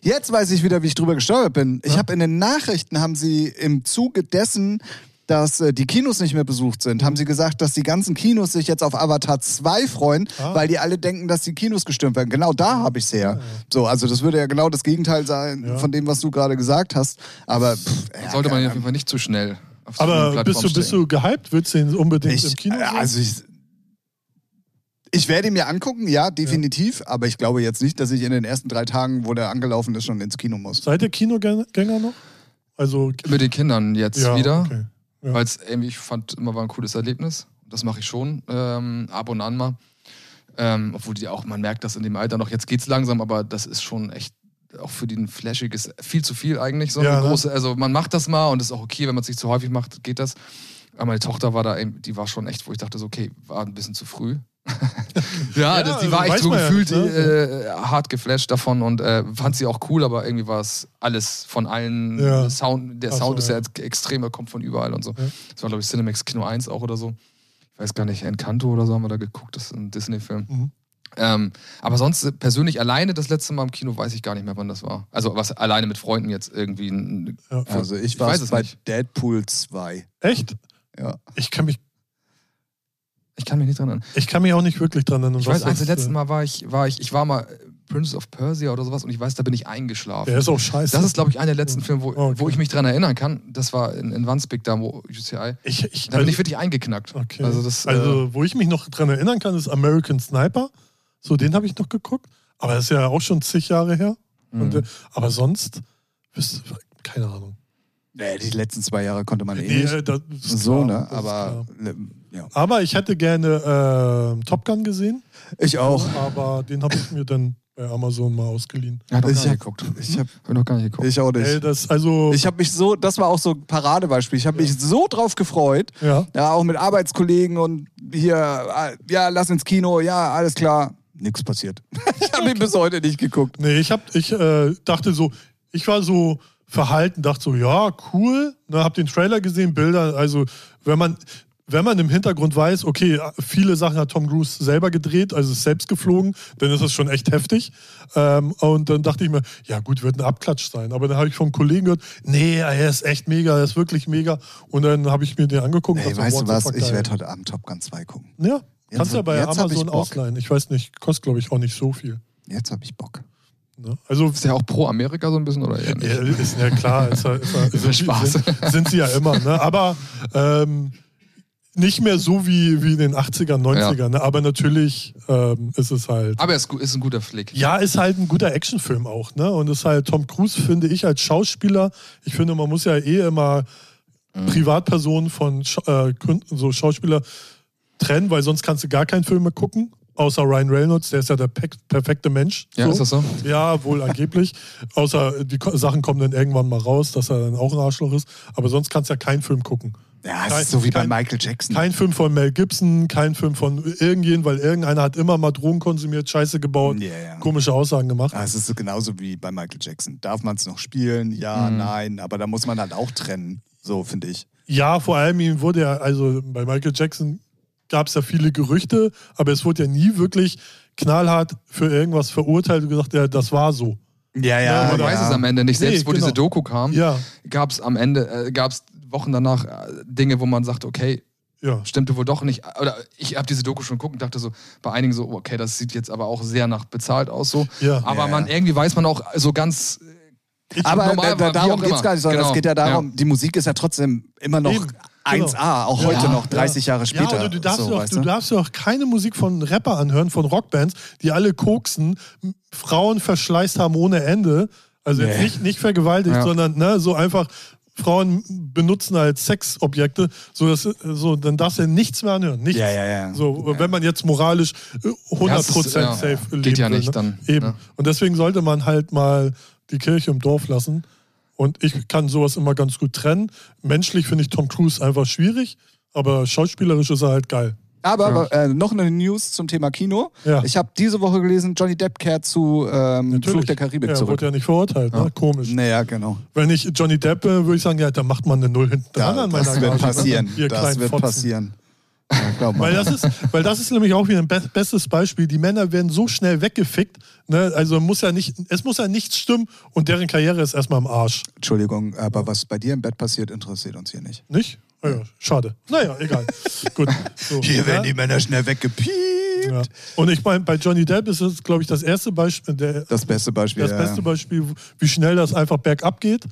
Jetzt weiß ich wieder, wie ich drüber gesteuert bin. Ich habe in den Nachrichten, haben sie im Zuge dessen, dass äh, die Kinos nicht mehr besucht sind, haben sie gesagt, dass die ganzen Kinos sich jetzt auf Avatar 2 freuen,
Ah.
weil die alle denken, dass die Kinos gestürmt werden. Genau da habe ich es her. So, also, das würde ja genau das Gegenteil sein
Ah. Ja.
von dem, was du gerade gesagt hast. Aber pff, ja,
sollte man
keine
auf jeden Fall nicht zu schnell auf
aber bist du, bist du gehypt? Willst du ihn unbedingt
ich,
im Kino
äh,
sehen?
Also ich, ich werde ihn mir angucken, ja, definitiv. Aber ich glaube jetzt nicht, dass ich in den ersten drei Tagen, wo der angelaufen ist, schon ins Kino muss.
Seid ihr Kinogänger noch? Also,
Mit den Kindern jetzt wieder.
okay. Ja.
Weil es irgendwie, ich fand immer war ein cooles Erlebnis. Das mache ich schon ähm, ab und an mal. Ähm, obwohl die auch, man merkt das in dem Alter noch, jetzt geht's langsam, aber das ist schon echt auch für den flashiges viel zu viel eigentlich. So eine
Ja, ne?
große, also man macht das mal und ist auch okay, wenn man es nicht zu häufig macht, geht das. Aber meine Tochter war da, eben- die war schon echt, wo ich dachte, so, okay, war ein bisschen zu früh. <laughs> ja,
Ja,
das, die
also
war echt
weiß
so
man ja
gefühlt
nicht, ne?
äh, hart geflasht davon und äh, fand sie auch cool, aber irgendwie war es alles von allen
Ja.
Sound, der
Ach so,
Sound ist ja
ja.
jetzt extrem, er kommt von überall und so.
Ja.
Das war, glaube ich, Cinemax Kino 1 auch oder so. Ich weiß gar nicht, Encanto oder so haben wir da geguckt, das ist ein Disney-Film.
Mhm.
Ähm, aber sonst äh, persönlich alleine das letzte Mal im Kino weiß ich gar nicht mehr, wann das war. Also was alleine mit Freunden jetzt irgendwie. ein-
Ja.
Also ich
Ich
war
weiß es
bei
nicht.
Deadpool 2.
Echt?
Ja.
Ich kann, mich,
Ich kann mich nicht dran erinnern.
ich kann mich auch nicht wirklich dran erinnern.
Ich
was äh,
weiß, als das
das-
letzte Mal war ich, war ich, ich war mal äh, Princess of Persia oder sowas und ich weiß, da bin ich eingeschlafen.
Der ist auch scheiße.
Das ist, glaube ich, einer der letzten Filme, wo,
Oh, okay.
wo ich mich dran erinnern kann. Das war in, in Wandsbek da, wo UCI.
ich, ich,
Da bin ich wirklich eingeknackt.
Also Okay.
Also, das, äh,
Also, wo ich mich noch dran erinnern kann, ist American Sniper. So, den habe ich noch geguckt. Aber das ist ja auch schon zig Jahre her.
Mhm.
Und,
mh.
äh, aber sonst, wisst- keine Ahnung.
Nee, die letzten zwei Jahre konnte man eh
Nee,
nicht.
äh, das ist
so,
klar,
ne?
das ist
Aber
klar.
ähm, ja.
Aber ich hätte gerne äh, Top Gun gesehen.
Ich auch.
Aber den habe ich mir dann bei Amazon mal ausgeliehen.
ja, doch
ich
gar nicht
hab-
geguckt.
Ich hab,
Hab ich noch gar nicht geguckt.
ich auch
Ey,
nicht.
das, also,
Ich habe mich so, das war auch so ein Paradebeispiel. Ich habe mich so drauf gefreut,
ja.
Ja, auch mit Arbeitskollegen und hier, ah, ja, lass ins Kino, ja, alles klar. Nix passiert. <laughs> ich habe ihn bis heute nicht geguckt.
Nee, ich, hab, ich äh, dachte so, ich war so verhalten, dachte so, ja, cool. Ne, hab den Trailer gesehen, Bilder. Also, wenn man, wenn man im Hintergrund weiß, okay, viele Sachen hat Tom Cruise selber gedreht, also ist selbst geflogen, dann ist das schon echt heftig. Ähm, und dann dachte ich mir, ja gut, wird ein Abklatsch sein. Aber dann habe ich von Kollegen gehört, nee, er ist echt mega, er ist wirklich mega. Und dann habe ich mir den angeguckt.
Ey,
und dachte,
weißt du
what the
was?
fuck,
Ich
geil.
werde heute Abend Top Gun 2 gucken.
Ja,
Jetzt
kannst ja
hab-
bei
jetzt hab ich
Amazon
Bock.
ausleihen. Ich weiß nicht, kostet glaube ich auch nicht so viel.
Jetzt habe ich Bock.
Ne? Also
Ist der auch pro Amerika so ein bisschen oder eher nicht?
Ja, ist ja klar, ist ja, ist
<laughs>
ja, sind,
Spaß.
Sind, sind sie ja immer. Ne? Aber ähm, nicht mehr so wie, wie in den 80ern, 90ern. Ne? Aber natürlich ähm, ist es halt.
Aber es ist, gu- ist ein guter Flick.
Ja, ist halt ein guter Actionfilm auch. Ne? Und ist halt Tom Cruise, finde ich, als Schauspieler. Ich finde, man muss ja eh immer
Mhm.
Privatpersonen von Scha- äh, Kün- so Schauspieler trennen, weil sonst kannst du gar keinen Film mehr gucken. Außer Ryan Reynolds, der ist ja der pek- perfekte Mensch.
Ja,
so.
ist das so?
<laughs> Ja, wohl angeblich. Außer die Ko- Sachen kommen dann irgendwann mal raus, dass er dann auch ein Arschloch ist. Aber sonst kannst du ja keinen Film gucken.
Ja, es
Kein-
ist so wie
kein-
bei Michael Jackson.
Kein Film von Mel Gibson, kein Film von irgendjemandem, weil irgendeiner hat immer mal Drogen konsumiert, Scheiße gebaut,
Ja, ja.
komische Aussagen gemacht.
Ah, Es ist so genauso wie bei Michael Jackson. Darf man es noch spielen? Ja, nein. Aber da muss man halt auch trennen. So, finde ich.
Ja, vor allem ihm wurde ja, also bei Michael Jackson gab es ja viele Gerüchte, aber es wurde ja nie wirklich knallhart für irgendwas verurteilt und gesagt, ja, das war so.
Ja,
Ja,
Man
ja.
weiß es am Ende nicht. Selbst
Nee,
wo diese
genau.
Doku kam,
Ja,
gab es am Ende, äh, gab es Wochen danach äh, Dinge, wo man sagt, okay,
ja.
stimmte wohl doch nicht. Oder ich habe diese Doku schon geguckt und dachte so, bei einigen so, oh, okay, das sieht jetzt aber auch sehr nach bezahlt aus so.
Ja.
aber
Ja,
man
ja.
irgendwie weiß man auch so ganz.
Aber da,
normal,
da,
wie
darum
auch
geht es
immer.
gar nicht, sondern
Genau.
es geht ja darum, die Musik ist ja trotzdem immer noch
Eben, genau.
1A, auch heute noch, 30 Jahre später.
Ja, und du darfst,
so,
doch,
weißt
du darfst doch keine Musik von Rapper anhören, von Rockbands, die alle koksen, m- Frauen verschleißt haben ohne Ende. Also jetzt
Nee.
nicht, nicht vergewaltigt,
Ja.
sondern ne, so einfach Frauen benutzen als Sexobjekte. So, das, so, dann darfst du nichts mehr anhören. Nichts.
Ja, ja, ja.
So, wenn man jetzt moralisch äh, 100%
Ja, es ist- ja,
safe
geht
lebt.
ja nicht dann,
Eben.
ne?
Und deswegen sollte man halt mal die Kirche im Dorf lassen. Und ich kann sowas immer ganz gut trennen. Menschlich finde ich Tom Cruise einfach schwierig, aber schauspielerisch ist er halt geil.
Aber, aber äh, noch eine News zum Thema Kino.
Ja.
Ich habe diese Woche gelesen, Johnny Depp kehrt zu ähm,
Natürlich.
Flug der Karibik
ja,
zurück.
Wurde ja nicht verurteilt, ne? Komisch.
Naja, genau.
Wenn ich Johnny Depp äh, würde ich sagen, ja, da macht man eine Null hinten dran
Da,
an meiner
das wird
Gage, ne?
passieren.
Ihr
Das
kleinen
wird
Fotzen.
passieren. Ja, glaub mal.
Weil das, ist, weil das ist nämlich auch wieder ein be bestes Beispiel. Die Männer werden so schnell weggefickt. Ne? Also muss ja nicht, es muss ja nichts stimmen und deren Karriere ist erstmal am Arsch.
Entschuldigung, aber was bei dir im Bett passiert, interessiert uns hier nicht.
Nicht? Ah ja, schade. Naja,
<laughs>
egal. Gut. So, ja.
Männer schnell weggepiept.
ja. Und ich meine, bei Johnny Depp ist es, glaube ich, das erste Beispiel, der,
Das beste Beispiel.
das
ja.
beste Beispiel, wie schnell das einfach bergab geht.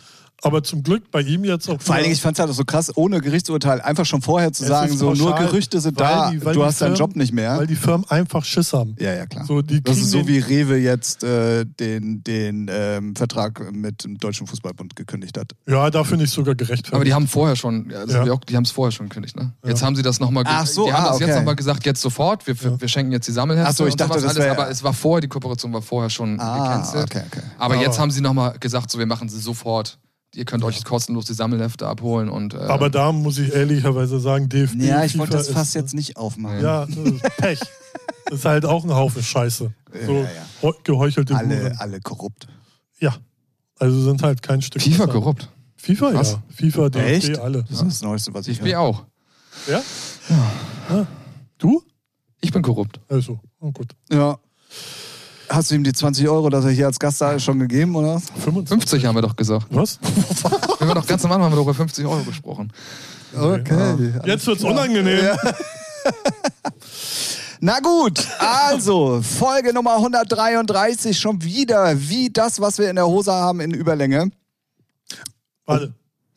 Aber zum Glück bei ihm jetzt auch.
Vor allen
wieder-
Dingen, ich fand es halt auch so krass, ohne Gerichtsurteil einfach schon vorher zu
Es
sagen,
ist
so nur
pauschal,
Gerüchte sind
weil
da,
die- weil
du
die
hast deinen
Firmen-
Job nicht mehr.
Weil die Firmen einfach Schiss haben.
Ja, ja, klar.
So, die
das
kriegen
ist so
den-
wie Rewe jetzt äh, den, den ähm, Vertrag mit dem Deutschen Fußballbund gekündigt hat.
Ja, da finde ich sogar gerechtfertigt.
Aber die haben vorher schon, ja, das
Ja.
haben wir auch- die haben es vorher schon gekündigt. Ne? Jetzt haben sie das nochmal
Ach so,
die haben
ah,
das jetzt
okay.
nochmal gesagt, jetzt sofort, wir, wir schenken jetzt die Sammelhefte.
Ach so, ich
und
dachte, das
sowas alles,
wär-
aber es war vorher, die Kooperation war vorher schon
Ah,
gecancelt.
okay, okay.
Aber jetzt
Aber-
haben sie nochmal gesagt, so wir machen sie sofort. Ihr könnt euch kostenlos die Sammelhefte abholen und äh,
Aber da muss ich ehrlicherweise sagen, DFB.
Ja, ich wollte
FIFA
das Fass
ist,
jetzt nicht aufmachen.
ne? Ja, das ist
<laughs>
Pech. Das ist halt auch ein Haufen Scheiße. So
ja, ja.
heu- geheuchelte
Alle,
Huren.
alle korrupt.
Ja. Also sind halt kein Stück.
FIFA
besser.
korrupt.
FIFA,
Krass.
ja. FIFA, DFB,
Echt?
alle.
Das ist das Neueste, was ich
Ich bin
höre.
auch.
Ja? Ah. Du?
Ich bin korrupt.
Also, oh gut.
Ja. Hast du ihm die 20 Euro, dass er hier als Gast da ist, schon gegeben, oder?
25.
50 haben wir
<laughs>
doch gesagt.
Was?
Wir haben doch ganz am Anfang haben wir doch über 50 Euro gesprochen.
Okay.
Jetzt wird's unangenehm.
Na gut, also Folge Nummer 133 schon wieder wie das, was wir in der Hose haben in Überlänge.
Warte.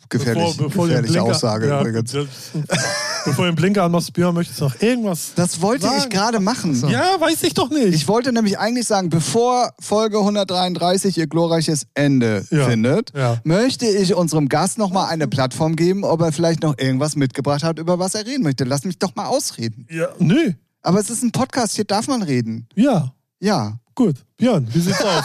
Gefährlich,
du den
gefährliche
Blinker-
Aussage
ja,
übrigens.
das- <laughs> Bevor du den Blinker anmachst, Björn, möchtest du noch irgendwas?
Das wollte
Sagen.
ich gerade machen.
ja, weiß ich doch nicht.
Ich wollte nämlich eigentlich sagen, bevor Folge 133 ihr glorreiches Ende
Ja.
findet,
Ja.
möchte ich unserem Gast nochmal eine Plattform geben, ob er vielleicht noch irgendwas mitgebracht hat, über was er reden möchte. Lass mich doch mal ausreden.
ja, nö.
Aber es ist ein Podcast, hier darf man reden.
Ja,
Ja.
gut. Björn, wie sieht's aus?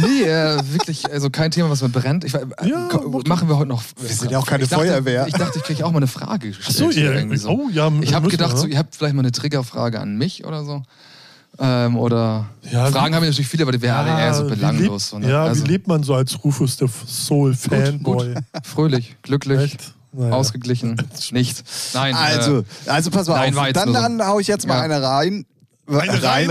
Nee, äh, wirklich, also kein Thema, was mir brennt. Ich, äh,
Ja,
ko-
mach
machen wir heute noch. Wir
sind ja auch keine
ich dachte,
Feuerwehr.
Ich dachte, ich kriege auch mal eine Frage gestellt.
Achso, ihr.
irgendwie so.
Oh, ja,
ich habe
müssen
gedacht,
wir,
so,
ne?
ihr habt vielleicht mal eine Triggerfrage an mich oder so. Ähm, oder
Ja,
Fragen
wie-
haben wir natürlich viele, aber die wären <laughs> alle eher so
Ah, wie
belanglos.
lebt-
ne?
ja,
also,
wie lebt man so als Rufus der Soul
gut,
Fanboy?
gut, fröhlich, glücklich.
Echt? Naja. <laughs>
Ausgeglichen. Nicht. Nein.
Also,
Äh,
also pass mal
nein, war
auf.
jetzt
Dann,
nur so.
dann hau ich jetzt mal
Ja.
eine rein.
Eine rein. <laughs>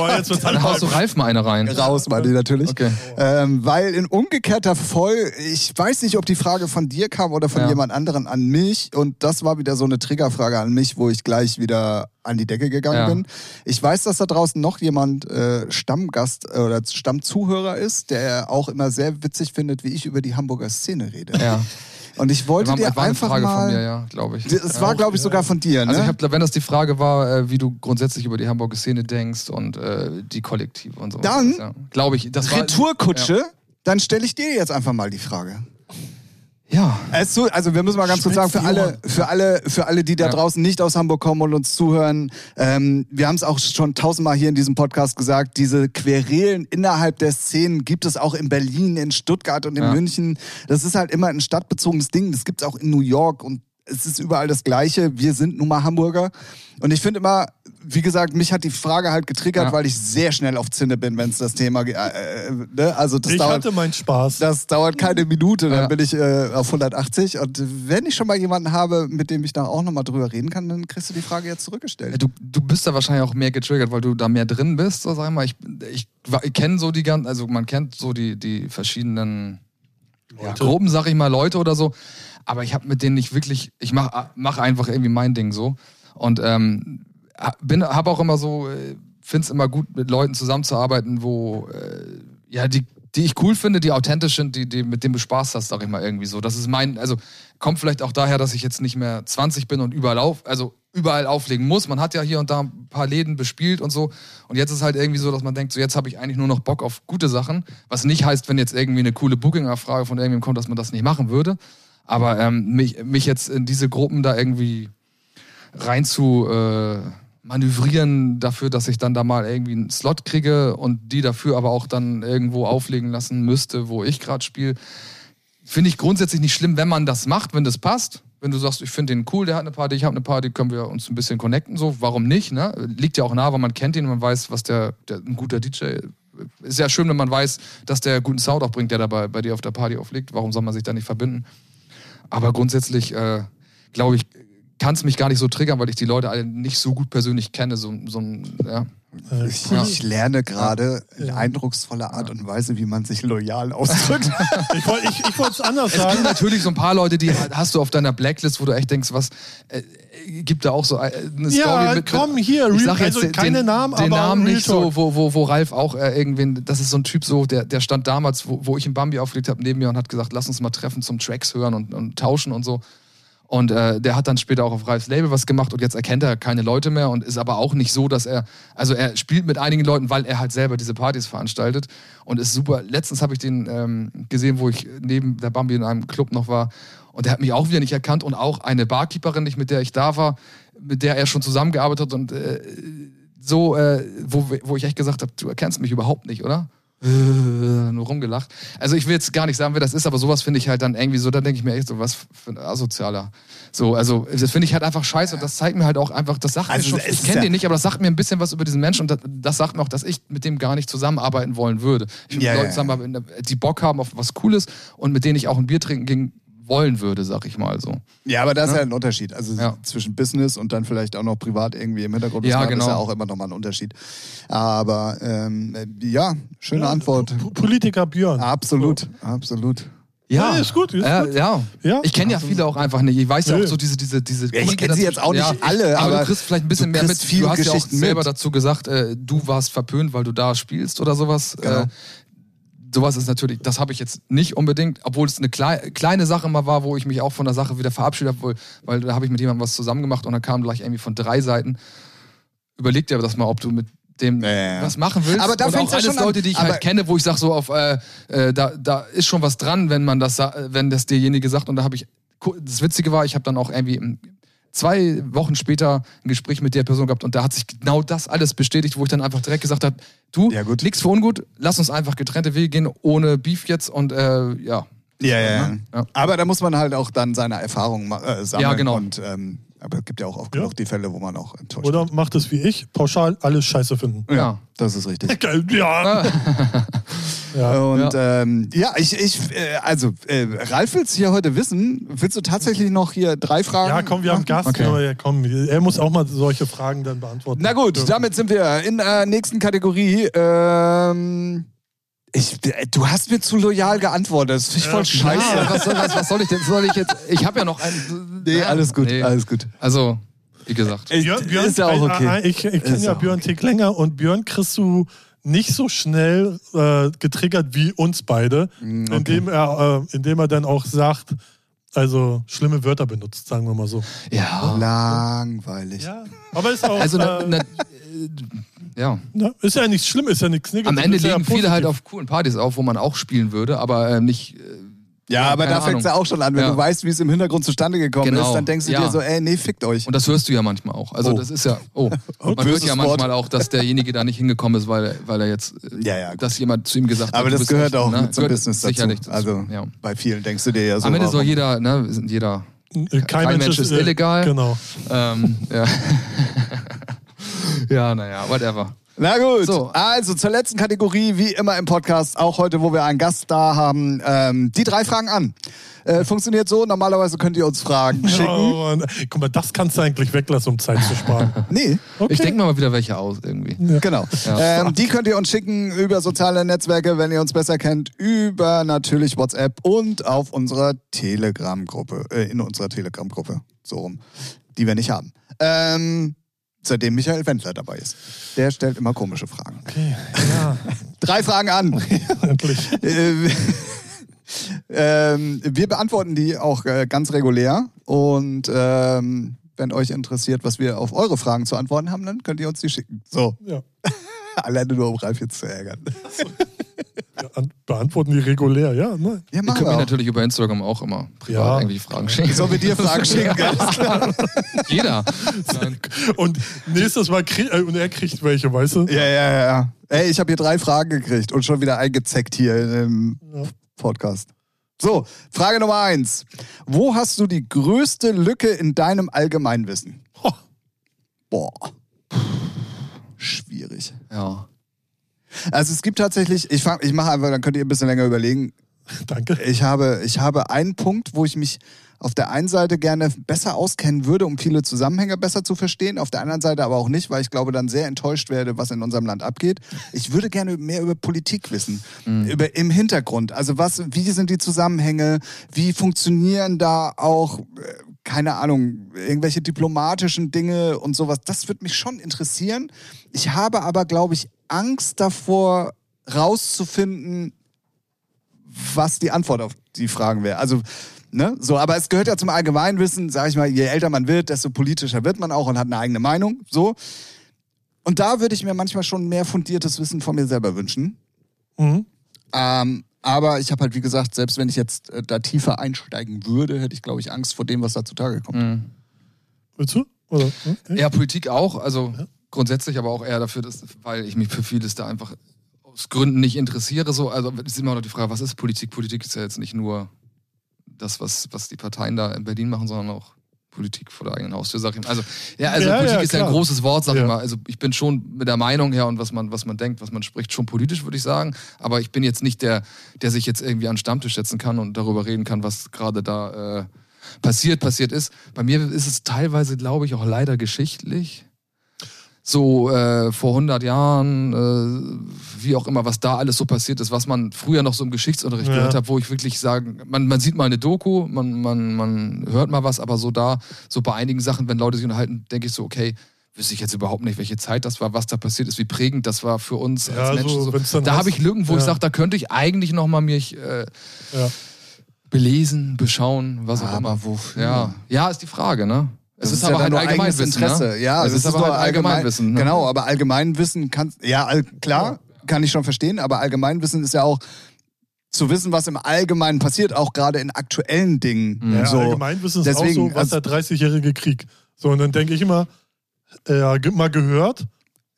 Oh, jetzt wird's
dann haust du
halt
Ralf mal eine rein.
Raus, meine ich natürlich.
Okay.
Ähm, weil in umgekehrter Folge, ich weiß nicht, ob die Frage von dir kam oder von
Ja.
jemand anderen an mich. Und das war wieder so eine Triggerfrage an mich, wo ich gleich wieder an die Decke gegangen
Ja.
bin. Ich weiß, dass da draußen noch jemand äh, Stammgast äh, oder Stammzuhörer ist, der auch immer sehr witzig findet, wie ich über die Hamburger Szene rede.
Ja.
Und ich wollte
war,
dir
war eine
einfach
Frage
mal.
von mir, ja, glaube ich.
Es war, glaube ich, sogar von dir. Ne?
Also ich hab, wenn das die Frage war, äh, wie du grundsätzlich über die Hamburger Szene denkst und äh, die Kollektive und so.
Dann-
ja. glaube ich, das war
Retourkutsche, dann stelle ich dir jetzt einfach mal die Frage.
Ja,
Es so, also wir müssen mal ganz kurz sagen,
Spitz
für
die
alle, für alle, für alle, die da
Ja.
draußen nicht aus Hamburg kommen und uns zuhören, ähm, wir haben es auch schon tausendmal hier in diesem Podcast gesagt, diese Querelen innerhalb der Szenen gibt es auch in Berlin, in Stuttgart und in
Ja.
München. Das ist halt immer ein stadtbezogenes Ding. Das gibt es auch in New York und es ist überall das Gleiche. Wir sind nun mal Hamburger. Und ich finde immer, wie gesagt, mich hat die Frage halt getriggert,
Ja.
weil ich sehr schnell auf Zinne bin, wenn es das Thema ge- äh, äh, ne? Also das
Ich
dauert
hatte meinen Spaß.
das dauert keine Minute, dann
Ja.
bin ich äh, auf 180. Und wenn ich schon mal jemanden habe, mit dem ich da auch nochmal drüber reden kann, dann kriegst du die Frage jetzt zurückgestellt.
äh, du, du bist da wahrscheinlich auch mehr getriggert, weil du da mehr drin bist, so sag ich mal. Ich, ich, wa- ich kenne so die ganzen, also man kennt so die, die verschiedenen ja,
Leute.
Gruppen, sag ich mal, Leute oder so. Aber ich habe mit denen nicht wirklich, ich mache mach einfach irgendwie mein Ding so. Und ähm, ha- bin, habe auch immer so, finde es immer gut, mit Leuten zusammenzuarbeiten, wo, äh, ja, die, die ich cool finde, die authentisch sind, die, die mit denen du Spaß hast, sag ich mal irgendwie so. Das ist mein, also kommt vielleicht auch daher, dass ich jetzt nicht mehr 20 bin und überall auf, also überall auflegen muss. Man hat ja hier und da ein paar Läden bespielt und so. Und jetzt ist halt irgendwie so, dass man denkt, so jetzt habe ich eigentlich nur noch Bock auf gute Sachen. Was nicht heißt, wenn jetzt irgendwie eine coole Booking-Anfrage von irgendjemandem kommt, dass man das nicht machen würde. Aber ähm, mich, mich jetzt in diese Gruppen da irgendwie rein zu äh, manövrieren dafür, dass ich dann da mal irgendwie einen Slot kriege und die dafür aber auch dann irgendwo auflegen lassen müsste, wo ich gerade spiele. Finde ich grundsätzlich nicht schlimm, wenn man das macht, wenn das passt. Wenn du sagst, ich finde den cool, der hat eine Party, ich habe eine Party, können wir uns ein bisschen connecten, so, warum nicht? Ne? Liegt ja auch nah, weil man kennt ihn, man weiß, was der, der ein guter DJ ist ja schön, wenn man weiß, dass der guten Sound auch bringt, der dabei bei dir auf der Party auflegt. Warum soll man sich da nicht verbinden? Aber grundsätzlich, äh, glaube ich, kann es mich gar nicht so triggern, weil ich die Leute alle nicht so gut persönlich kenne. So, so ein, ja.
Äh,
Ich, ich lerne gerade in eindrucksvoller Art und Weise, wie man sich <laughs> loyal ausdrückt.
<laughs> Ich wollte es ich, ich wollt's anders
Es gibt
sagen.
natürlich so ein paar Leute, die halt, hast du auf deiner Blacklist, wo du echt denkst, was äh, gibt da auch so äh, eine Story
Ja, halt,
mit.
komm hier,
ich
Real-
sag jetzt
also
den-
keine
den,
Namen,
den
aber
Namen
Real
nicht so,
Talk.
wo, wo, wo Ralf auch äh, irgendwen, das ist so ein Typ so, der, der stand damals, wo, wo ich im Bambi aufgelegt habe, neben mir und hat gesagt, lass uns mal treffen zum Tracks hören und, und tauschen und so. Und äh, der hat dann später auch auf Ralfs Label was gemacht und jetzt erkennt er keine Leute mehr und ist aber auch nicht so, dass er, also er spielt mit einigen Leuten, weil er halt selber diese Partys veranstaltet und ist super. Letztens habe ich den ähm, gesehen, wo ich neben der Bambi in einem Club noch war und der hat mich auch wieder nicht erkannt und auch eine Barkeeperin, nicht mit der ich da war, mit der er schon zusammengearbeitet hat und äh, so, äh, wo, wir- wo ich echt gesagt habe, du erkennst mich überhaupt nicht, oder? Äh, Nur rumgelacht. Also ich will jetzt gar nicht sagen, wer das ist, aber sowas finde ich halt dann irgendwie so, da denke ich mir echt so, was für ein asozialer. So, also das finde ich halt einfach scheiße und das zeigt mir halt auch einfach, das sagt
Also
mir
es
schon, ich
ist
kenne
ja-
den nicht, aber das sagt mir ein bisschen was über diesen Menschen und das, das sagt mir auch, dass ich mit dem gar nicht zusammenarbeiten wollen würde. Ich will
Ja,
mit
ja,
Leuten zusammenarbeiten, die Bock haben auf was Cooles und mit denen ich auch ein Bier trinken gehen wollen würde, sag ich mal so.
ja, aber da ist ja ein Unterschied. Also
Ja.
zwischen Business und dann vielleicht auch noch privat irgendwie im Hintergrund.
Ja,
Das ist ja
genau.
auch immer nochmal ein Unterschied. Aber ähm, ja, schöne Antwort.
P- Politiker Björn.
Absolut, absolut.
Ja, ist gut, ist
ja,
gut.
ja.
Ja. Also,
Ich kenne ja viele auch einfach nicht. Ich weiß ja
Nö.
auch so diese, diese, diese.
Ja, ich kenn sie jetzt auch nicht alle,
aber,
aber
du kriegst vielleicht ein bisschen
du
mehr mit.
kriegst viele
du hast ja auch
Geschichten mit.
selber dazu gesagt, äh, du warst verpönt, weil du da spielst oder sowas.
Genau.
Äh, sowas ist natürlich, das habe ich jetzt nicht unbedingt, obwohl es eine klei kleine Sache mal war, wo ich mich auch von der Sache wieder verabschiedet habe, weil da habe ich mit jemandem was zusammen gemacht und dann kam gleich irgendwie von drei Seiten. Überleg dir aber das mal, ob du mit dem
Ja, ja, ja.
was machen willst.
Aber da
und
fängt's
auch
ja
alles
schon an.
Leute, die ich
Aber-
halt kenne, wo ich sage so auf, äh, äh, da, da ist schon was dran, wenn man das, sa- äh, wenn das derjenige sagt. Und da habe ich, ku- das Witzige war, ich habe dann auch irgendwie im- zwei Wochen später ein Gespräch mit der Person gehabt und da hat sich genau das alles bestätigt, wo ich dann einfach direkt gesagt habe, du,
Ja, gut.
nix für ungut, lass uns einfach getrennte Wege gehen, ohne Beef jetzt und äh, ja.
Ja, ja, ja.
Ja.
Aber da muss man halt auch dann seine Erfahrungen ma- äh, sammeln.
Ja, genau.
Und, ähm, aber es gibt ja auch oft genug die Fälle, wo man auch enttäuscht
Oder macht es wie ich, pauschal alles scheiße finden.
wird.
Ja.
Ah. das ist richtig.
Geil, Ja. <laughs> Ja.
Und ja, ähm, ja ich, ich, äh, also, äh, Ralf will's hier heute wissen. Willst du tatsächlich noch hier drei Fragen?
Ja, komm, wir haben Gast.
Okay.
Aber ja, komm, er muss auch mal solche Fragen dann beantworten.
Na gut,
dürfen.
damit sind wir in der nächsten Kategorie. Ähm, ich, äh, du hast mir zu loyal geantwortet. Das finde ich
Äh,
voll scheiße.
Scheiße, äh, was soll, was, was soll ich denn? Soll ich jetzt. Ich habe ja noch einen.
Nee, alles gut,
Nee.
alles gut.
Also, wie gesagt.
Ist-
Björn, Björn, Äh,
ist ja auch okay.
Ich, ich kenne
Ist
ja
auch
Björn Tick länger und Björn kriegst du nicht so schnell äh, getriggert wie uns beide,
Mm,
indem, er, äh, indem er dann auch sagt, also schlimme Wörter benutzt, sagen wir mal so.
Ah.
Ja.
Langweilig.
Ja, aber ist auch,
Also, na,
äh,
na, äh, ja.
na, ist ja nichts schlimm, ist ja nichts Negatives.
Am Ende
ist ja
legen viele
positiv.
halt auf coolen Partys auf, wo man auch spielen würde, aber äh, nicht. äh,
Ja, aber
keine
da fängt's ja
Ahnung.
auch schon an. Wenn
Ja.
du weißt, wie es im Hintergrund zustande gekommen
Genau.
ist, dann denkst du
Ja.
dir so, ey, nee, fickt euch.
Und das hörst du ja manchmal auch. Also
Oh.
das ist ja,
<laughs>
oh,
Oh,
man hört
böses
ja
Wort.
manchmal auch, dass derjenige da nicht hingekommen ist, weil, er- weil er jetzt, äh,
Ja, ja, gut.
dass jemand zu ihm gesagt hat,
aber
du
das
bist
gehört
echt,
auch
ne?
mit zum
Gehört
Business dazu.
sicherlich dazu.
Also
ja.
bei vielen denkst du dir ja so.
Am Ende soll
warum?
jeder, ne, wir sind jeder,
Kein, Mensch, ist äh,
illegal.
Genau.
ähm,
<laughs>
ja. <laughs> ja, naja, whatever.
Na gut.
So.
Also zur letzten Kategorie, wie immer im Podcast, auch heute, wo wir einen Gast da haben, ähm, die drei Fragen an. Äh, funktioniert so, normalerweise könnt ihr uns
<laughs>
Fragen schicken.
Oh, und, guck mal, das kannst du eigentlich weglassen, um Zeit zu
<laughs>
sparen.
Nee.
Okay.
Ich denke mir mal wieder welche aus irgendwie.
Genau.
Ja.
Ähm, die könnt ihr uns schicken über soziale Netzwerke, wenn ihr uns besser kennt, über natürlich WhatsApp und auf unserer Telegram-Gruppe, äh, in unserer Telegram-Gruppe, so rum, die wir nicht haben. Ähm, seitdem Michael Wendler dabei ist. Der stellt immer komische Fragen.
Okay, ja,
Drei Fragen an.
<laughs>
<laughs>
endlich.
Äh, ähm, wir beantworten die auch äh, ganz regulär und ähm, wenn euch interessiert, was wir auf eure Fragen zu antworten haben, dann könnt ihr uns die schicken. So, <laughs>
Ja.
alleine nur um Ralf jetzt zu ärgern.
Ja, an- Beantworten die regulär, ja. Ne?
Ja,
Ihr
machen
könnt
wir
mir
auch.
natürlich über Instagram auch immer privat
Ja.
irgendwie Fragen schicken.
Sollen wir dir Fragen schicken? gell?
<laughs>
<laughs>
Jeder.
<laughs> Und nächstes Mal krieg, äh, und er kriegt welche, weißt du?
ja, ja, ja. Ey, ich habe hier drei Fragen gekriegt und schon wieder eingezeckt hier im Podcast. So, Frage Nummer eins. Wo hast du die größte Lücke in deinem Allgemeinwissen?
Ho,
Boah. Schwierig.
Ja.
Also es gibt tatsächlich, ich, fang- ich mache einfach, dann könnt ihr ein bisschen länger überlegen.
danke.
Ich habe, ich habe einen Punkt, wo ich mich auf der einen Seite gerne besser auskennen würde, um viele Zusammenhänge besser zu verstehen, auf der anderen Seite aber auch nicht, weil ich glaube, dann sehr enttäuscht werde, was in unserem Land abgeht. Ich würde gerne mehr über Politik wissen, über im Hintergrund. Also was, wie sind die Zusammenhänge, wie funktionieren da auch, äh, keine Ahnung, irgendwelche diplomatischen Dinge und sowas. Das würde mich schon interessieren. Ich habe aber, glaube ich, Angst davor, rauszufinden, was die Antwort auf die Fragen wäre. Also, ne, so, aber es gehört ja zum Allgemeinwissen, sag ich mal, je älter man wird, desto politischer wird man auch und hat eine eigene Meinung, so. Und da würde ich mir manchmal schon mehr fundiertes Wissen von mir selber wünschen.
Mhm.
Ähm, aber ich habe halt, wie gesagt, selbst wenn ich jetzt äh, da tiefer einsteigen würde, hätte ich, glaube ich, Angst vor dem, was da zutage kommt.
Mhm.
Willst du? Oder? Hm?
Ja, Politik auch, also grundsätzlich, aber auch eher dafür, dass, weil ich mich für vieles da einfach aus Gründen nicht interessiere. So, also es ist immer noch die Frage, was ist Politik? Politik ist ja jetzt nicht nur das, was, was die Parteien da in Berlin machen, sondern auch Politik vor der eigenen Haustür, sag ich mal. Also, ja, also
Ja,
Politik
ja,
ist ja ein
klar.
großes Wort, sag
Ja.
ich mal. Also ich bin schon mit der Meinung her und was man, was man denkt, was man spricht, schon politisch, würde ich sagen. Aber ich bin jetzt nicht der, der sich jetzt irgendwie an den Stammtisch setzen kann und darüber reden kann, was gerade da äh, passiert, passiert ist. Bei mir ist es teilweise, glaube ich, auch leider geschichtlich. So äh, vor 100 Jahren, äh, wie auch immer, was da alles so passiert ist, was man früher noch so im Geschichtsunterricht
Ja.
gehört hat, wo ich wirklich sagen, man, man sieht mal eine Doku, man, man, man hört mal was, aber so da, so bei einigen Sachen, wenn Leute sich unterhalten, denke ich so, okay, wüsste ich jetzt überhaupt nicht, welche Zeit das war, was da passiert ist, wie prägend das war für uns
Ja,
als Menschen.
so,
So,
wenn's dann
da
heißt-
habe ich Lücken, wo ich
Ja.
sage, da könnte ich eigentlich nochmal mich äh,
Ja.
belesen, beschauen, was auch
Aber
immer.
wofür?
Ja. ja, ist die Frage, ne? Es
Das
ist, aber
dann
halt
nur eigenes
Allgemeinwissen.
Interesse.
Ne?
Also
Ja,
es ist, aber
nur
halt Allgemeinwissen. Ne?
Genau, aber Allgemeinwissen kann, ja, all, klar, kann ich schon verstehen, aber Allgemeinwissen ist ja auch zu wissen, was im Allgemeinen passiert, auch gerade in aktuellen Dingen.
Mhm. Ja,
so.
Allgemeinwissen ist auch
deswegen,
so, was
also-
der 30-jährige Krieg. So, und dann denke ich immer, äh, ge- mal gehört.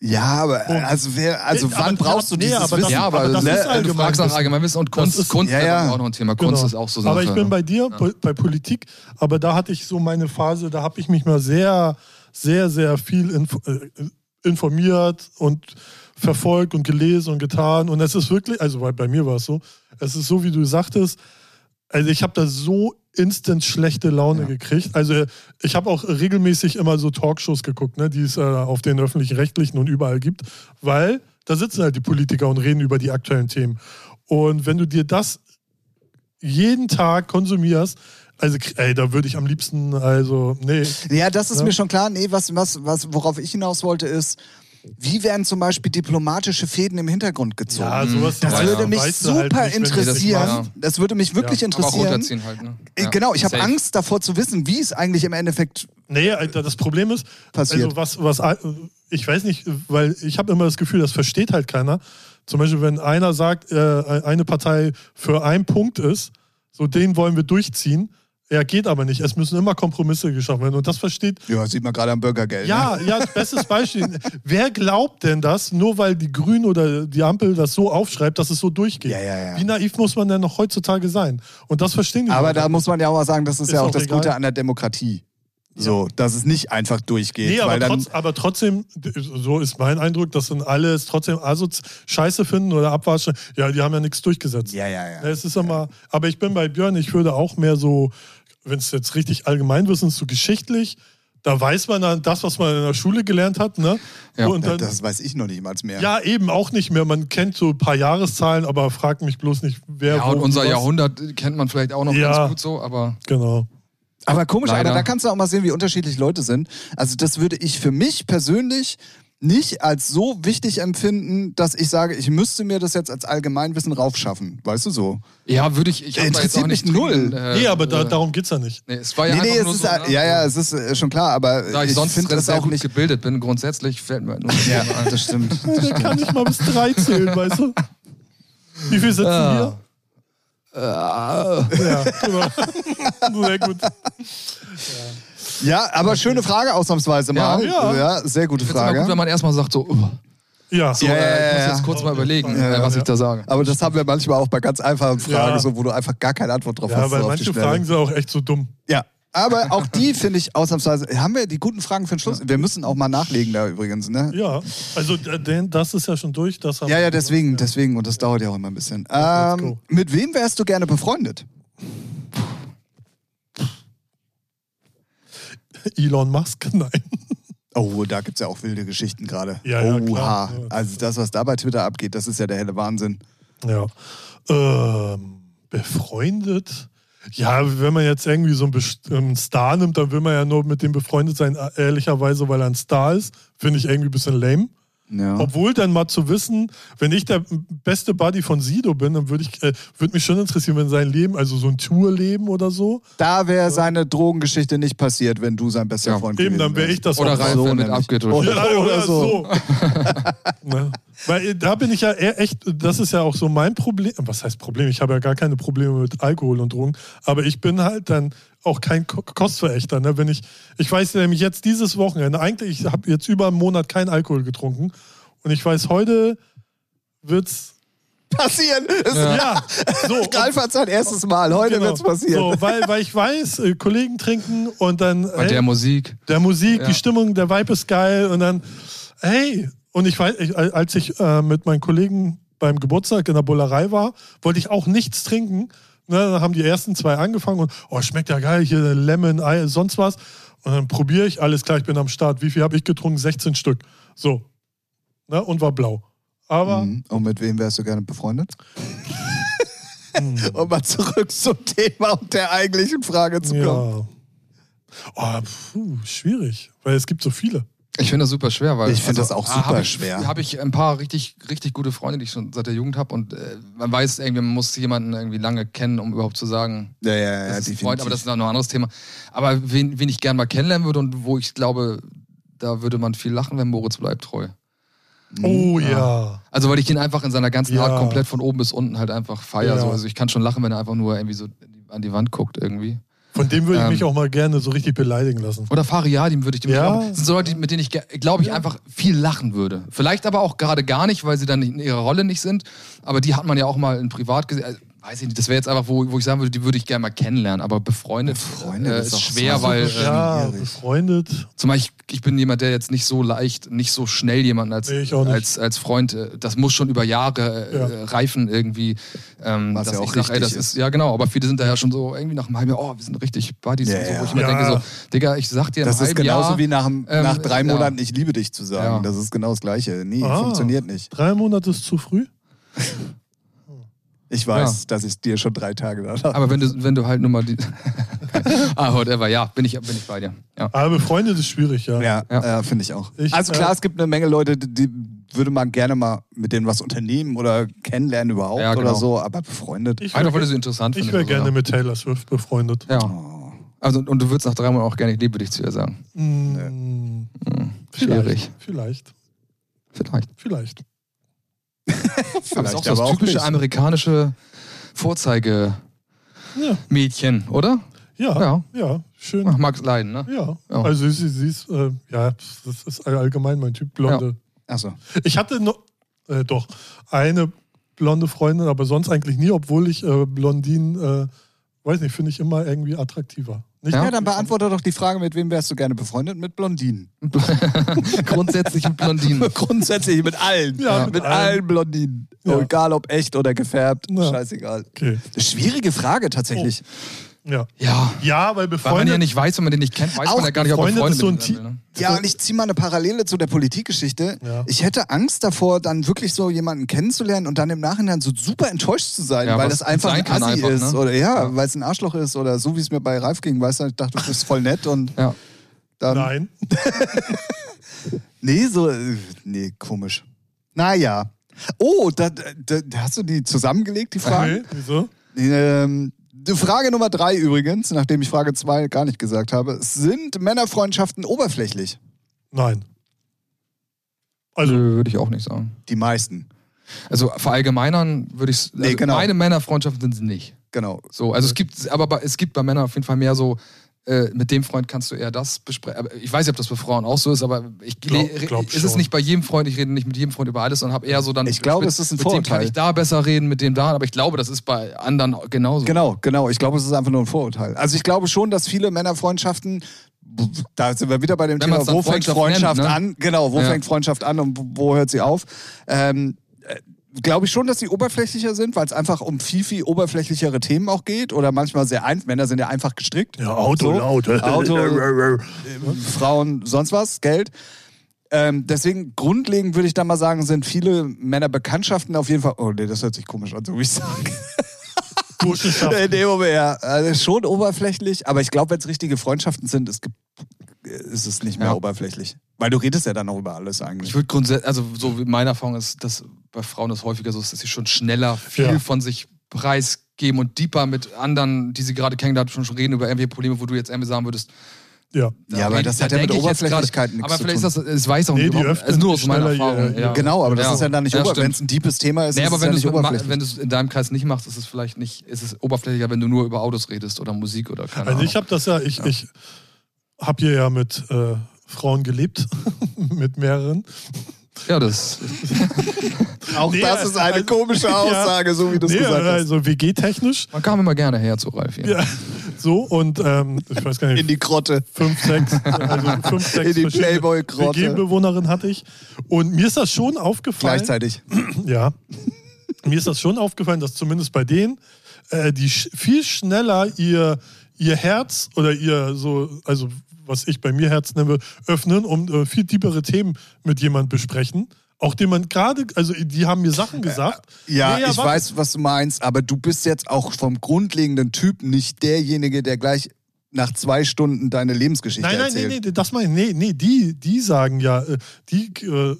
Ja, aber also, wer, also
Oh. Nee,
wann
aber-
brauchst du
nee,
dieses
aber das-
Wissen?
Ja, aber,
aber das
ne,
ist halt-
du fragst
Allgemeinwissen.
nach Allgemeinwissen und
Das
Kunst,
ist-
Kunst
Ja,
wäre
ja.
auch noch ein Thema. Kunst
Genau.
ist auch so eine
Aber ich
Sache,
bin
ne?
bei dir, po- bei Politik, aber da hatte ich so meine Phase, da habe ich mich mal sehr, sehr, sehr viel inf- äh, informiert und verfolgt und gelesen und getan. Und es ist wirklich, also bei, bei mir war es so, es ist so, wie du sagtest, also ich habe da so instant schlechte Laune
Ja.
gekriegt. Also ich habe auch regelmäßig immer so Talkshows geguckt, ne, die es äh, auf den öffentlich-rechtlichen und überall gibt, weil da sitzen halt die Politiker und reden über die aktuellen Themen. Und wenn du dir das jeden Tag konsumierst, also krie- ey, da würde ich am liebsten, also nee,
Ja, das ist
Ja.
mir schon klar. Nee, was, was, was, worauf ich hinaus wollte, ist, wie werden zum Beispiel diplomatische Fäden im Hintergrund gezogen?
ja, sowas
mm, das
weiß-
würde
ja,
mich
weißt du
super
halt nicht, wenn du das
interessieren.
machst.
Das, würde mich wirklich
Ja,
Aber auch
interessieren.
runterziehen halt. Ne?
Äh,
Ja.
Genau, ich habe
Safe.
Angst davor zu wissen, wie es eigentlich im Endeffekt.
Nee, Alter, das Problem ist,
Passiert.
also was, was, äh, ich weiß nicht, weil ich habe immer das Gefühl, das versteht halt keiner. Zum Beispiel, wenn einer sagt, äh, eine Partei für einen Punkt ist, so den wollen wir durchziehen, ja, geht aber nicht. Es müssen immer Kompromisse geschaffen werden. Und das versteht
Ja, sieht man gerade am Bürgergeld. ne?
ja, ja, bestes Beispiel. Wer glaubt denn das, nur weil die Grünen oder die Ampel das so aufschreibt, dass es so durchgeht?
Ja, ja, ja.
Wie naiv muss man denn noch heutzutage sein? Und das verstehen die
Aber
Leute
da muss man ja auch mal sagen, das ist,
Ist
ja auch
auch
das
egal.
Gute an der Demokratie. So, dass es nicht einfach durchgeht.
Nee, aber,
weil dann,
trotz, aber trotzdem, so ist mein Eindruck, dass dann alle es trotzdem asoz scheiße finden oder abwaschen. Ja, die haben ja nichts durchgesetzt.
ja, ja, ja.
Es ist immer, aber ich bin bei Björn, ich würde auch mehr so, wenn es jetzt richtig allgemeinwissen ist, so geschichtlich, da weiß man dann das, was man in der Schule gelernt hat. Ne?
Ja,
und
Ja,
dann,
das weiß ich noch nicht mal mehr.
ja, eben auch nicht mehr. Man kennt so ein paar Jahreszahlen, aber fragt mich bloß nicht, wer.
Ja, und
wo,
unser
was.
Jahrhundert kennt man vielleicht auch noch
Ja.
ganz gut so, aber
Genau.
Aber komisch,
Leider.
aber da kannst du auch mal sehen, wie unterschiedlich Leute sind. Also das würde ich für mich persönlich nicht als so wichtig empfinden, dass ich sage, ich müsste mir das jetzt als Allgemeinwissen raufschaffen. Weißt du so?
ja, würde ich. ich hab da jetzt
Interessiert
auch nicht
mich null.
drin, äh,
nee, aber da,
äh,
darum geht es ja nicht.
Nee, es war ja
nee, nee,
einfach
es
nur
ist,
so,
äh,
ne?
ja, ja, es ist äh, schon klar, aber
Da ich,
ich,
sonst
finde das
sehr
auch
gut
nicht.
gebildet bin, grundsätzlich fällt mir nur.
Ja, das
<laughs>
stimmt.
Der kann nicht mal bis drei zählen, weißt du? Wie viel sitzen
Ah.
hier? Ja, genau. <laughs> Sehr gut.
Ja, aber schöne Frage ausnahmsweise mal.
Ja,
ja sehr gute
Ich finde es
Frage.
immer gut, wenn man erstmal sagt, so, uh,
Ja.
so
Ja, ja,
äh, ich
ja, ja.
muss jetzt kurz mal
Auf
überlegen,
jeden Fall.
äh, was
Ja,
ich da sage.
aber das haben wir manchmal auch bei ganz einfachen Fragen,
Ja.
so, wo du einfach gar keine Antwort drauf hast.
Ja, weil
so auf die
manche
Schnelle.
Fragen sind auch echt so dumm.
Ja. Aber auch die finde ich ausnahmsweise. Haben wir die guten Fragen für den Schluss? Wir müssen auch mal nachlegen da übrigens, ne?
Ja, also äh, den, das ist ja schon durch. Das haben
Ja, ja, deswegen, deswegen. Und das dauert ja auch immer ein bisschen.
let's
Ähm,
go.
mit wem wärst du gerne befreundet?
Elon Musk, <laughs> nein.
Oh, da gibt es ja auch wilde Geschichten gerade.
Ja, ja,
Oha.
klar. Ja.
Also das, was da bei Twitter abgeht, das ist ja der helle Wahnsinn.
Ja. Ähm, befreundet? Ja, wenn man jetzt irgendwie so einen Best- ähm, Star nimmt, dann will man ja nur mit dem befreundet sein, äh, ehrlicherweise, weil er ein Star ist. Finde ich irgendwie ein bisschen lame.
Ja.
Obwohl dann mal zu wissen, wenn ich der beste Buddy von Sido bin, dann würde ich, äh, würde mich schon interessieren, wenn sein Leben, also so ein Tourleben oder so,
Da wäre seine Drogengeschichte nicht passiert, wenn du sein bester
Ja.
Freund
eben,
gewesen
dann wäre ich das
Oder
auch.
Ralf,
So
wenn mit
nämlich.
abgeht. Oder
Oder-
Ja, oder
so. <laughs>
so. ne? Weil äh, da bin ich ja eher echt, das ist ja auch so mein Problem. Was heißt Problem? Ich habe ja gar keine Probleme mit Alkohol und Drogen, aber ich bin halt dann auch kein Ko- Kostverächter. Ne? Wenn ich, ich weiß nämlich jetzt dieses Wochenende, eigentlich, ich habe jetzt über einen Monat keinen Alkohol getrunken und ich weiß, heute wird's.
Passieren! Das
Ja,
ja. <laughs>
so.
Ralf hat sein erstes Mal. Heute
Genau.
wird's passieren.
So, weil, weil ich weiß, äh, Kollegen trinken und dann.
Bei
ey,
der Musik.
der Musik,
Ja.
die Stimmung, der Vibe ist geil und dann, hey, und ich weiß, ich, als ich äh, mit meinen Kollegen beim Geburtstag in der Bullerei war, wollte ich auch nichts trinken. Ne, dann haben die ersten zwei angefangen und, oh, schmeckt ja geil, hier Lemon, Ei, sonst was. Und dann probiere ich, alles klar, ich bin am Start. Wie viel habe ich getrunken? 16 Stück. So. Ne, und war blau. Aber
Mhm. Und mit wem wärst du gerne befreundet?
hm,
<laughs>
um mal zurück zum Thema und der eigentlichen Frage zu
ja.
kommen.
Oh, puh, schwierig, weil es gibt so viele.
Ich finde das super schwer, weil
Ich find das auch
ah, hab
super
ich,
schwer.
Habe ich ein paar richtig, richtig gute Freunde, die ich schon seit der Jugend habe und äh, man weiß irgendwie, man muss jemanden irgendwie lange kennen, um überhaupt zu sagen,
Ja, ja, ja,
das ist ein
definitiv.
Freund, aber das ist dann noch ein anderes Thema. Aber wen, wen ich gern mal kennenlernen würde und wo ich glaube, da würde man viel lachen, wenn Moritz bleibt treu. Mhm.
Oh ja.
Also weil ich ihn einfach in seiner ganzen
Ja.
Art komplett von oben bis unten halt einfach feier.
Ja.
So. Also ich kann schon lachen, wenn er einfach nur irgendwie so an die Wand guckt irgendwie.
Von dem würde ich
Ähm.
mich auch mal gerne so richtig beleidigen lassen.
Oder Fariadim würde ich dem
Ja.
auch- Das sind so Leute, mit denen ich, glaube ich, einfach viel lachen würde. Vielleicht aber auch gerade gar nicht, weil sie dann in ihrer Rolle nicht sind. Aber die hat man ja auch mal in privat gesehen. Also, weiß ich nicht, das wäre jetzt einfach, wo, wo ich sagen würde, die würde ich gerne mal kennenlernen, aber befreundet,
Oh,
Befreundet
äh,
ist
ist,
doch
schwer,
so
weil
schwierig.
äh,
Ja,
schwierig.
befreundet.
zum Beispiel, ich, ich bin jemand, der jetzt nicht so leicht, nicht so schnell jemanden als,
Nee, ich auch nicht.
als, als Freund, äh, das muss schon über Jahre äh,
Ja.
äh, reifen irgendwie. Ähm,
Was
dass
ja auch
ich sag, ey,
richtig
das
ist.
ist. Ja, genau, aber viele sind da ja schon so irgendwie nach einem halben Jahr, oh, wir sind richtig Buddies
Ja,
und so,
ja.
wo ich immer
Ja.
denke so, Digga, ich sag dir,
Das
im
ist
halben
genauso
Jahr,
wie nach, dem-
ähm,
nach drei
ja.
Monaten, ich liebe dich zu sagen.
Ja.
Das ist genau das Gleiche. Nee,
Ah.
funktioniert nicht.
Drei Monate ist zu früh.
Ich weiß, dass ich dir schon drei Tage danach.
Aber wenn du, wenn du halt nur mal die. <laughs> ah, whatever, ja, bin ich, bin ich bei dir. Ja.
Aber Ah, befreundet ist schwierig, ja.
Ja,
Ja.
Äh, finde ich auch.
Ich,
also klar,
äh,
es gibt eine Menge Leute, die, die würde man gerne mal mit denen was unternehmen oder kennenlernen überhaupt
Ja,
oder
genau.
so, aber befreundet.
Ich
Einfach weil du
wäre
sie interessant findest.
wär
oder?
gerne mit Taylor Swift befreundet.
Ja.
Oh.
Also, und du würdest nach drei Monaten auch gerne, ich liebe dich zu ihr sagen.
Hm, vielleicht,
Schwierig.
Vielleicht,
Vielleicht.
vielleicht.
Aber ist auch
Vielleicht
so
aber
das
auch
typische
nicht.
amerikanische Vorzeigemädchen,
Ja,
oder?
ja, ja.
Ja.
schön.
Ach, Max Leiden, ne?
Ja,
Ja.
also sie, sie ist, äh, ja, das ist all- allgemein mein Typ, Blonde.
Achso.
Ich hatte noch, äh, doch, eine blonde Freundin, aber sonst eigentlich nie, obwohl ich äh, Blondinen, äh, weiß nicht, finde ich immer irgendwie attraktiver. Nicht?
Ja?
Ja?
dann beantworte doch die Frage, mit wem wärst du gerne befreundet? Mit Blondinen.
Grundsätzlich mit Blondinen.
<laughs> Grundsätzlich mit allen.
Ja,
mit
mit
allen Blondinen.
Ja.
Egal ob echt oder gefärbt.
Ja.
Scheißegal.
Okay,
Eine schwierige Frage tatsächlich.
ja.
Ja.
Ja, weil
Weil man ja
befreundet,
nicht weiß, wenn man den nicht kennt, weiß
Auch
man ja gar nicht, ob man
Freunde
Freunde
ist so ein
mit ihm sein will, ne?
Ja, und ich ziehe mal eine Parallele zu der Politikgeschichte.
Ja.
Ich hätte Angst davor, dann wirklich so jemanden kennenzulernen und dann im Nachhinein so super enttäuscht zu sein,
Ja,
weil
was
das einfach
sein
ein
kann
Assi
einfach,
ist.
ne?
Oder ja,
Ja.
weil es ein Arschloch ist. Oder so wie es mir bei Ralf ging, weißt du, ich dachte, du bist voll nett und
ne? Ja.
dann.
nein.
Nee, so. äh, Nee, komisch. Naja. Oh, da, da, da hast du die zusammengelegt, die Fragen?
Nee, wieso?
Mhm.
Ähm, die Frage Nummer drei übrigens, nachdem ich Frage zwei gar nicht gesagt habe. Sind Männerfreundschaften oberflächlich?
Nein.
Nö,
Also,
Würde ich auch nicht sagen.
Die meisten.
Also verallgemeinern würde ich es. Also
Nee, genau.
Meine Männerfreundschaften sind es nicht.
Genau.
So, also es gibt, aber bei- es gibt bei Männern auf jeden Fall mehr so, äh, mit dem Freund kannst du eher das besprechen. Aber Ich weiß nicht, ob das bei Frauen auch so ist, aber ich
Glaub-
le- re-
glaub
ist es
schon.
nicht bei jedem Freund, ich rede nicht mit jedem Freund über alles und habe eher so dann.
Ich glaube,
mit,
es ist ein
Mit dem
Vorurteil.
kann ich da besser reden, mit dem da, aber ich glaube, das ist bei anderen genauso.
Genau, genau. Ich glaube, es ist einfach nur ein Vorurteil. Also ich glaube schon, dass viele Männerfreundschaften, da sind wir wieder bei dem
Wenn
Thema,
man's dann
wo fängt
Freundschaft
Freundschaft
nennt, ne?
an? Genau, wo
Ja.
fängt Freundschaft an und wo hört sie auf? Ähm, äh, glaube ich schon, dass sie oberflächlicher sind, weil es einfach um viel, viel oberflächlichere Themen auch geht oder manchmal sehr einfach, Männer sind ja einfach gestrickt.
ja, Auto
So.
laut. <laughs>
Auto, Frauen, sonst was, Geld. Ähm, deswegen grundlegend würde ich da mal sagen, sind viele Männerbekanntschaften auf jeden Fall. Oh nee, das hört sich komisch an, so wie ich sage.
Burschenschaft.
In dem Moment, ja. Also schon oberflächlich, aber ich glaube, wenn es richtige Freundschaften sind, es gibt, ist es nicht mehr
Ja.
oberflächlich. Weil du redest ja dann auch über alles eigentlich.
Ich würde grundsätzlich, also so wie meine Erfahrung ist, dass bei Frauen das häufiger so ist, dass sie schon schneller viel
Ja.
von sich preisgeben und deeper mit anderen, die sie gerade kennengelernt haben, schon schon reden über irgendwelche Probleme, wo du jetzt irgendwie sagen würdest,
Ja.
Ja, aber das hat ja mit
denke ich jetzt
Oberflächlichkeit
gerade-
nichts
Aber
zu
vielleicht ist
tun.
das, es weiß auch
Nee,
nicht,
die
überhaupt-
öffnen
also nur aus
sich
meiner
schneller
Erfahrung.
ihre-
ja.
Genau, aber das ist ja dann nicht ober-
stimmt.
Wenn es ein deepes Thema ist,
Nee,
ist
aber
es
wenn
ja
du
nicht
es mit- ma-
oberflächlich.
wenn du es in deinem Kreis nicht machst, ist es vielleicht nicht, ist es oberflächlicher, wenn du nur über Autos redest oder Musik oder keine
Also
Ahnung.
ich habe das ja, ich, ich habe hier ja mit äh, Frauen gelebt, <laughs> mit mehreren.
ja, das,
auch
Nee,
das ist eine
also-
komische Aussage, so wie du es
Nee,
gesagt hast.
also WG-technisch.
man kam immer gerne her zu Ralf hier.
Ja, so und ähm, ich weiß gar
In
nicht,
die Grotte.
fünf, sechs, also fünf, sechs
In die
verschiedene
Playboy-Grotte.
WG-Bewohnerin hatte ich. Und mir ist das schon aufgefallen.
Gleichzeitig.
Ja. Mir ist das schon aufgefallen, dass zumindest bei denen, äh, die sch viel schneller ihr, ihr Herz oder ihr so, also was ich bei mir Herz nenne, öffnen und äh, viel tiefere Themen mit jemand besprechen. Auch den man gerade, also die haben mir Sachen gesagt.
Äh, Ja,
Nee,
ich
warte.
weiß, was du meinst, aber du bist jetzt auch vom grundlegenden Typ nicht derjenige, der gleich nach zwei Stunden deine Lebensgeschichte
Nein, nein,
erzählt.
nee, nee, das meine ich. Nee, nee, die, die sagen ja, äh, die, äh,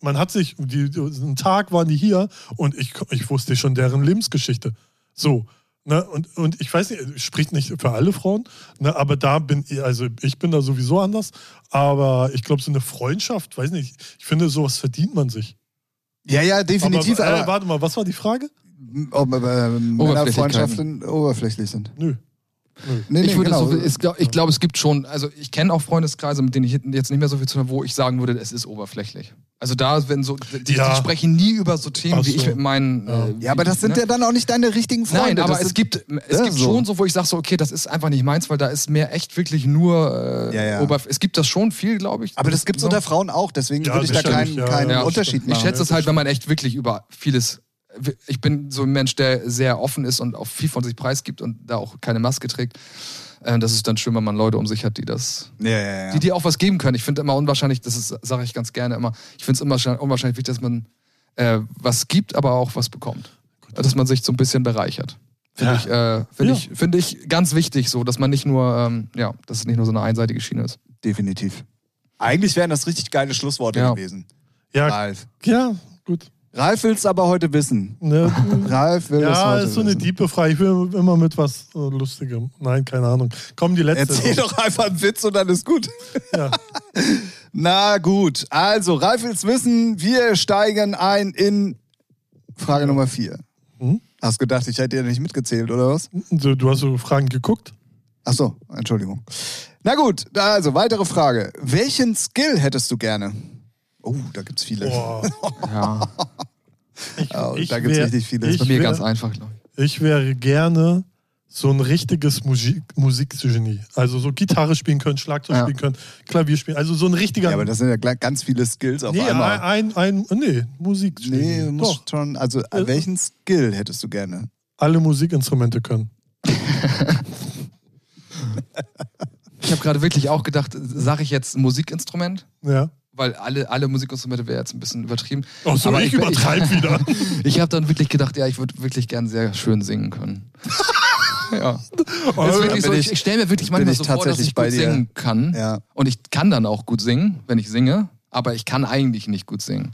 man hat sich, die, die- einen Tag waren die hier und ich, ich wusste schon deren Lebensgeschichte. So. Ne, und, und ich weiß nicht, äh, spricht nicht für alle Frauen, ne, aber da bin ich, also ich bin da sowieso anders, aber ich glaube, so eine Freundschaft, weiß nicht, ich finde, sowas verdient man sich.
Ja, ja, definitiv.
aber, äh,
Aber,
warte mal, was war die Frage?
ob äh, Männerfreundschaften oberflächlich sind.
Nö.
Nee, nee,
ich würde
genau.
so, es, glaub- ich glaube, es gibt schon, also ich kenne auch Freundeskreise, mit denen ich jetzt nicht mehr so viel zu tun habe, wo ich sagen würde, es ist oberflächlich. Also da, wenn so, die,
Ja.
die sprechen nie über so Themen,
Ach
wie ich
so.
mit meinen.
Ja.
äh,
ja, aber das sind
ne?
ja dann auch nicht deine richtigen Freunde.
Nein, aber
das
es
sind-
gibt, es
Ja,
gibt
so.
schon so, wo ich sage, so, okay, das ist einfach nicht meins, weil da ist mehr echt wirklich nur äh,
Ja, ja.
Oberf Es gibt das schon viel, glaube ich.
aber das gibt es
So.
unter Frauen auch, deswegen
Ja,
würde ich da
sicherlich,
keinen,
ja,
keinen
ja,
Unterschied
stimmt.
Ich
machen. ne?
schätze es halt, wenn man echt wirklich über vieles. Ich bin so ein Mensch, der sehr offen ist und auch viel von sich preisgibt und da auch keine Maske trägt. Äh, Das ist dann schön, wenn man Leute um sich hat, die das,
Ja, ja, ja.
die dir auch was geben können. Ich finde immer unwahrscheinlich, das ist- sage ich ganz gerne immer, ich finde es immer scha- unwahrscheinlich wichtig, dass man äh, was gibt, aber auch was bekommt. Dass man sich so ein bisschen bereichert. Finde
Ja.
ich, äh, find
Ja.
ich, find ich ganz wichtig, so, dass man nicht nur, ähm, ja, dass es nicht nur so eine einseitige Schiene ist.
Definitiv. Eigentlich wären das richtig geile Schlussworte
Ja.
gewesen.
Ja,
Ralf.
ja, gut.
Ralf will es aber heute wissen.
Ne?
Ralf will es
Ja,
heute
ist so eine
wissen.
diepe Frage. Ich will immer mit was äh, Lustigem. Nein, keine Ahnung. Komm, die letzte.
Erzähl doch einfach einen Witz und dann ist gut.
Ja.
Na gut, also Ralf will's wissen. Wir steigen ein in Frage Nummer 4.
Hm?
Hast gedacht, ich hätte dir nicht mitgezählt, oder was?
So, du hast so Fragen
<laughs>
geguckt?
Ach so, Entschuldigung. Na gut, also weitere Frage. Welchen Skill hättest du gerne? Oh, da gibt's viele.
Boah.
Ja,
Ich,
Oh, da gibt's richtig viele.
ist bei
Ich
mir
wär,
ganz einfach, glaube ich.
ich wäre gerne so ein richtiges Musik, Musikgenie. Also so Gitarre spielen können, Schlagzeug
Ja.
spielen können, Klavier spielen. Also so ein richtiger.
Ja, aber das sind ja gleich ganz viele Skills auf
nee,
einmal.
ein, ein, ein, nee, Musikgenie.
Nee, du
Doch,
musst schon. Also,
Äh,
welchen Skill hättest du gerne?
alle Musikinstrumente können.
Ich habe gerade wirklich auch gedacht, sage ich jetzt ein Musikinstrument?
Ja.
Weil alle, alle Musikinstrumente wäre jetzt ein bisschen übertrieben.
Oh, so,
Aber
ich,
ich-
<laughs>
übertreibe wieder.
<laughs> Ich habe dann wirklich gedacht, ja, ich würde wirklich gern sehr schön
<laughs>
singen können. ja. Das ist wirklich
Äh, bin
so, ich,
ich-
ich stelle mir wirklich
bin
manchmal
ich
so vor, dass
tatsächlich
ich
bei
gut
dir.
singen kann.
Ja.
Und ich kann dann auch gut singen, wenn ich singe, aber ich kann eigentlich nicht gut singen.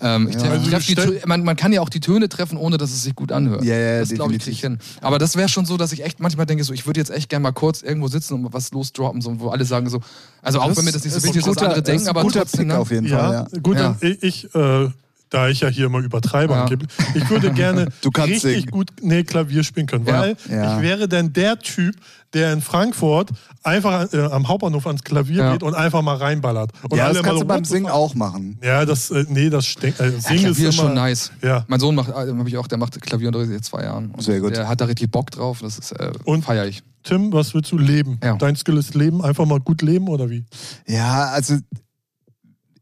Ähm, ich
Ja.
treff,
Also
treff die,
du stell-
Tö- man, man kann ja auch die Töne treffen, ohne dass es sich gut anhört.
Ja, ja,
das glaube ich, krieg ich hin. Aber das wäre schon so, dass ich echt manchmal denke, so, ich würde jetzt echt gerne mal kurz irgendwo sitzen und was losdroppen, so, wo alle sagen so, also auch wenn mir das nicht so
ein
wichtig ist, was
guter-
andere
das ist
denken,
ein
aber
guter
trotzdem,
Pick
ne?
auf jeden Fall.
Ja,
Ja.
gut,
Ja.
dann ich, ich, äh, da ich ja hier immer übertreibe
Ja.
angeblich, ich würde
<laughs>
gerne
Du kannst
richtig
singen.
gut nee, Klavier spielen können,
Ja.
weil
Ja.
ich wäre dann der Typ, der in Frankfurt einfach äh, am Hauptbahnhof ans Klavier
Ja.
geht und einfach mal reinballert. Und
ja, das kannst
so,
du beim
what the
Singen
fuck?
auch machen.
Ja, das, äh, nee, das stinkt. Äh, Singen
Klavier
ist
ist,
immer,
schon nice.
Ja.
Mein Sohn macht, habe ich auch, der macht Klavierunterricht seit zwei Jahren. Und
Sehr gut.
Der hat da richtig Bock drauf. Das ist, äh,
Und-
feier ich.
Tim, was willst du leben?
Ja.
Dein Skill ist leben, einfach mal gut leben oder wie?
Ja, also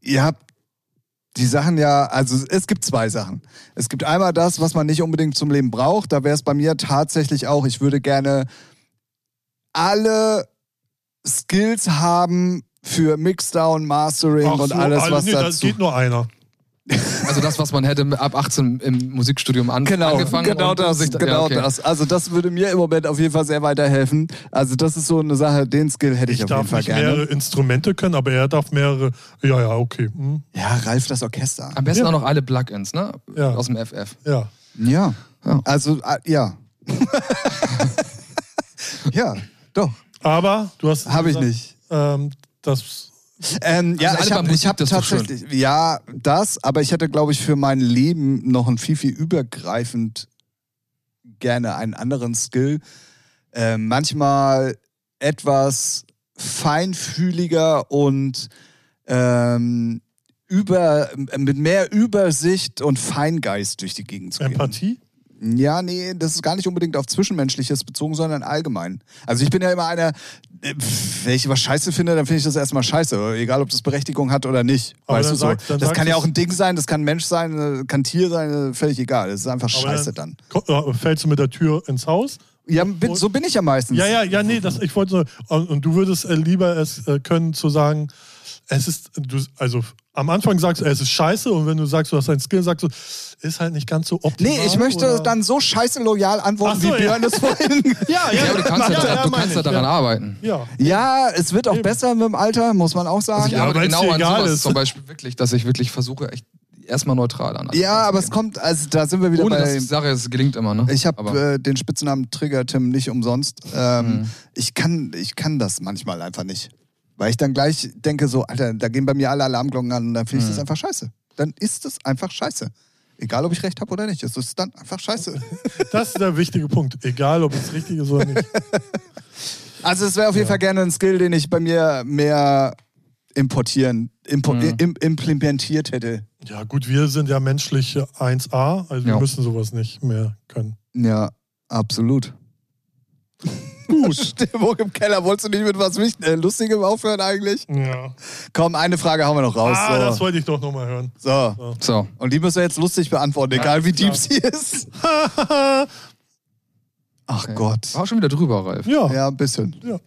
ihr habt die Sachen ja, also es gibt zwei Sachen. Es gibt einmal das, was man nicht unbedingt zum Leben braucht. Da wäre es bei mir tatsächlich auch, ich würde gerne alle Skills haben für Mixdown, Mastering
Ach
und
so,
alles,
alle-
was
nee, Das
dazu.
geht nur einer.
Also das, was man hätte ab 18 im Musikstudium an,
Genau,
angefangen.
genau
und
das,
sich- ja,
genau
okay.
das. Also das würde mir im Moment auf jeden Fall sehr weiterhelfen. Also das ist so eine Sache, den Skill hätte ich,
Ich
auf jeden
darf
Fall
nicht
gerne.
mehrere Instrumente können, aber er darf mehrere. Ja, ja, okay. Hm,
Ja, Ralf, das Orchester.
Am besten
Ja.
auch noch alle Plugins, ne?
Ja.
Aus dem FF.
ja.
Ja,
Ja.
also äh,
<laughs>
ja. ja, doch,
Aber du hast.
habe ich
gesagt,
nicht.
Ähm, das.
Ähm, ja,
alle
ich
beim
habe
Musik,
hab
das ist doch schön.
tatsächlich, ja, das, aber ich hätte, glaube ich, für mein Leben noch ein viel, viel übergreifend gerne einen anderen Skill. Ähm, manchmal etwas feinfühliger und ähm, über, mit mehr Übersicht und Feingeist durch die Gegend zu gehen.
Empathie?
Ja, nee, das ist gar nicht unbedingt auf Zwischenmenschliches bezogen, sondern allgemein. Also ich bin ja immer einer, äh, pff, wenn ich was scheiße finde, dann finde ich das erstmal scheiße. Egal, ob das Berechtigung hat oder nicht.
Aber
weißt
dann
du so.
sag- dann
das
sag
kann ja
es-
auch ein Ding sein, das kann ein Mensch sein, äh, kann Tier sein, äh, völlig egal. Das ist einfach
Aber
scheiße dann.
ko- äh, Fällst du mit der Tür ins Haus?
Ja, bin, so bin ich ja meistens.
Ja, ja, ja, nee, das, ich wollte. so- Und, und du würdest äh, lieber es äh, können, zu sagen, es ist. Du, also am Anfang sagst du, es ist scheiße, und wenn du sagst, du hast ein Skill, sagst du, ist halt nicht ganz so optimal.
Nee, ich möchte
oder?
dann so scheiße loyal antworten,
Ach so,
wie
ja.
Björn es
<laughs>
vorhin. <laughs>
Ja,
Ja, aber du kannst ja,
ja,
da- du
meine
kannst ja
ich,
daran
ja.
arbeiten.
Ja.
ja, es wird auch besser mit dem Alter, muss man auch sagen.
Also ich
Ja,
arbeite
weil's
genau
dir
an
egal
sowas
ist.
zum Beispiel wirklich, dass ich wirklich versuche, echt erstmal neutral an. alles
ja, aber es
ranzugehen.
kommt, also da sind wir wieder
Ohne
bei...
dass ich sage, es gelingt immer, ne?
Ich
Aber-
habe äh, den Spitznamen Trigger Tim nicht umsonst. Ähm, ich, kann, ich kann das manchmal einfach nicht. Weil ich dann gleich denke, so, Alter, da gehen bei mir alle Alarmglocken an und dann finde ich das einfach scheiße. Dann ist es einfach scheiße. Egal, ob ich recht habe oder nicht. Es ist dann einfach scheiße. <laughs>
Das ist der wichtige Punkt. Egal, ob es richtig ist oder nicht.
<laughs> Also es wäre auf jeden Fall gerne ein Skill, den ich bei mir mehr importieren, impo im, implementiert hätte.
Ja, gut, wir sind ja menschliche 1A, also wir
Ja.
müssen sowas nicht mehr können.
Ja, absolut. <laughs>
Gut.
Wo im Keller wolltest du nicht mit was Wicht- äh, Lustigem aufhören eigentlich?
ja.
Komm, eine Frage haben wir noch raus.
Ah, das
so.
wollte ich doch nochmal hören.
so.
So.
Und die müssen wir jetzt lustig beantworten, egal wie deep sie ist. <laughs> Ach
Okay. Oh.
Gott.
War schon wieder drüber, Ralf.
Ja.
Ja, ein bisschen.
Ja.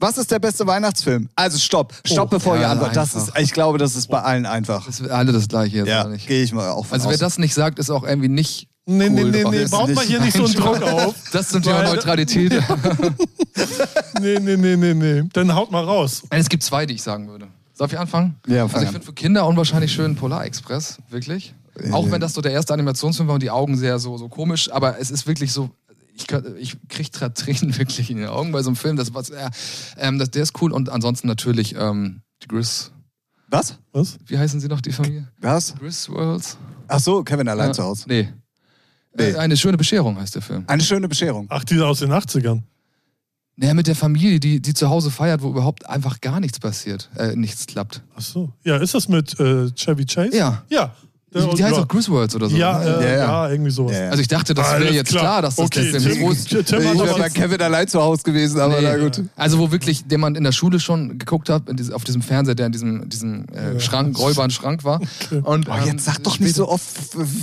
Was ist der beste Weihnachtsfilm? Also stopp, stopp,
Oh,
bevor
ja,
ihr antwortet. Das
einfach. Oh.
ist, ich glaube, das ist bei allen einfach.
Das ist alle das gleiche jetzt,
Ja,
oder nicht?
gehe ich mal auch von
Also wer
aus.
das nicht sagt, ist auch irgendwie nicht.
Nee, nee,
cool
nee,
drauf.
nee,
Das
baut mal
nicht-
hier nicht so
<laughs>
einen Druck auf.
Das zum Thema
Weil-
Neutralität.
<laughs> Nee, nee, nee, nee, nee. Dann haut mal raus.
Nein, es gibt zwei, die ich sagen würde. Darf ich anfangen?
Ja, fang
Also ich
an. Äh,
finde für Kinder unwahrscheinlich schön Polar Express, wirklich. Auch wenn das so der erste Animationsfilm war und die Augen sehr so, so komisch, aber es ist wirklich so. Ich, könnt- ich krieg tra- Tränen <laughs> wirklich in den Augen bei so einem Film. Das, was, äh, ähm, das, der ist cool und ansonsten natürlich ähm, die Gris.
Was?
Was?
Wie heißen sie noch, die Familie?
Was?
Gris Worlds?
Ach so, Kevin allein zu Hause.
Nee.
Nee.
Äh, Eine schöne Bescherung heißt der Film.
Eine schöne Bescherung.
Ah,
Ach, die aus den 80ern.
Naja, mit der Familie, die, die zu Hause feiert, wo überhaupt einfach gar nichts passiert. Äh, nichts klappt.
Ach so. Ja, ist das mit äh, Chevy Chase?
Ja.
Ja. Der-
Die heißt
ja.
auch Griswolds oder so.
ja,
ne?
äh,
Ja,
ja,
ja.
irgendwie sowas.
Ja, ja.
Also ich dachte, das
Alles
wäre jetzt klar. dass das
okay,
letztendlich wo es-
Tim, Tim
Ich
hat
wäre
doch
bei
jetzt,
Kevin allein zu Hause gewesen, aber
Nee.
na gut.
Also wo wirklich, den man in der Schule schon geguckt hat, in diesem- auf diesem Fernseher, der in diesem, diesem äh, Schrank, räubaren Schrank war. Und, ähm,
Boah, Oh, jetzt sag doch nicht so oft,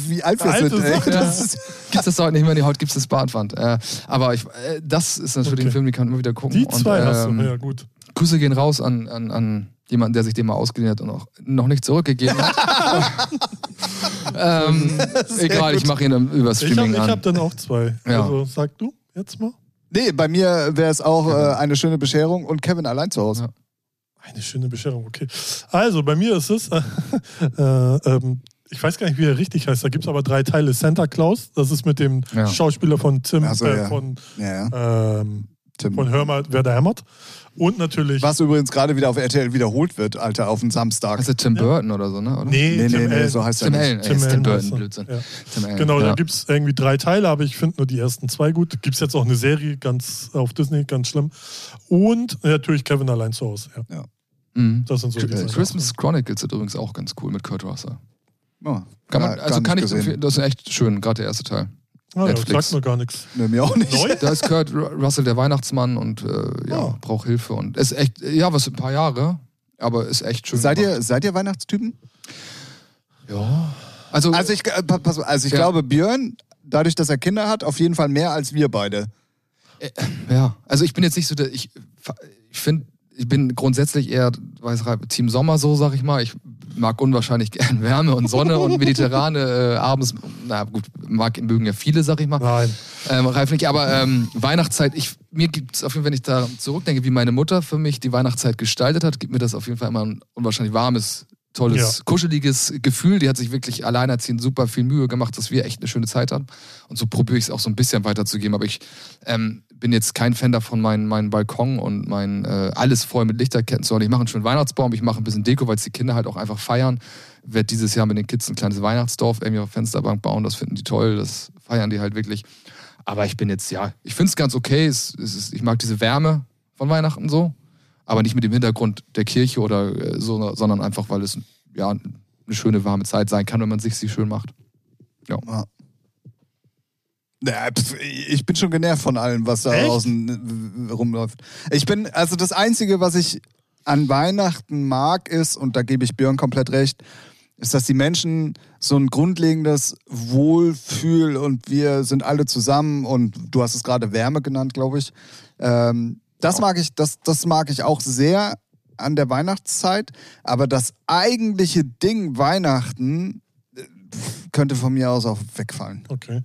wie alt wir
Alt ist
sind. Ey.
doch, ja.
Das
<laughs>
ist,
Gibt das heute nicht mehr, die heute gibt es das Badwand. Äh, aber ich, äh, das ist natürlich
Okay.
ein Film, den kann man immer wieder gucken.
die zwei
und,
hast du.
ähm,
Ja, gut.
Grüße gehen raus an, an, an jemanden, der sich dem mal ausgeliehen hat und auch noch nicht zurückgegeben hat.
<laughs>
ähm, egal, ich mache ihn im- übers
Ich habe
Streaming
hab
an.
dann auch zwei.
Ja.
Also sag du jetzt mal.
nee, bei mir wäre es auch äh, eine schöne Bescherung und Kevin allein zu Hause.
Eine schöne Bescherung, okay. Also, bei mir ist es, <laughs> äh, ähm, ich weiß gar nicht, wie er richtig heißt, da gibt es aber drei Teile. Santa Claus, das ist mit dem
Ja.
Schauspieler von Tim,
Ach so,
äh,
ja.
von,
Ja, ja.
ähm,
Tim.
von Hör mal, wer da hämmert. Und natürlich,
Was übrigens gerade wieder auf RTL wiederholt wird, Alter, auf dem Samstag.
Hast du Tim Burton oder so, ne? Oder?
nee,
nee, nee,
Tim
nee,
Allen.
so heißt er
Tim
nicht.
Allen. Tim,
Allen
Tim
heißt
Burton,
er.
Blödsinn.
Ja.
Tim Allen.
Genau, da
ja.
gibt es irgendwie drei Teile, aber ich finde nur die ersten zwei gut. Gibt es jetzt auch eine Serie ganz auf Disney, ganz schlimm. Und natürlich Kevin allein zu Hause. Ja.
Mhm.
Das sind so die
Äh,
Sachen.
Christmas Chronicles ist übrigens auch ganz cool mit Kurt Russell.
Ja,
Kann
gar-
man,
Oh, gar
also
nicht
kann ich
gesehen.
empfehlen, das ist echt schön, gerade der erste Teil.
Ah, ja,
Netflix.
sagt mir gar nichts.
Nee, mir auch nicht.
Neu?
Da ist Kurt Ru- Russell der Weihnachtsmann und äh, ja,
Oh.
braucht Hilfe und ist echt, ja, was ein paar Jahre, aber ist echt schön.
Seid
gemacht.
ihr, seid ihr Weihnachtstypen?
Ja. Also,
Also ich, äh, pa- pass, also ich
Ja.
glaube, Björn, dadurch, dass er Kinder hat, auf jeden Fall mehr als wir beide.
Ja, also ich bin jetzt nicht so der, ich, ich finde, ich bin grundsätzlich eher, weiß ich, Team Sommer so, sag ich mal. Ich mag unwahrscheinlich <laughs> gern Wärme und Sonne und mediterrane äh, abends, na gut, mag, mögen ja viele, sag ich mal.
Nein.
Ähm, Ralf nicht, aber ähm, Weihnachtszeit, ich, mir gibt es auf jeden Fall, wenn ich da zurückdenke, wie meine Mutter für mich die Weihnachtszeit gestaltet hat, gibt mir das auf jeden Fall immer ein unwahrscheinlich warmes, tolles,
Ja.
kuscheliges Gefühl. Die hat sich wirklich alleinerziehend super viel Mühe gemacht, dass wir echt eine schöne Zeit hatten. Und so probiere ich es auch so ein bisschen weiterzugeben. Aber ich ähm, bin jetzt kein Fan davon, meinen meinen Balkon und mein äh, alles voll mit Lichterketten zu haben. Ich mache einen schönen Weihnachtsbaum, ich mache ein bisschen Deko, weil es die Kinder halt auch einfach feiern. Werd dieses Jahr mit den Kids ein kleines Weihnachtsdorf irgendwie auf Fensterbank bauen, das finden die toll, das feiern die halt wirklich. Aber ich bin jetzt, ja, ich finde es ganz okay. Es, es ist, ich mag diese Wärme von Weihnachten so, aber nicht mit dem Hintergrund der Kirche oder äh, so, sondern einfach, weil es ja eine schöne warme Zeit sein kann, wenn man sich sie schön macht.
Na, pf, Ich bin schon genervt von allem, was da
Echt?
draußen äh, rumläuft. Ich bin, also das Einzige, was ich an Weihnachten mag, ist, und da gebe ich Björn komplett recht, ist, dass die Menschen so ein grundlegendes Wohlfühl und wir sind alle zusammen und du hast es gerade Wärme genannt, glaube ich. Ähm, das mag ich, das, das mag ich auch sehr an der Weihnachtszeit, aber das eigentliche Ding Weihnachten äh, pf, könnte von mir aus auch wegfallen.
Okay.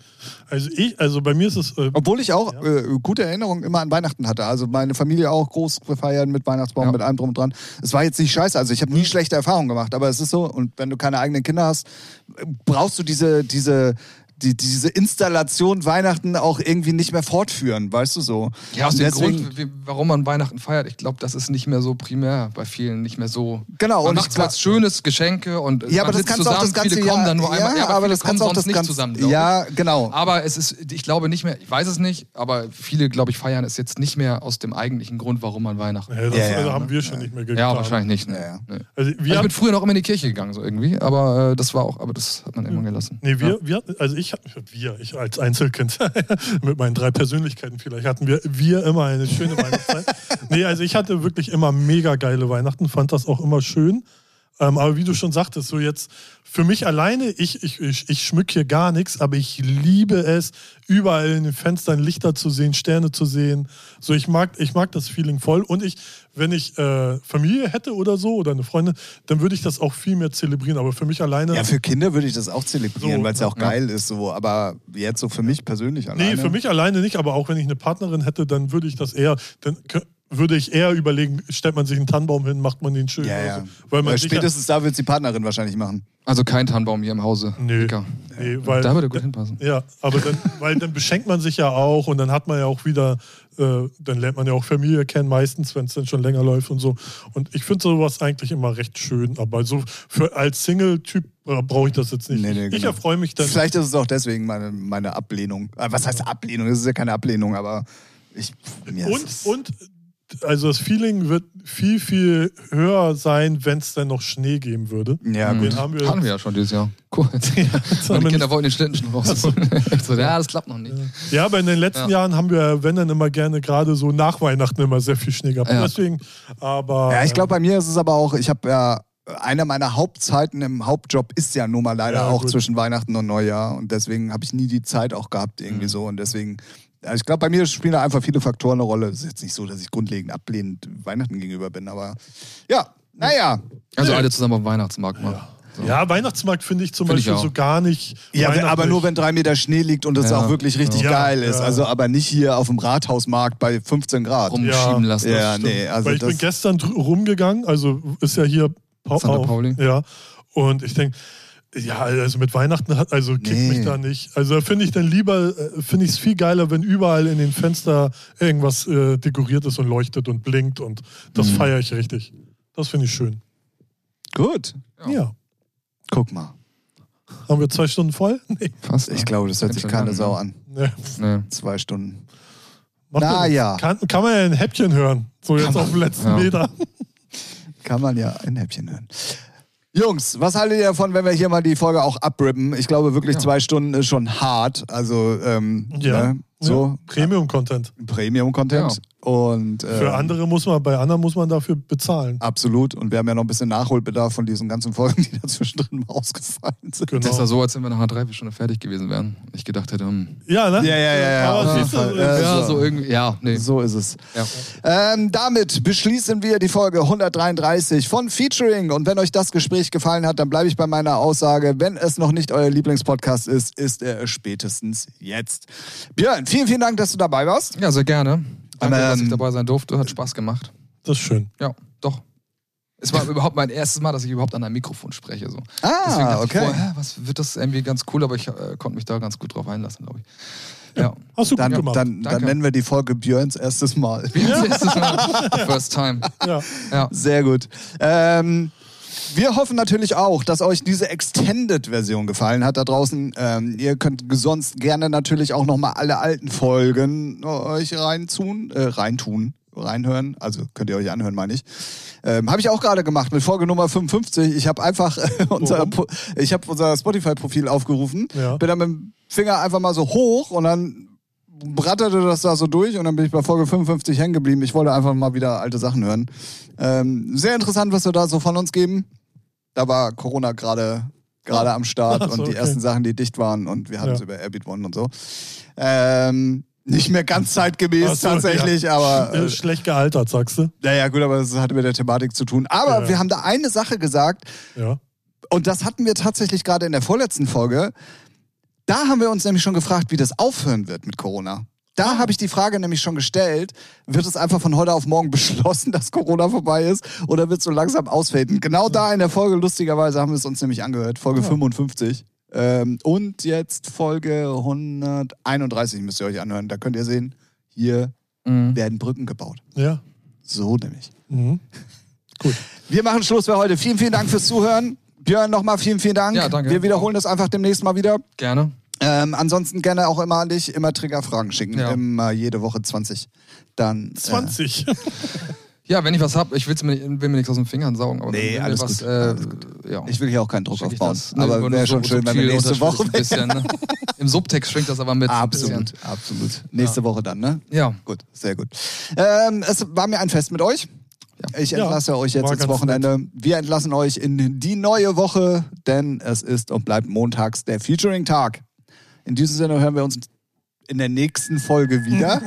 Also ich, also bei mir ist es. Äh,
Obwohl ich auch
Ja.
äh, gute Erinnerungen immer an Weihnachten hatte. Also meine Familie auch groß gefeiert mit Weihnachtsbaum,
Ja. Mhm.
mit allem drum und dran. Es war jetzt nicht scheiße. Also ich habe nie schlechte Erfahrungen gemacht, aber es ist so. Und wenn du keine eigenen Kinder hast, äh, brauchst du diese, diese, die, diese Installation Weihnachten auch irgendwie nicht mehr fortführen, weißt du so.
Ja, aus
Und
dem
deswegen-
Grund, wie- warum man Weihnachten feiert. Ich glaube, das ist nicht mehr so primär bei vielen, nicht mehr so.
Genau,
Man
und ich
macht
glaub-
was Schönes, Geschenke und äh,
Ja,
man
aber das
sitzt
kannst du
zusammen.
auch das ganze
viele kommen
Jahr.
dann nur einmal.
ja,
aber,
aber
viele
das
kommen
kannst du auch
sonst
das
nicht
ganze
zusammen. glaub ich.
Ja, genau.
Aber es ist, ich glaube nicht mehr, ich weiß es nicht, aber viele, glaube ich, feiern es jetzt nicht mehr aus dem eigentlichen Grund, warum man Weihnachten.
Ja, das
Ja, ja.
also haben wir schon nicht mehr getan.
Ja, wahrscheinlich nicht. Ne?
Ja, ja.
Ne.
Also wir
ich
haben,
bin früher noch immer in die Kirche gegangen, so irgendwie, aber äh, das war auch, aber das hat man irgendwann gelassen.
Hm. nee, wir, wir, also ich, wir, ich als Einzelkind <laughs> mit meinen drei Persönlichkeiten vielleicht hatten wir, wir immer eine schöne Weihnachtszeit. nee, also ich hatte wirklich immer mega geile Weihnachten, fand das auch immer schön. Ähm, aber wie du schon sagtest, so jetzt für mich alleine, ich, ich, ich, ich schmück hier gar nichts, aber ich liebe es, überall in den Fenstern Lichter zu sehen, Sterne zu sehen. So, ich mag, ich mag das Feeling voll. Und ich, wenn ich äh, Familie hätte oder so oder eine Freundin, dann würde ich das auch viel mehr zelebrieren. Aber für mich alleine.
Ja, für Kinder würde ich das auch zelebrieren,
So,
weil es ja auch
ja.
geil ist. So. Aber jetzt so für mich persönlich alleine.
Nee, für mich alleine nicht, aber auch wenn ich eine Partnerin hätte, dann würde ich das eher, dann kö- würde ich eher überlegen, stellt man sich einen Tannenbaum hin, macht man den schön.
Ja,
oder
ja.
So, weil man
Weil
sicher-
spätestens da wird die Partnerin wahrscheinlich machen.
Also kein Tannenbaum hier im Hause.
Nö.
Dicker.
Nee, weil,
Da würde gut hinpassen.
Ja, aber dann, weil dann beschenkt man sich ja auch und dann hat man ja auch wieder, äh, dann lernt man ja auch Familie kennen, meistens, wenn es dann schon länger läuft und so. Und ich finde sowas eigentlich immer recht schön, aber so für als Single-Typ äh, brauche ich das jetzt nicht.
Nee, nee,
Ich
genau.
erfreue mich dann.
Vielleicht ist es auch deswegen meine, meine Ablehnung. Äh, Was heißt Ablehnung? Das ist ja keine Ablehnung, aber ich. Mir
Und,
ist-
und also das Feeling wird viel, viel höher sein, wenn es dann noch Schnee geben würde.
Ja,
Den
gut.
haben wir.
Hm. Hatten wir ja schon dieses Jahr.
<laughs>
Cool. Meine Kinder wollten den Schlitten schon raus. <laughs> Ich so, ja, das klappt noch nicht.
Ja, aber in den letzten Jahren haben wir, wenn dann immer gerne gerade so nach Weihnachten immer sehr viel Schnee gehabt.
Ja.
Deswegen, aber.
Ja, ich glaube, bei mir ist es aber auch, ich habe ja. Einer meiner Hauptzeiten im Hauptjob ist ja nun mal leider
Ja,
auch
gut.
zwischen Weihnachten und Neujahr. Und deswegen habe ich nie die Zeit auch gehabt, irgendwie
Mhm.
so. Und deswegen, also ich glaube, bei mir spielen da einfach viele Faktoren eine Rolle. Es ist jetzt nicht so, dass ich grundlegend ablehnend Weihnachten gegenüber bin, aber ja, naja.
Also alle zusammen auf dem Weihnachtsmarkt mal. So.
äh, Ja, Weihnachtsmarkt finde ich zum
Finde ich
Beispiel
auch.
so gar nicht.
Ja, wenn-
weihnachtlich.
aber nur wenn drei Meter Schnee liegt und das
Ja.
auch wirklich richtig
Ja.
geil ist.
Ja.
Also aber nicht hier auf dem Rathausmarkt bei 15 Grad.
Rumschieben lassen.
Ja, nee, also
Weil ich
das,
bin gestern dr- rumgegangen, also ist ja hier Pau-
Santa
auf-
Pauli.
Ja. Und ich denke, ja, also mit Weihnachten hat, also kickt
Nee.
mich da nicht. Also da finde ich dann lieber, äh, finde ich es viel geiler, wenn überall in den Fenster irgendwas äh, dekoriert ist und leuchtet und blinkt und das
Mhm.
feiere ich richtig. Das finde ich schön.
gut.
Ja.
Guck mal.
Haben wir zwei Stunden voll? <laughs> Nee.
Fast.
Ich glaube, das hört sich keine Sau an.
nee.
Nee.
Zwei Stunden.
Macht
Na
nichts.
ja.
Kann, kann man ja ein Häppchen hören. So jetzt auf dem letzten
Ja.
Meter.
Kann man ja ein Häppchen hören. Jungs, was haltet ihr davon, wenn wir hier mal die Folge auch abrippen? Ich glaube wirklich,
Ja.
zwei Stunden ist schon hart. Also, ähm,
Ja.
ne? so
Ja. Premium-Content.
Premium-Content. Und äh,
Für andere muss man, bei anderen muss man dafür bezahlen.
absolut. Und wir haben ja noch ein bisschen Nachholbedarf von diesen ganzen Folgen, die dazwischen drin mal <laughs> ausgefallen sind.
Genau.
Das war so, als wenn wir nach einer Dreiviertelstunde fertig gewesen wären. Ich gedacht hätte, hm.
Ja, ne?
Ja, ja, ja, ja, auf
Aber
jeden
siehst du,
Fall. Ja,
äh,
Ja,
so.
so irgendwie. Ja, nee.
Also So ist es.
Ja.
Ähm, damit beschließen wir die Folge 133 von Featuring. Und wenn euch das Gespräch gefallen hat, dann bleibe ich bei meiner Aussage. Wenn es noch nicht euer Lieblingspodcast ist, ist er es spätestens jetzt. Björn, vielen, vielen Dank, dass du dabei warst.
ja, sehr gerne. Danke,
Aber,
dass ich
ähm,
dabei sein durfte. Hat Spaß gemacht.
das ist schön.
Ja, doch. Es war <laughs> überhaupt mein erstes Mal, dass ich überhaupt an einem Mikrofon spreche. So. Deswegen
Ah,
dachte Ich,
okay.
vorher, hä, was wird das irgendwie ganz cool, aber ich äh, konnte mich da ganz gut drauf einlassen, glaube ich.
<laughs>
Ja.
Hast du
Dann,
gut gemacht.
dann, dann
Danke.
nennen wir die Folge Björns erstes Mal.
Das ist mein First time.
ja.
Ja.
Sehr gut. Ähm, wir hoffen natürlich auch, dass euch diese Extended-Version gefallen hat da draußen. Ähm, ihr könnt sonst gerne natürlich auch nochmal alle alten Folgen äh, euch reintun, äh, reintun, reinhören. Also könnt ihr euch anhören, meine ich. Ähm, habe ich auch gerade gemacht mit Folge Nummer 55. Ich habe einfach äh, <laughs> unser,
Warum?
Po- ich habe unser Spotify-Profil aufgerufen,
Ja.
bin dann mit dem Finger einfach mal so hoch und dann bratterte das da so durch und dann bin ich bei Folge 55 hängen geblieben. Ich wollte einfach mal wieder alte Sachen hören. Ähm, sehr interessant, was wir da so von uns geben. Da war Corona gerade gerade am Start
Ach so,
und die
okay.
ersten Sachen, die dicht waren und wir hatten
Ja.
es über Airbeat One und so. Ähm, nicht mehr ganz zeitgemäß
Ach so,
tatsächlich, aber
Äh,
äh,
Schlecht gealtert, sagst du.
naja gut, aber das hatte mit der Thematik zu tun. Aber
Ja.
wir haben da eine Sache gesagt,
Ja.
und das hatten wir tatsächlich gerade in der vorletzten Folge. Da haben wir uns nämlich schon gefragt, wie das aufhören wird mit Corona. Da habe ich die Frage nämlich schon gestellt, wird es einfach von heute auf morgen <laughs> beschlossen, dass Corona vorbei ist oder wird es so langsam ausfaden? Genau da in der Folge, lustigerweise, haben wir es uns nämlich angehört, Folge 55. Ähm, und jetzt Folge 131 müsst ihr euch anhören. Da könnt ihr sehen, hier
Mhm.
werden Brücken gebaut.
Ja.
So nämlich.
Mhm.
Wir machen Schluss für heute. Vielen, vielen Dank fürs Zuhören. Björn, nochmal vielen, vielen Dank.
Ja, danke.
Wir wiederholen das einfach demnächst mal wieder.
Gerne.
Ähm, ansonsten gerne auch immer an dich immer Triggerfragen schicken.
Ja.
Immer jede Woche 20. Dann. äh,
20.
Ja, wenn ich was hab, ich will's mir, will mir nichts aus den Fingern saugen. Aber
Nee,
wenn mir
alles
was,
gut,
Äh,
alles
Ja.
Äh, ich will hier auch keinen Druck
Schick ich
aufbauen.
das, ne,
aber
nur
wäre
so
schon schön, wenn wir
subtil
nächste Woche.
unterschwellig Ein bisschen, ne? Im Subtext schwingt das aber mit.
Absolut, <laughs> absolut. Nächste Woche dann, ne?
Ja.
Gut, sehr gut. Ähm, es war mir ein Fest mit euch. Ich
Ja,
entlasse euch jetzt
war
ins
ganz
Wochenende. Wir entlassen euch in die neue Woche, denn es ist und bleibt montags der Featuring-Tag. In diesem Sinne hören wir uns in der nächsten
<laughs>
Folge wieder.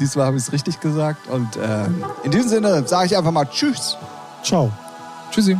Diesmal habe ich es richtig gesagt. Und ähm, in diesem Sinne sage ich einfach mal Tschüss.
Ciao.
Tschüssi.